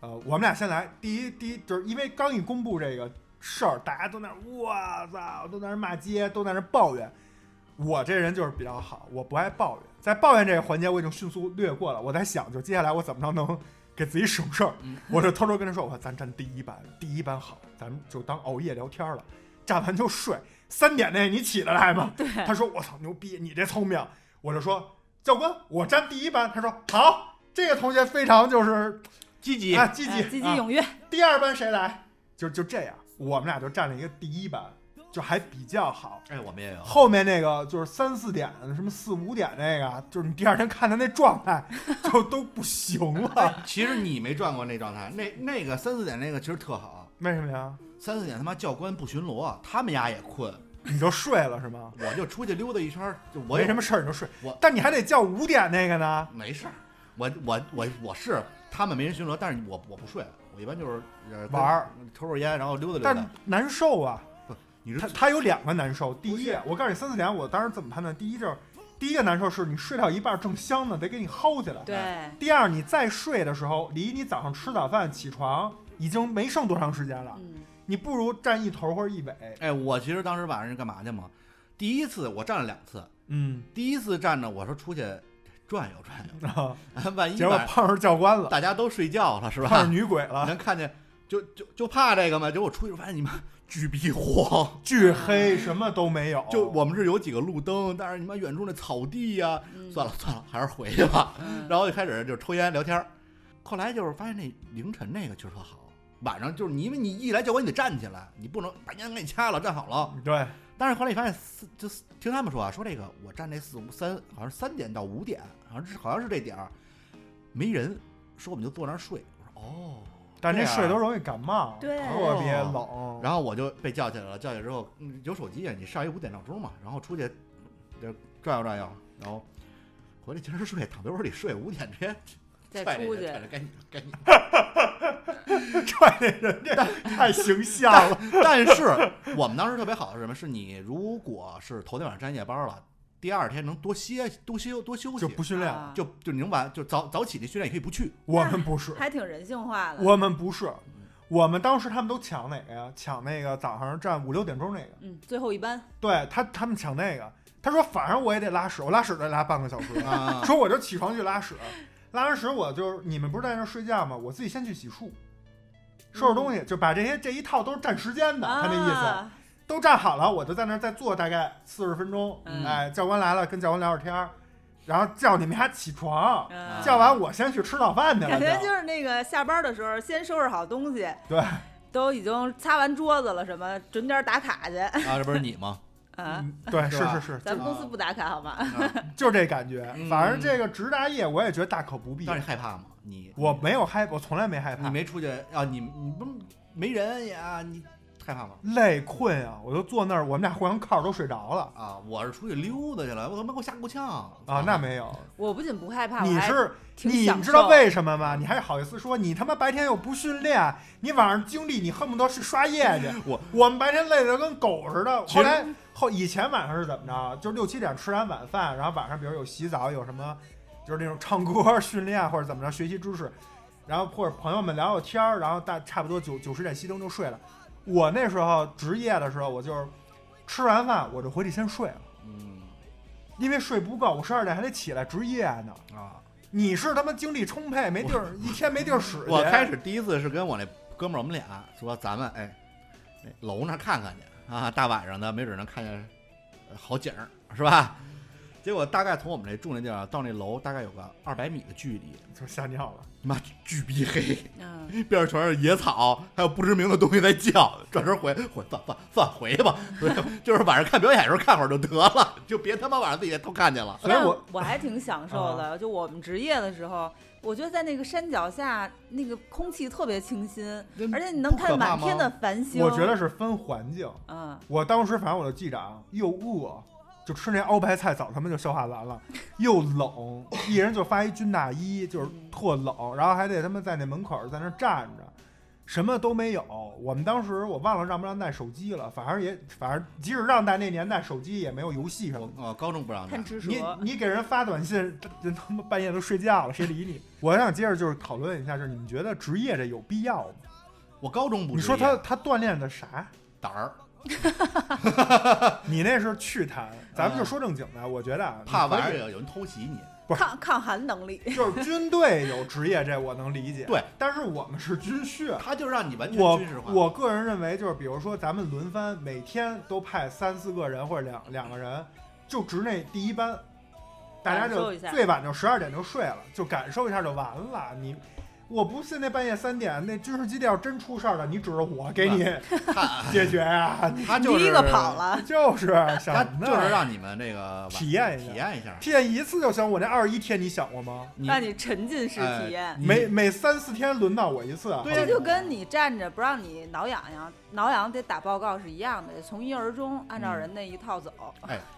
呃，我们俩先来第一第一，就是因为刚一公布这个事儿，大家都那儿我操，都在那儿骂街，都在那儿抱怨。我这人就是比较好，我不爱抱怨，在抱怨这个环节我已经迅速略过了。我在想，就接下来我怎么着能给自己省事儿
嗯？
我就偷偷跟他说，我说咱站第一班，第一班好，咱们就当熬夜聊天了，站完就睡。三点那你起得来吗？
对
他说我操牛逼，你这聪明。我就说教官，我站第一班。他说好，这个同学非常就是
积极
啊积极
哎积极
啊
踊跃，
第二班谁来？就就这样，我们俩就占了一个第一班，就还比较好。
哎，我们也有，
后面那个就是三四点，什么四五点那个，就是你第二天看他那状态，就都不行
哎
了。
其实你没转过那状态，那那个三四点那个其实特好，啊
为什么呀？
三四点他妈教官不巡逻，他们家也困，
你就睡了是吗？
我就出去溜达一圈儿，就我
没
有
什么事儿你就睡
我，
但你还得叫五点那个呢。
没事儿，我我我我是他们没人巡逻，但是我我不睡，我一般就是呃跟
玩儿
抽抽烟，然后溜达溜
但
达。
难受啊，
你是
他他有两个难受。第
不
一
是，
我告诉你三四点，我当时怎么判断？第一就是，第一个难受是你睡到一半正香呢，得给你薅起来。
对，
第二，你再睡的时候，离你早上吃早饭起床已经没剩多长时间了，
嗯
你不如站一头或者一尾。
哎，我其实当时晚上是干嘛去嘛？第一次我站了两次，
嗯，
第一次站着我说出去转悠转悠，
啊，
万一
结果
晚上
碰上教官了，
大家都睡觉了是
碰上
吧？
女鬼了，
能看见就就就怕这个嘛。结果我出去发现你们 巨逼荒，
巨黑，什么都没有。
就我们这有几个路灯，但是你妈远处那草地呀、
嗯，
算了算了，还是回去吧。
嗯，
然后就开始就抽烟聊天儿。后来就是发现那凌晨那个其实特好，晚上就是你因为你一来教官你得站起来，你不能把烟给你掐了，站好了。
对，
但是后来你发现四，就是听他们说啊，说这个我站这四五三，好像是三点到五点，好像是好像是这点儿，没人，说我们就坐那儿睡。我说哦，
但这
这样
睡都容易感冒，
对
特别冷。
然后我就被叫起来了，叫起来之后嗯有手机啊，你上一五点闹钟嘛，然后出去就转悠转悠，然后回来接着睡，躺被窝里睡，五点直接
再
踹这
出
人
去
踹着该你了该你了。
踹那人这太形象了。
但是我们当时特别好的是什么？是你如果是头天晚上站夜班了，第二天能多歇多休多休息，
就不训练了，
啊
就就你能晚就早早起那训练也可以不去。
我们不是，
还挺人性化的，
我们不是，我们当时他们都抢哪个呀？抢那个早上站五六点钟那个。
嗯，最后一班，
对他，他们抢那个。他说反正我也得拉屎，我拉屎得拉半个小时。
啊，
说我就起床去拉屎，拉完屎我就是你们不是在那儿睡觉吗？我自己先去洗漱，收拾东西，就把这些这一套都是占时间的，他那意思
嗯啊
都占好了，我就在那儿再坐大概四十分钟。
嗯
哎，教官来了，跟教官聊会儿天儿，然后叫你们俩起床，
嗯
叫完我先去吃早饭去了
感
就。
觉就是那个下班的时候先收拾好东西，
对，
都已经擦完桌子了，什么准点打卡去
啊，这不是你吗？
啊。
嗯，对，
是
是
吧
是是，
咱们公司不打卡好吗？
啊
就这感觉
嗯。
反正这个直达夜我也觉得大可不必
当。时害怕吗？你
我没有害，我从来没害
你
怕，
没出去啊？你你不没人呀？你害怕吗？
累困啊，我就坐那儿，我们俩互相靠着都睡着了
啊，我是出去溜达去了，我他妈给我吓够呛。
啊，那没有。
我不仅不害怕，我
你
还
是
挺
你
享
知道
受
为什么吗？你还好意思说你他妈白天又不训练，你晚上精力你恨不得去刷夜去
我
我们白天累得跟狗似的。
其实
后来后以前晚上是怎么着？就六七点吃完晚饭，然后晚上比如有洗澡，有什么就是那种唱歌训练或者怎么着学习知识，然后或者朋友们聊聊天儿，然后大差不多九九十点熄灯就睡了。我那时候值夜的时候，我就是吃完饭我就回去先睡了，
嗯
因为睡不够，我十二点还得起来值夜呢。
啊，
你是他妈精力充沛，没地儿一天没地儿使去。
我开始第一次是跟我那哥们儿，我们俩说咱们哎，哎楼那儿看看去啊，大晚上的没准能看见呃好景儿，是吧？结果大概从我们这住那地儿啊到那楼大概有个二百米的距离，
就吓尿了。
妈巨逼黑，
嗯，
边上全是野草，还有不知名的东西在叫。转身回回返返返回吧， 不是就是晚上看表演的时候看会儿就得了，就别他妈晚上自己偷看见了。
所以
但
我啊
我还挺享受的。就我们职业的时候，我觉得在那个山脚下，那个空气特别清新，
嗯
那
而且你能看
不可
见
怕
满天的繁星。
我觉，得是分环境。
嗯，
我当时反正我就记着啊，又饿，就吃那熬白菜早他妈就消化完了，又冷，一人就发一军大衣，就是特冷，然后还得他妈在那门口在那站着，什么都没有。我们当时我忘了让不让带手机了，反正也反正即使让带，那年代手机也没有游戏什么的。
我呃高中不让看
看，直
你
说，
你给人发短信，人他妈半夜都睡觉了，谁理你？我想接着就是讨论一下，就是你们觉得职业这有必要吗？
我高中不
你
职
说
业
他他锻炼的啥？
胆儿
你那是趣谈，咱们就说正经的。我觉得啊，
啊怕
你可以
晚上有人偷袭你，
不是
抗抗寒能 力。
就是军队有职业，这我能理解。
对，
但是我们是军训，
他就让你完全
我
军事化。
我个人认为，就是比如说咱们轮番，每天都派三四个人或者两两个人，就值那第一班，大家
感
就
受一下
最晚就十二点就睡了，就感受一下就完了。你。我不信那半夜三点，那军事基地要真出事儿了，你指着我给你
他
解决啊！你
他
第
就是
一个跑，了，
就是什
他
么呢？
就是让你们这个晚
体验一下
体验一下。
体验一次就行。我那二十一天你想过吗？
你
让你沉浸式
哎
体验。
你
每每三四天轮到我一次，啊
对
好
这
吗
就跟你站着不让你挠痒痒，挠痒得打报告是一样的，得从一而终，按
嗯
照人那一套走。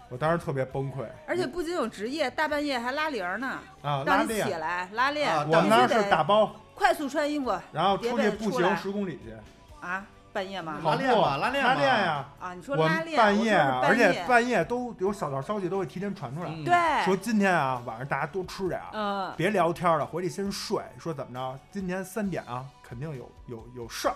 我当时特别崩溃
而且不仅有职业，大半夜还拉铃儿呢，
啊！拉
让你起
练，
来拉练，
啊
必
我们当时
须
是打
得
包，
快速穿衣服
然后出去
别被
步
出来
行十公里去，
啊！半夜吗？
拉练吧，拉练吧，
拉练呀！
啊，你说
我
拉
们
练，
半
我
夜
说
啊，
是
而且
夜
半夜都有小道消息都会提前传出来，
嗯，
说
对，
今天啊晚上大家多吃点啊，
嗯，
别聊天了，回去先睡。说怎么着，今天三点啊，肯定有有有事儿，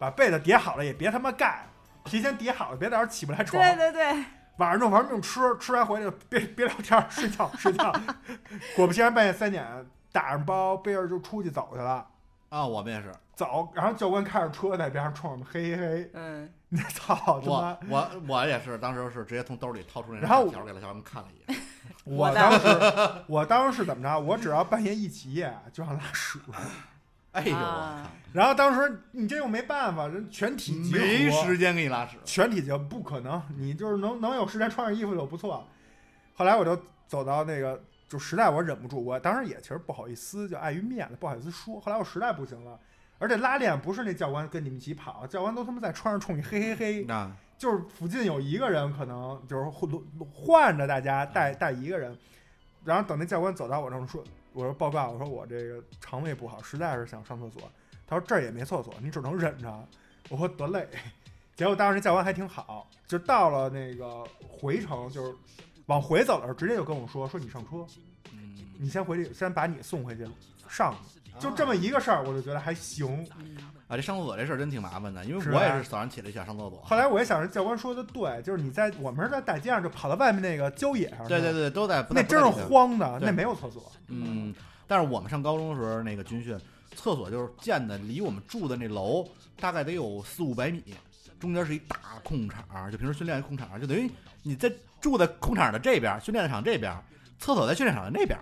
把被子叠好了也别他妈盖，提前叠好了，别到时候起不来床。
对对对，
晚上就玩命吃，吃完回来就别别聊天，睡觉睡觉。 果不其然，半夜三点打上包背着就出去走去了，
啊，我们也是，
走。然后教官开着车在边上冲我们嘿嘿嘿，
嗯，
你操他妈
我！我我也是，当时是直接从兜里掏出那
然后
张条给他小他们看了一眼，
我
我
当时我当时是怎么着？我只要半夜一起夜就让拉屎，
哎呦我
啊
然后当时你这又没办法，人全体
靠，
集合，
没时间给你拉屎，
全体就不可能，你就是能能有时间穿上衣服就不错。后来我就走到那个，就实在我忍不住，我当时也其实不好意思，就碍于面子不好意思说。后来我实在不行了，而且拉练不是那教官跟你们一起跑，教官都他妈在穿上冲你嘿嘿嘿，
啊，
就是附近有一个人可能就是换换着大家
嗯
带带一个人，然后等那教官走到我这儿说，我说报告，我说我这个肠胃不好，实在是想上厕所。他说这儿也没厕所，你只能忍着。我说得嘞。结果当时那教官还挺好，就到了那个回程，就是往回走的时候，直接就跟我说说你上车，
嗯
你先回去，先把你送回去上去。就这
啊
么一个事儿，我就觉得还行。
啊，这上厕所这事儿真挺麻烦的，因
是
为
吧
我也是早上起来想上厕所，
后来我也想，着教官说的对，就是你在我们是在大街上，就跑到外面那个郊野上。
对对对，都在不
那
在
真是
不在里头
荒的，
对
那没有厕所。
嗯，但是我们上高中的时候，那个军训厕所就是建的离我们住的那楼大概得有四五百米，中间是一大空场，就平时训练的空场，就等于你在住在空场的这边，训练场这边，厕所在训练场的那边。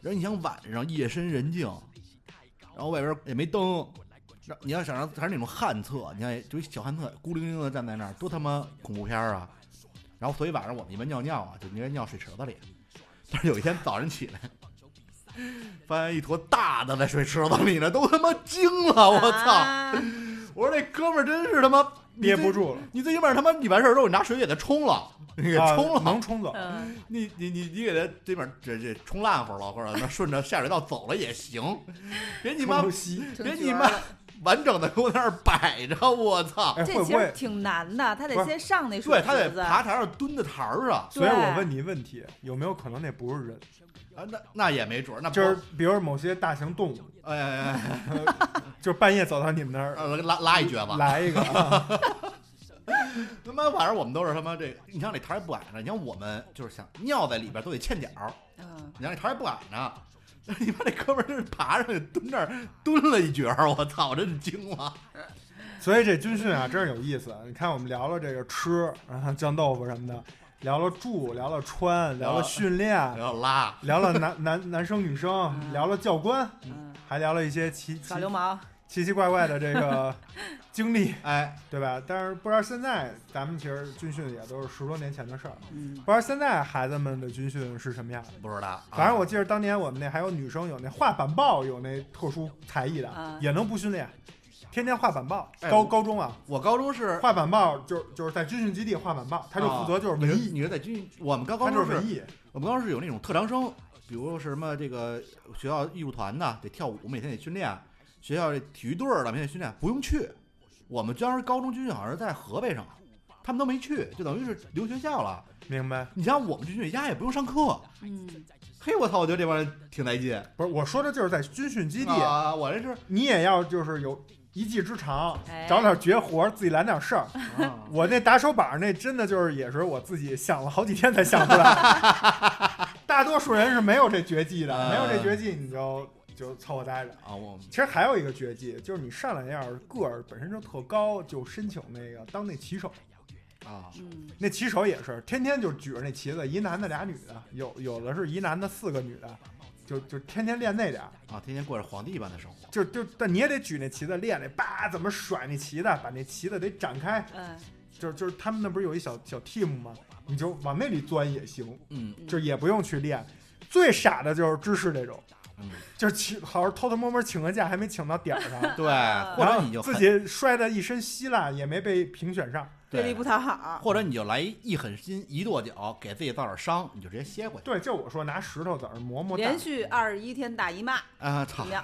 然后你想晚上夜深人静，然后外边也没灯，然后你要想让还是那种旱厕，你看就一小旱厕，孤零零的站在那儿，多他妈恐怖片儿啊！然后所以晚上我们一般尿尿啊，就应该尿水池子里。但是有一天早晨起来，发现一坨大的在水池子里呢，都他妈惊 了！我操！
啊
我说这哥们儿真是他妈
憋不，住了，
你最你最起码他妈你完事儿之后，你拿水给他冲了，你给
啊
冲了，
能冲走。
嗯，
你你你你给他这边这这冲烂乎了，或者那顺着下水道走了也行，别你妈
冲西，
成
别
角
你妈
了
完整的给我在那儿摆着，我操！
哎，会
这
不
其实
会？
挺难的，他得
不是
先上那水
对他得
池子，啊
爬台上蹲在台儿上
所以
对
我问你问题，有没有可能那不是人？
啊，那那也没准儿，那不
就是比如某些大型动物，
哎哎哎
就是半夜走到你们那
哎，
儿
呃拉拉一撅吧。
来一个 啊，
他妈晚上我们都是他妈这，你像那台儿不矮呢，你像我们就是想尿在里边都得欠脚儿，
嗯，
你让那台儿不矮呢。 你妈这哥们儿真是爬上去蹲那儿蹲了一撅儿，我操！我真惊了。
所以这军训啊，真是有意思。你看我们聊了这个吃，然后酱豆腐什么的，聊了住，聊了穿，聊
聊
了
了
训练，
然后哎拉，
聊了男 男男生女生，
嗯
聊了教官，
嗯，
还聊了一些奇奇
耍流氓，
奇奇怪怪的这个经历，
哎，
对吧？但是不知道现在咱们其实军训也都是十多年前的事儿，
嗯，
不知道现在孩子们的军训是什么样的。
不知道啊，
反正我记得当年我们那还有女生有那画板报，有那特殊才艺的，
啊
也能不训练，天天画板报。
哎
高
我
高中啊，
我高中是，
画板报就就是在军训基地画板报，他就负责就是
你
文
是
艺，
你是在军，我们高
啊他
高
就
中
是文艺。
我们当时有那种特长生，比如什么这个学校艺术团的得跳舞，每天得训练；学校这体育队儿的每天得训练，不用去。我们当时高中军训好像是在河北省，他们都没去，就等于是留学校了。
明白？
你像我们军训，丫也不用上课。
嗯，
嘿，我操！我觉得这帮人挺带劲。
不是我说的就是在军训基地，
啊，我这是
你也要就是有一技之长，
哎
找点绝活，自己làm点事儿。
啊
我那打手板儿那真的就是也是我自己想了好几天才想出来，大多数人是没有这绝技的，
嗯
没有这绝技你就就凑合待着。
啊，我
其实还有一个绝技，就是你上来要是个儿本身就特高，就申请那个当那旗手。
啊，
嗯，
那旗手也是天天就举着那旗子，一男的俩女的，有有的是一男的四个女的，就就天天练那点儿。
啊，天天过着皇帝一般的生活。
就就但你也得举那旗子练那，叭怎么甩那旗子，把那旗子得展开，
哎，
就是就是他们那不是有一小小 team 吗？你就往那里钻也行，
嗯
就也不用去练。最傻的就是芝士这种，
嗯，
就是请好好偷偷摸摸请个假，还没请到点儿 上，
对，或
然
者
后
你就
自
很
己摔得一身稀烂，也没被评选上。
对立
对，
不讨好，
或者你就来一狠心一跺脚，给自己造点伤，你就直接歇回去。
对，就我说拿石头在那儿磨磨蛋
连，续二十一天大姨 妈，
啊，
怎
操
么！样？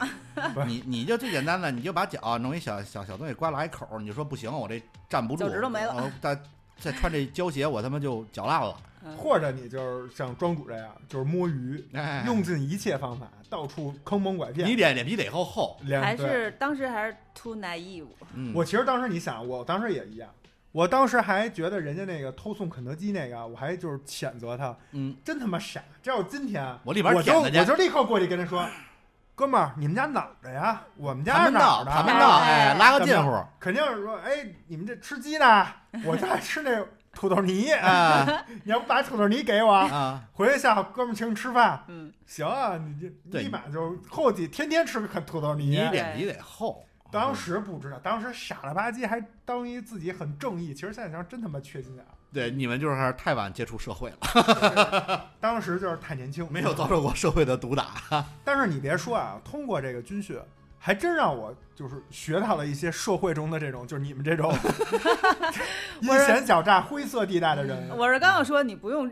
不是
你你就最简单的，你就把脚弄一小小小东西刮拉一口儿，你就说不行，我这站不住，
脚趾头没了
呃再再穿这胶鞋，我他妈就脚烂了。
嗯
或者你就是像庄主这样，就是摸鱼，
哎，
用尽一切方法，到处坑蒙拐
你
骗。
脸脸皮得厚厚。
连
还
对
是当时还是 too naive，
嗯，
我其实当时你想，我当时也一样，我当时还觉得人家那个偷送肯德基那个，我还就是谴责他，
嗯，
真他妈傻！这要今天，啊
我立马
我就
舔他去
我就立刻过去跟他说，哥们儿，你们家哪儿的呀？我们家
盘
是哪
门道，
儿
盘
的？
门道，
哎
哎，拉个
怎么
近
样
乎，
肯定是说，哎，你们这吃鸡呢？我这还吃那土豆泥，
啊
你要不把土豆泥给我？
啊，
回去下午哥们儿请你吃饭，
嗯，
行啊，你这
对
立马就后几天天吃个土豆
你
泥。
脸皮得厚。
当时不知道，当时傻了吧唧，还当一自己很正义。其实现在想真他妈缺心眼儿。
对你们就是太晚接触社会了，
当时就是太年轻，
没有遭。受过社会的毒打。
但是你别说啊，通过这个军训，还真让我就是学到了一些社会中的这种，就是你们这 种阴险狡诈、灰色地带的人。啊
我是刚要说你不用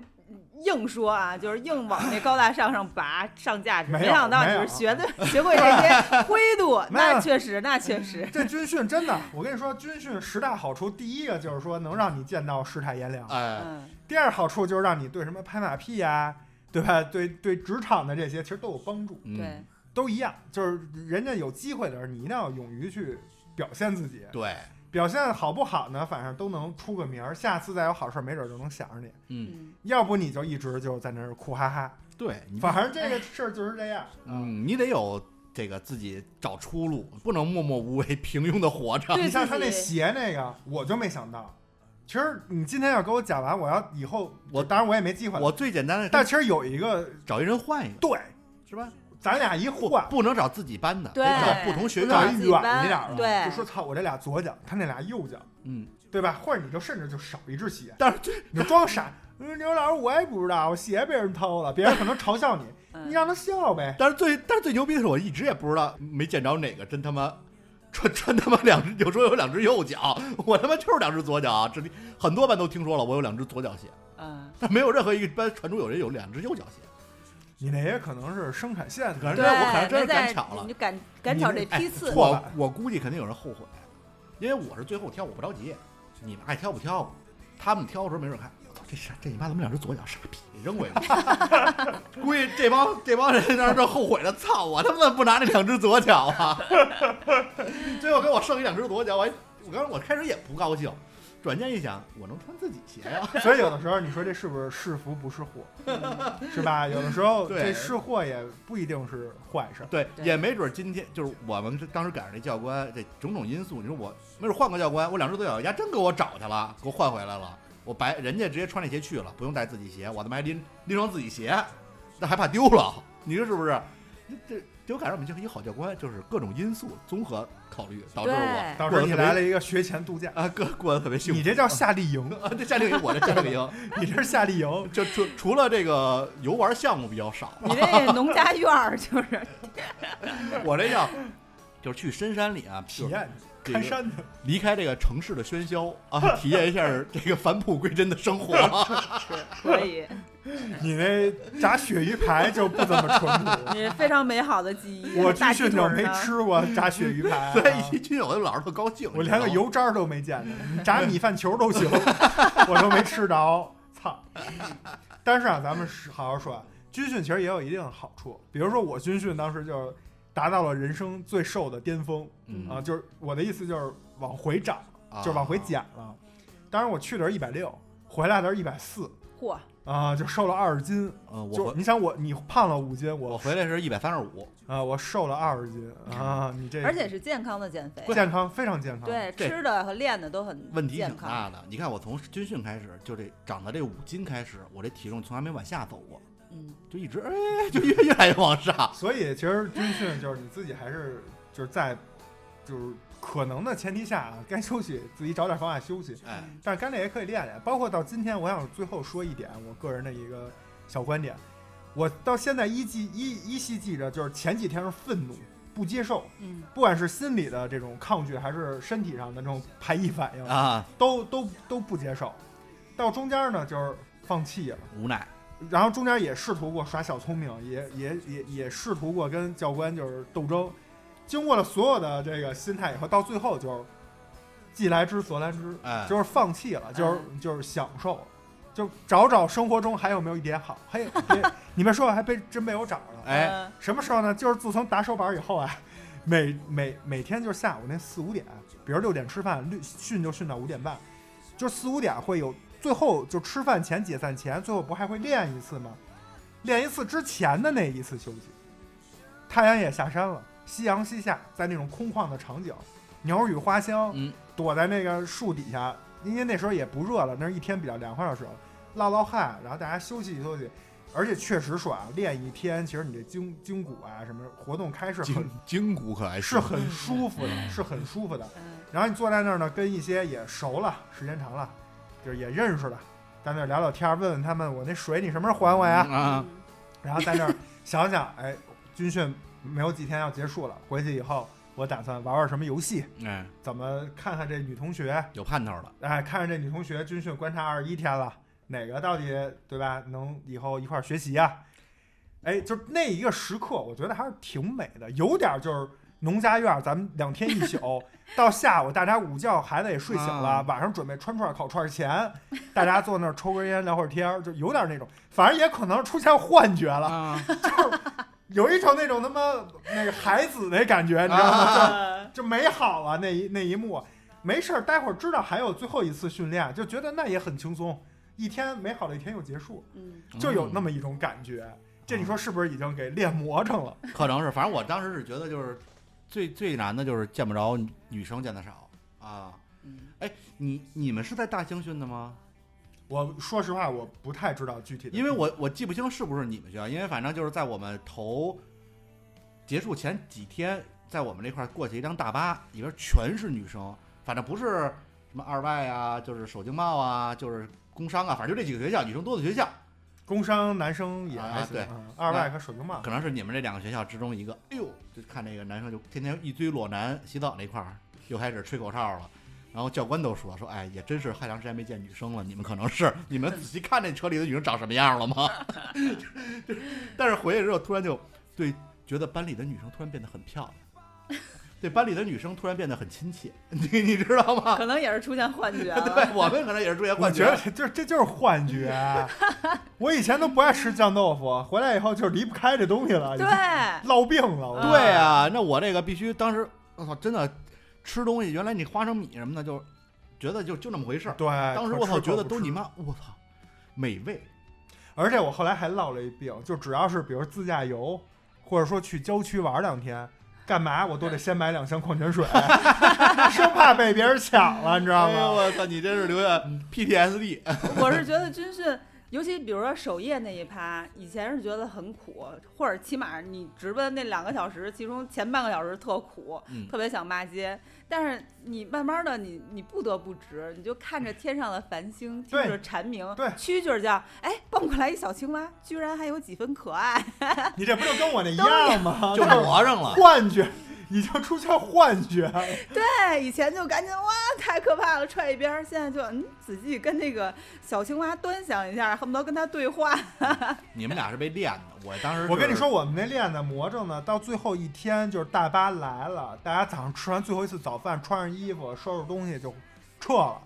硬说啊，就是硬往那高大上上拔上价值，
没有
没想到
没
你
有
是学的学会这些灰度，
没有
那确实那确实，
这军训真的，我跟你说，军训十大好处，第一个就是说能让你见到世态炎凉，
哎，
嗯，
第二好处就是让你对什么拍马屁呀、对吧？对对，职场的这些其实都有帮助。
嗯
对，
都一样，就是人家有机会的时候，你一定要勇于去表现自己，
对，
表现好不好呢？反正都能出个名儿，下次再有好事儿，没准儿就能想着你。
嗯，
嗯，
要不你就一直就在那儿哭哈哈，
对，你
反正这个事儿就是这样。啊，
嗯，你得有这个自己找出路，不能默默无为、平庸的活着。
对
你像他那
自己
鞋那个，我就没想到。其实你今天要给我讲完，我要以后
我
当然我也没机会了。
我最简单的，
但其实有一个
找一人换一个，
对，
是吧？
咱俩一
不
换，
不能找自己班的，
对
得找不同学
找
院。
一
自己
远
班
一点儿的，啊
对
就说操，我这俩左脚，他那俩右脚，
嗯，
对吧？或者你就甚至就少一只鞋，
但是这
你就装傻。嗯，刘老师，我也不知道，我鞋被人偷了，别人可能嘲笑你，
嗯
你让他笑呗。
但是最但是最牛逼的是，我一直也不知道没见着哪个真他妈穿 穿他妈两只，有时候有两只右脚， 我他妈就是两只左脚。啊这里很多班都听说了，我有两只左脚鞋，
嗯，
但没有任何一个班传出有人有两只右脚鞋。
你那也可能是生产线的，
可是
对，
这我可能真是
没
赶
在
巧了
你，赶赶巧这
哎
批次，
哎错
我
了
我估计肯定有人后悔，因为我是最后挑，我不着急，你们爱挑不挑吧，他们挑的时候没准看，我操，这傻这你妈怎么两只左脚傻逼扔回去，估计这帮这帮人在这后悔了，操，我他妈不拿那两只左脚 啊，最后给我剩一两只左脚，我还我刚我开始也不高兴，转念一想，我能穿自己鞋呀、
所以有的时候你说这是不是是福不是祸，
嗯
是吧？有的时候
对
这是祸也不一定是坏事。
对，
对
也没准今天就是我们这当时赶上这教官，这种种因素，你说我没准换个教官，我两只左脚丫真给我找去了，给我换回来了，我白人家直接穿那鞋去了，不用带自己鞋，我他妈还拎拎双自己鞋，那还怕丢了？ 你说是不是？这这给我感觉我们就是一好教官，就是各种因素综合考虑导致我
对
到时候你来了一个学前度假，
啊，过过得特别幸福。
你这叫夏令营，
啊，这夏令营我这夏令营，
你这是夏令 营，
就除除了这个游玩项目比较少，
你这农家院儿就是
我这叫就是去深山里啊，
体
体
验
这
看
个
山去。
离开这个城市的喧嚣 啊，体验一下这个返璞归真的生活。啊
可以，
你那炸鳕鱼排就不怎么淳 朴。
你这非常美好的记忆。
我
大
军训
鸡腿
就
儿
没
呢，
吃过炸鳕鱼排、
所以一听我就老是特高兴，
啊我连个
你知道吗
油渣儿都没见着，炸米饭球都 行，我都没吃着，操！但是啊，咱们是好好说，啊，军训其实也有一定的好处，比如说我军训当时就达到了人生最瘦的巅峰
嗯
啊，就是我的意思就是往回涨，
啊
就是往回减了。当然我去的时候一百六，回来的时候一百四
嚯，
啊，就瘦了二十斤。
呃，我
就
回
你想我，你胖了五斤，
我
我
回来是一百三十五，
啊我瘦了二十斤 啊，你这
而且是健康的减肥，
健康非常健康，
对，
对
吃的和练的都很
问题
健
挺
康。
大的。你看我从军训开始，就这长到这五斤开始，我这体重从来没往下走过，
嗯，
就一直哎， 就越越来越往上。
所以其实军训就是你自己还是就是在就是可能的前提下啊，该休息自己找点方法休息，
哎，
但是该练也可以练练。包括到今天，我想最后说一点我个人的一个小观点，我到现在依记依依稀记着，就是前几天是愤怒。不接受，
嗯，
不管是心理的这种抗拒，还是身体上的这种排异反应，
啊，
都都都不接受。到中间呢，就是放弃了。
无奈
然后中间也试图过耍小聪明，也也也也试图过跟教官就是斗争。经过了所有的这个心态以后，到最后就是既来之则来之，
哎，
就是放弃了，就是就是享受了，就找找生活中还有没有一点好。嘿， 别你们说还被真被我找着了。
哎，
呃，
什么时候呢？就是自从打手板以后啊，每每每天就是下午那四五点，比如六点吃饭，律训就训到五点半，就四五点会有最后就吃饭前解散前，最后不还会练一次吗？练一次之前的那一次休息，太阳也下山了，夕阳西下，在那种空旷的场景，鸟语花香，
嗯
躲在那个树底下，因为那时候也不热了，那是一天比较凉快的时候，落落汗，然后大家休息休息。而且确实说啊，练一天，其实你这筋筋骨啊什么活动开是很
筋筋骨可还
是很舒服的，是很舒服的。
嗯
然后你坐在那儿呢，跟一些也熟了，时间长了，就是也认识了，在那儿聊聊天儿，问问他们我那水你什么时候还我呀？
啊，
然后在那儿想想，哎，军训没有几天要结束了，回去以后我打算玩玩什么游戏，
哎，
怎么看看这女同学，
有盼头了，
哎，看看这女同学军训观察二十一天了，哪个到底对吧？能以后一块儿学习呀、哎，就那一个时刻，我觉得还是挺美的，有点就是农家院儿，咱们两天一宿，到下午大家午觉，孩子也睡醒了，
啊
晚上准备串串烤串儿前，大家坐那儿抽根烟聊会儿天儿，就有点那种，反正也可能出现幻觉了，
啊，
有一种那种他妈那个海子那感觉，你知道吗？就
呃
就美好啊那一那一幕。没事儿，待会儿知道还有最后一次训练，就觉得那也很轻松，一天美好的一天又结束，
嗯，
就有那么一种感觉。这你说是不是已经给练魔怔了？
可能是，反正我当时是觉得就是最最难的就是见不着女生见的少啊。
嗯
你你们是在大兴训的吗？
我说实话，我不太知道具体的，
因为我我记不清是不是你们学校，因为反正就是在我们头结束前几天，在我们那块儿过去一辆大巴，里边全是女生，反正不是什么二外啊，就是首经贸啊，就是工商啊，反正就这几个学校，女生多的学校，
工商男生也还
啊
行，
对
嗯二外和水经贸
可能是你们这两个学校之中一个。哎呦，就看那个男生就天天一堆裸男洗澡那块儿又开始吹口哨了。然后教官都说说，哎，也真是太长时间没见女生了。你们可能是你们仔细看那车里的女生长什么样了吗？ 就但是回去之后，突然就对觉得班里的女生突然变得很漂亮，对班里的女生突然变得很亲切，你你知道吗？
可能也是出现幻觉了。
对 我们可能也是出现
我
幻
觉
觉，
得这这就是幻 觉。我以前都不爱吃酱豆腐，回来以后就离不开这东西了，已经
对，
落病了。我
对啊，那我这个必须当时，我操，真的吃东西，原来你花生米什么的，就觉得就就那么回事儿。
对，
当时
可
我
吃
操，
可
觉得
不
都
吃
你妈，我操，美味
而且我后来还落了一病，就只要是比如自驾游，或者说去郊区玩两天，干嘛我都得先买两箱矿泉水， 生怕被别人抢了，你知道
哎呦
吗？嗯啊
我操，你真是留下 PTSD，
我是觉得军训，尤其比如说守夜那一趴，以前是觉得很苦，或者起码你直奔那两个小时，其中前半个小时特苦，
嗯
特别想骂街。但是你慢慢的你，你不得不直，你就看着天上的繁星，听
对
着蝉鸣，
对
蛐蛐儿叫，哎，蹦过来一小青蛙，居然还有几分可爱。
你这不就跟我那一样吗？
就
就是
魔怔了。
幻觉，已经出现幻觉了。
对，以前就赶紧哇，太可怕了，踹一边儿。现在就嗯，仔细跟那个小青蛙端详一下，恨不得跟它对 话。
你们俩是被练的，我当时
我跟你
是
说，，我们那练的魔怔呢，到最后一天就是大巴来了，大家早上吃完最后一次早饭，穿上衣服，收拾东西就撤了。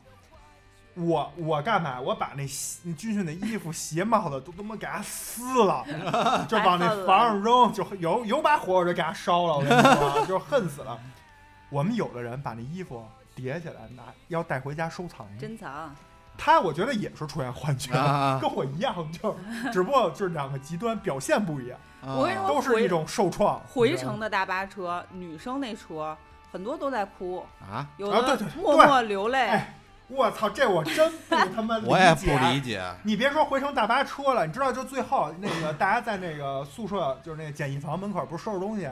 我我干嘛？我把那西军训的衣服、鞋、帽子都他妈给它撕了， 就往那房上扔，就有有把火我就给它烧了。我跟你说，啊 就是恨死了。我们有的人把那衣服叠起来拿，要带回家收藏去。
珍藏，
他我觉得也是出现幻觉，
啊，
跟我一样，就是只不过就是两个极端，表现不一样。
我跟你说
哦都是一种受创。
回程的大巴车，女生那车很多都在哭，
啊，
有
啊对
的
对
默默流泪。
哎我操，这我真不他妈理解。
啊我也不理解，
你别说回程大巴车了，你知道就最后那个大家在那个宿舍就是那个简易房门口不是收拾东西，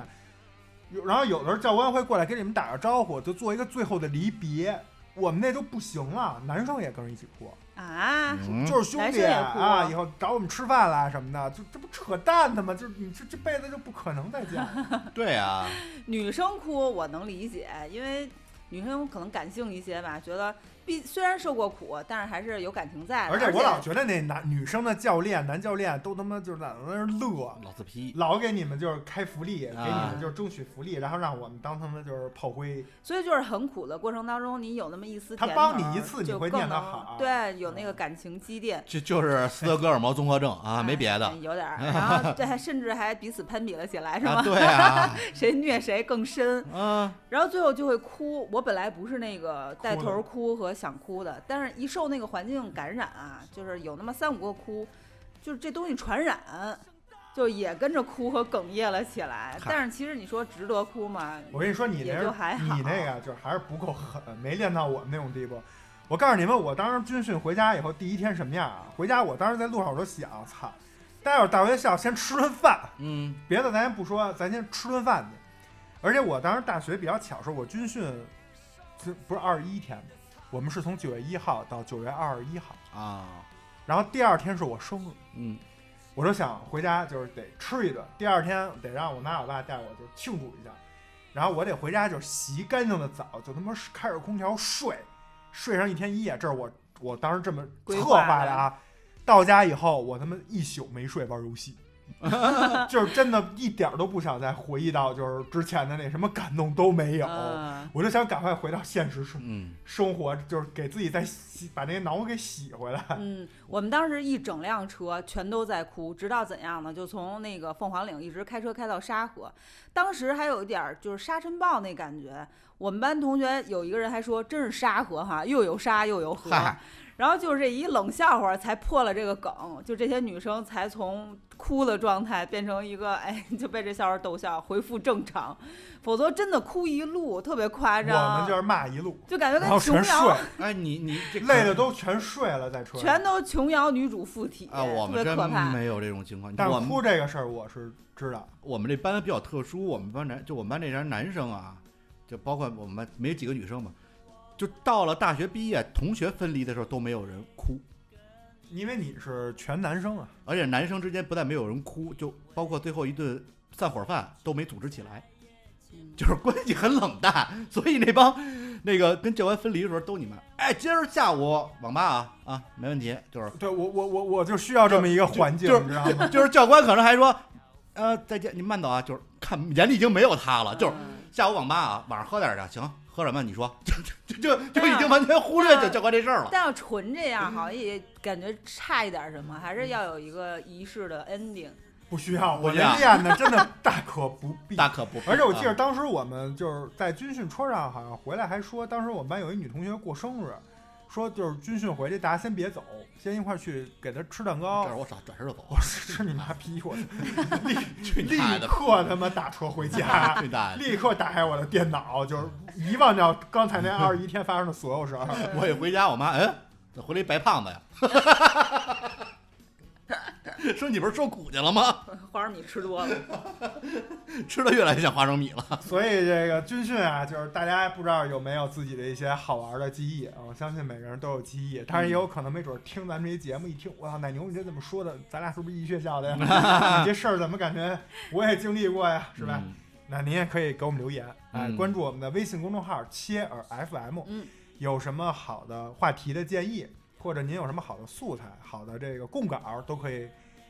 有然后有的时候教官会过来给你们打个招呼，就做一个最后的离别。我们那就不行了，男生也跟着一起哭，
啊，
嗯
就是兄
男
弟
生也哭啊
啊，以后找我们吃饭啦什么的，就这不扯淡的吗？就是你这这辈子就不可能再 见了。
对啊，
女生哭我能理解，因为女生可能感性一些吧，觉得毕虽然受过苦，但是还是有感情在的。
而
哎而
且我老觉得那男女生的教练、男教练都他妈就是在那儿乐，
老子批，
老给你们就是开福利，给你
啊
们就是争取福利，然后让我们当他们就是炮灰。
所以就是很苦的过程当中，你有那么一丝
他
甜
帮
头
你一
儿
次你
就
会
更
念得
能
好嗯
对，有那个感情积淀。
这就是斯德哥尔摩综合症啊，没别的
哎有点 儿，然后对，还甚至还彼此攀比了起来，是吗？
啊，对 啊，
谁虐谁更深，
嗯，
然后最后就会哭。我本来不是那个带
哭
头
的
儿哭和想哭的，但是一受那个环境感染啊，就是有那么三五个哭，就是这东西传染，就也跟着哭和哽咽了起来
嗨。
但是其实你说值得哭吗？
我跟你说，你
也
那
就还好
你那个就是还是不够狠，没练到我们那种地步。我告诉你们，我当时军训回家以后第一天什么样啊？回家我当时在路上我就想，操，待会儿到学校先吃顿饭，
嗯，
别的咱先不说，咱先吃顿饭去。而且我当时大学比较巧，是我军训，是不是二十一天，我们是从九月一号到九月二十一号，
啊，
然后第二天是我生日，
嗯，
我就想回家就是得吃一顿，第二天得让我妈我爸带我就庆祝一下，然后我得回家就是洗干净的澡，就他妈开着空调睡，睡上一天一夜，这是我我当时这么
规
策
划
划的啊。到家以后，我他妈一宿没睡，玩游戏，就是真的一点儿都不想再回忆到就是之前的那什么感动都没有，
嗯
我就想赶快回到现实生
嗯，
生活，就是给自己再洗把那个脑给洗回来。
嗯，我们当时一整辆车全都在哭，直到怎样呢？就从那个凤凰岭一直开车开到沙河，当时还有一点儿就是沙尘暴那感觉。我们班同学有一个人还说，真是沙河哈，又有沙又有河。
啊
嗨
然后就是这一冷笑话才破了这个梗，就这些女生才从哭的状态变成一个哎就被这笑话逗笑，恢复正常，否则真的哭一路，特别夸张。
我们就是骂一路，
就感觉
然后
跟
全
琼
睡
瑶。
哎，你你这
累的都全睡了在车上。
全都琼瑶女主附体，
啊，我
特
们
别
真
可怕。
没有这种情况，
但
我
是
们
哭这个事儿我是知道，
我们这班比较特殊，我们班男就我们班这边男生啊，就包括我们班没几个女生嘛，就到了大学毕业同学分离的时候都没有人哭，
因为你是全男生啊，
而且男生之间不但没有人哭，就包括最后一顿散伙饭都没组织起来，
嗯
就是关系很冷淡，所以那帮那个跟教官分离的时候都你们，哎，今儿下午网吧啊啊，没问题，就是
对我我我我就需要这么一个环境，
就
你知道吗？
就是 教官可能还说，呃，再见，您慢走啊，就是看眼里已经没有他了，啊就是。
嗯
下午网吧啊，晚上喝点儿去，行，喝什么？你说，啊就就就就已经完全忽略教教官这事儿了。
但要纯这样，好像也感觉差一点什么，还是要有一个仪式的 ending。
不需要，我
不需要
这练的真的大可不必。
大可不必，
而且我记得
啊
当时我们就是在军训车上，好像回来还说，当时我们班有一女同学过生日，说就是军训回去，大家先别走，先一块儿去给他吃蛋
这
糕
儿。我转转身就走，
我说 吃你妈逼！我
去你
立
大爷的！
刻他妈打车回 家。
去你大爷的！
立刻打开我的电脑，就是遗忘掉刚才那二十一天发生的所有事儿。
我一回家，我妈嗯，怎么回来一白胖子呀？ 说你不是受苦去了吗？
花生米吃多了，
吃的越来越像花生米了。
所以这个军训啊，就是大家不知道有没有自己的一些好玩的记忆，啊我相信每个人都有记忆，当然也有可能没准儿听咱们这节目一听，哇，奶牛你这怎么说的？咱俩是不是一学校的呀？你这事儿怎么感觉 我也经历过呀？是吧？
嗯？
那您也可以给我们留言，哎、
嗯
关注我们的微信公众号“切耳 FM”，
嗯，
有什么好的话题的建议，或者您有什么好的素材、好的这个供稿，都可以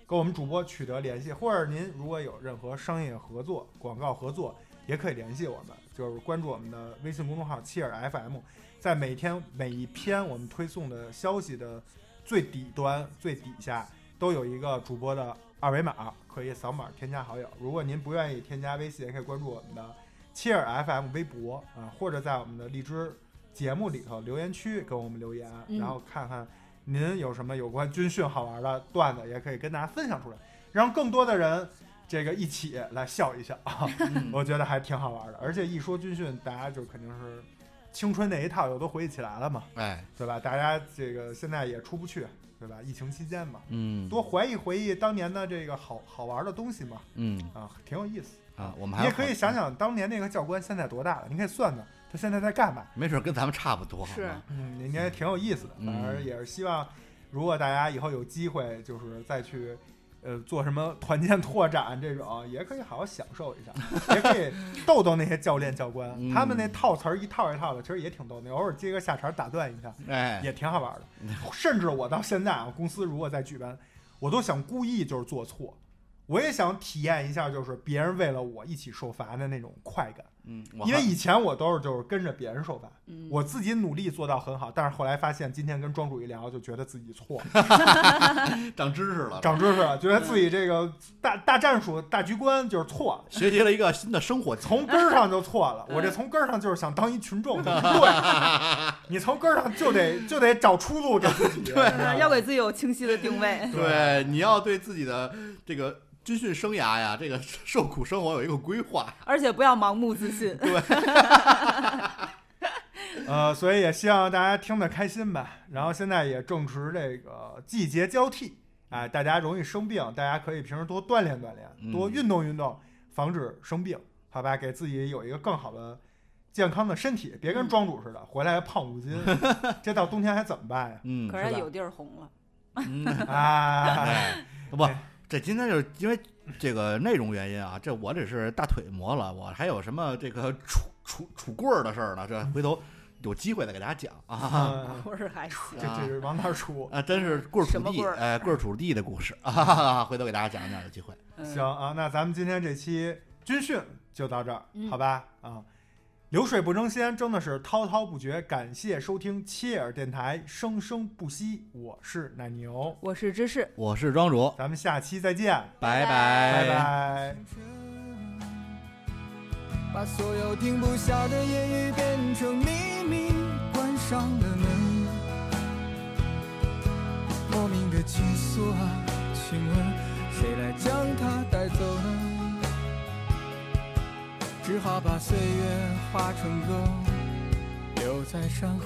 跟我们主播取得联系，或者您如果有任何商业合作、广告合作，也可以联系我们，就是关注我们的微信公众号“切耳 FM”，在每天每一篇我们推送的消息的最底端、最底下都有一个主播的二维码，可以扫码添加好友。如果您不愿意添加微信，也可以关注我们的切尔 FM 微博啊、或者在我们的荔枝节目里头留言区给我们留言，
嗯
然后看看您有什么有关军训好玩的段子，也可以跟大家分享出来，让更多的人。这个一起来笑一笑，
嗯
我觉得还挺好玩的。而且一说军训，大家就肯定是青春那一套又都回忆起来了嘛，
哎，
对吧？大家这个现在也出不去，对吧？疫情期间嘛，
嗯，
多回忆回忆当年的这个好好玩的东西嘛，
嗯
啊，挺有意思。
啊，我们
你
还
也
有
可以
好
想，想当年那个教官现在多大了，你可以算算他现在在干嘛。
没准跟咱们差不多。
是
好吗
嗯，应该挺有意思的。反正
嗯
也是希望，如果大家以后有机会，就是再去。呃，做什么团建拓展这种，也可以好好享受 一下，也可以逗逗那些教练教官，
嗯
他们那套词儿一套一套的，其实也挺逗的，偶尔接个下茬儿打断一下，
哎，
也挺好玩的。甚至我到现在啊，公司如果在举办，我都想故意就是做错，我也想体验一下，就是别人为了我一起受罚的那种快感。
嗯，我
因为
还
以前我都是就是跟着别人受罚，
嗯，
我自己努力做到很好，但是后来发现今天跟庄主一聊，就觉得自己 错了，
长知识了，
长知识了，觉得自己这个大大战术、大局观就是错了。
学习了一个新的生活技
从根儿上就错了，
嗯
我这从根儿上就是想当一群众，就不对，你从根儿上就得就得找出路找自己，
啊
就是 要给自己有清晰的定位。
对，你要对自己的这个军训生涯呀，这个受苦生活有一个规划。
而且不要盲目自信。
呃，所以也希望大家听得开心吧。然后现在也正值这个季节交替，哎，大家容易生病，大家可以平时多锻炼锻炼，
嗯
多运动运动，防止生病，好吧？给自己有一个更好的健康的身体，别跟庄主似的，回来还胖五斤，这到冬天还怎么办呀？
嗯
可
是
是
吧
有地儿红了，
嗯，
啊，
哎，不，这今天就是因为这个内容原因啊，这我只是大腿磨了，我还有什么这个杵杵杵棍儿的事儿呢？这回头有机会再给大家讲 啊。
嗯
不是还
这
行。
这是往哪儿出？
啊，真是棍儿
什
杵
么
地，
棍儿
哎，棍儿杵地的故事啊， 回头给大家讲讲，有机会。
嗯
行，啊，那咱们今天这期军训就到这儿，
嗯
好吧？啊，流水不争先，真的是滔滔不绝。感谢收听切尔电台，生生不息。我是奶牛，
我是芝士，
我是庄主，
咱们下期再见，
拜
拜
拜
拜。
把所有停不下的言语变成秘密，关上了门。莫名的急促啊，请问谁来将它带走呢？只好把岁月化成歌，留在山河。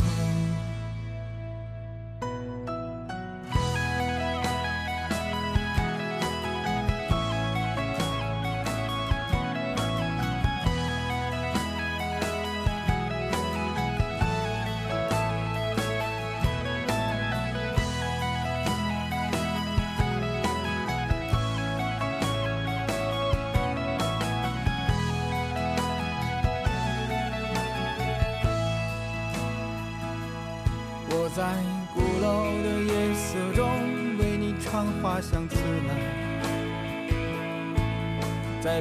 我在鼓楼的夜色中为你唱花香自来，在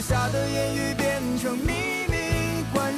下的言语变成秘密，关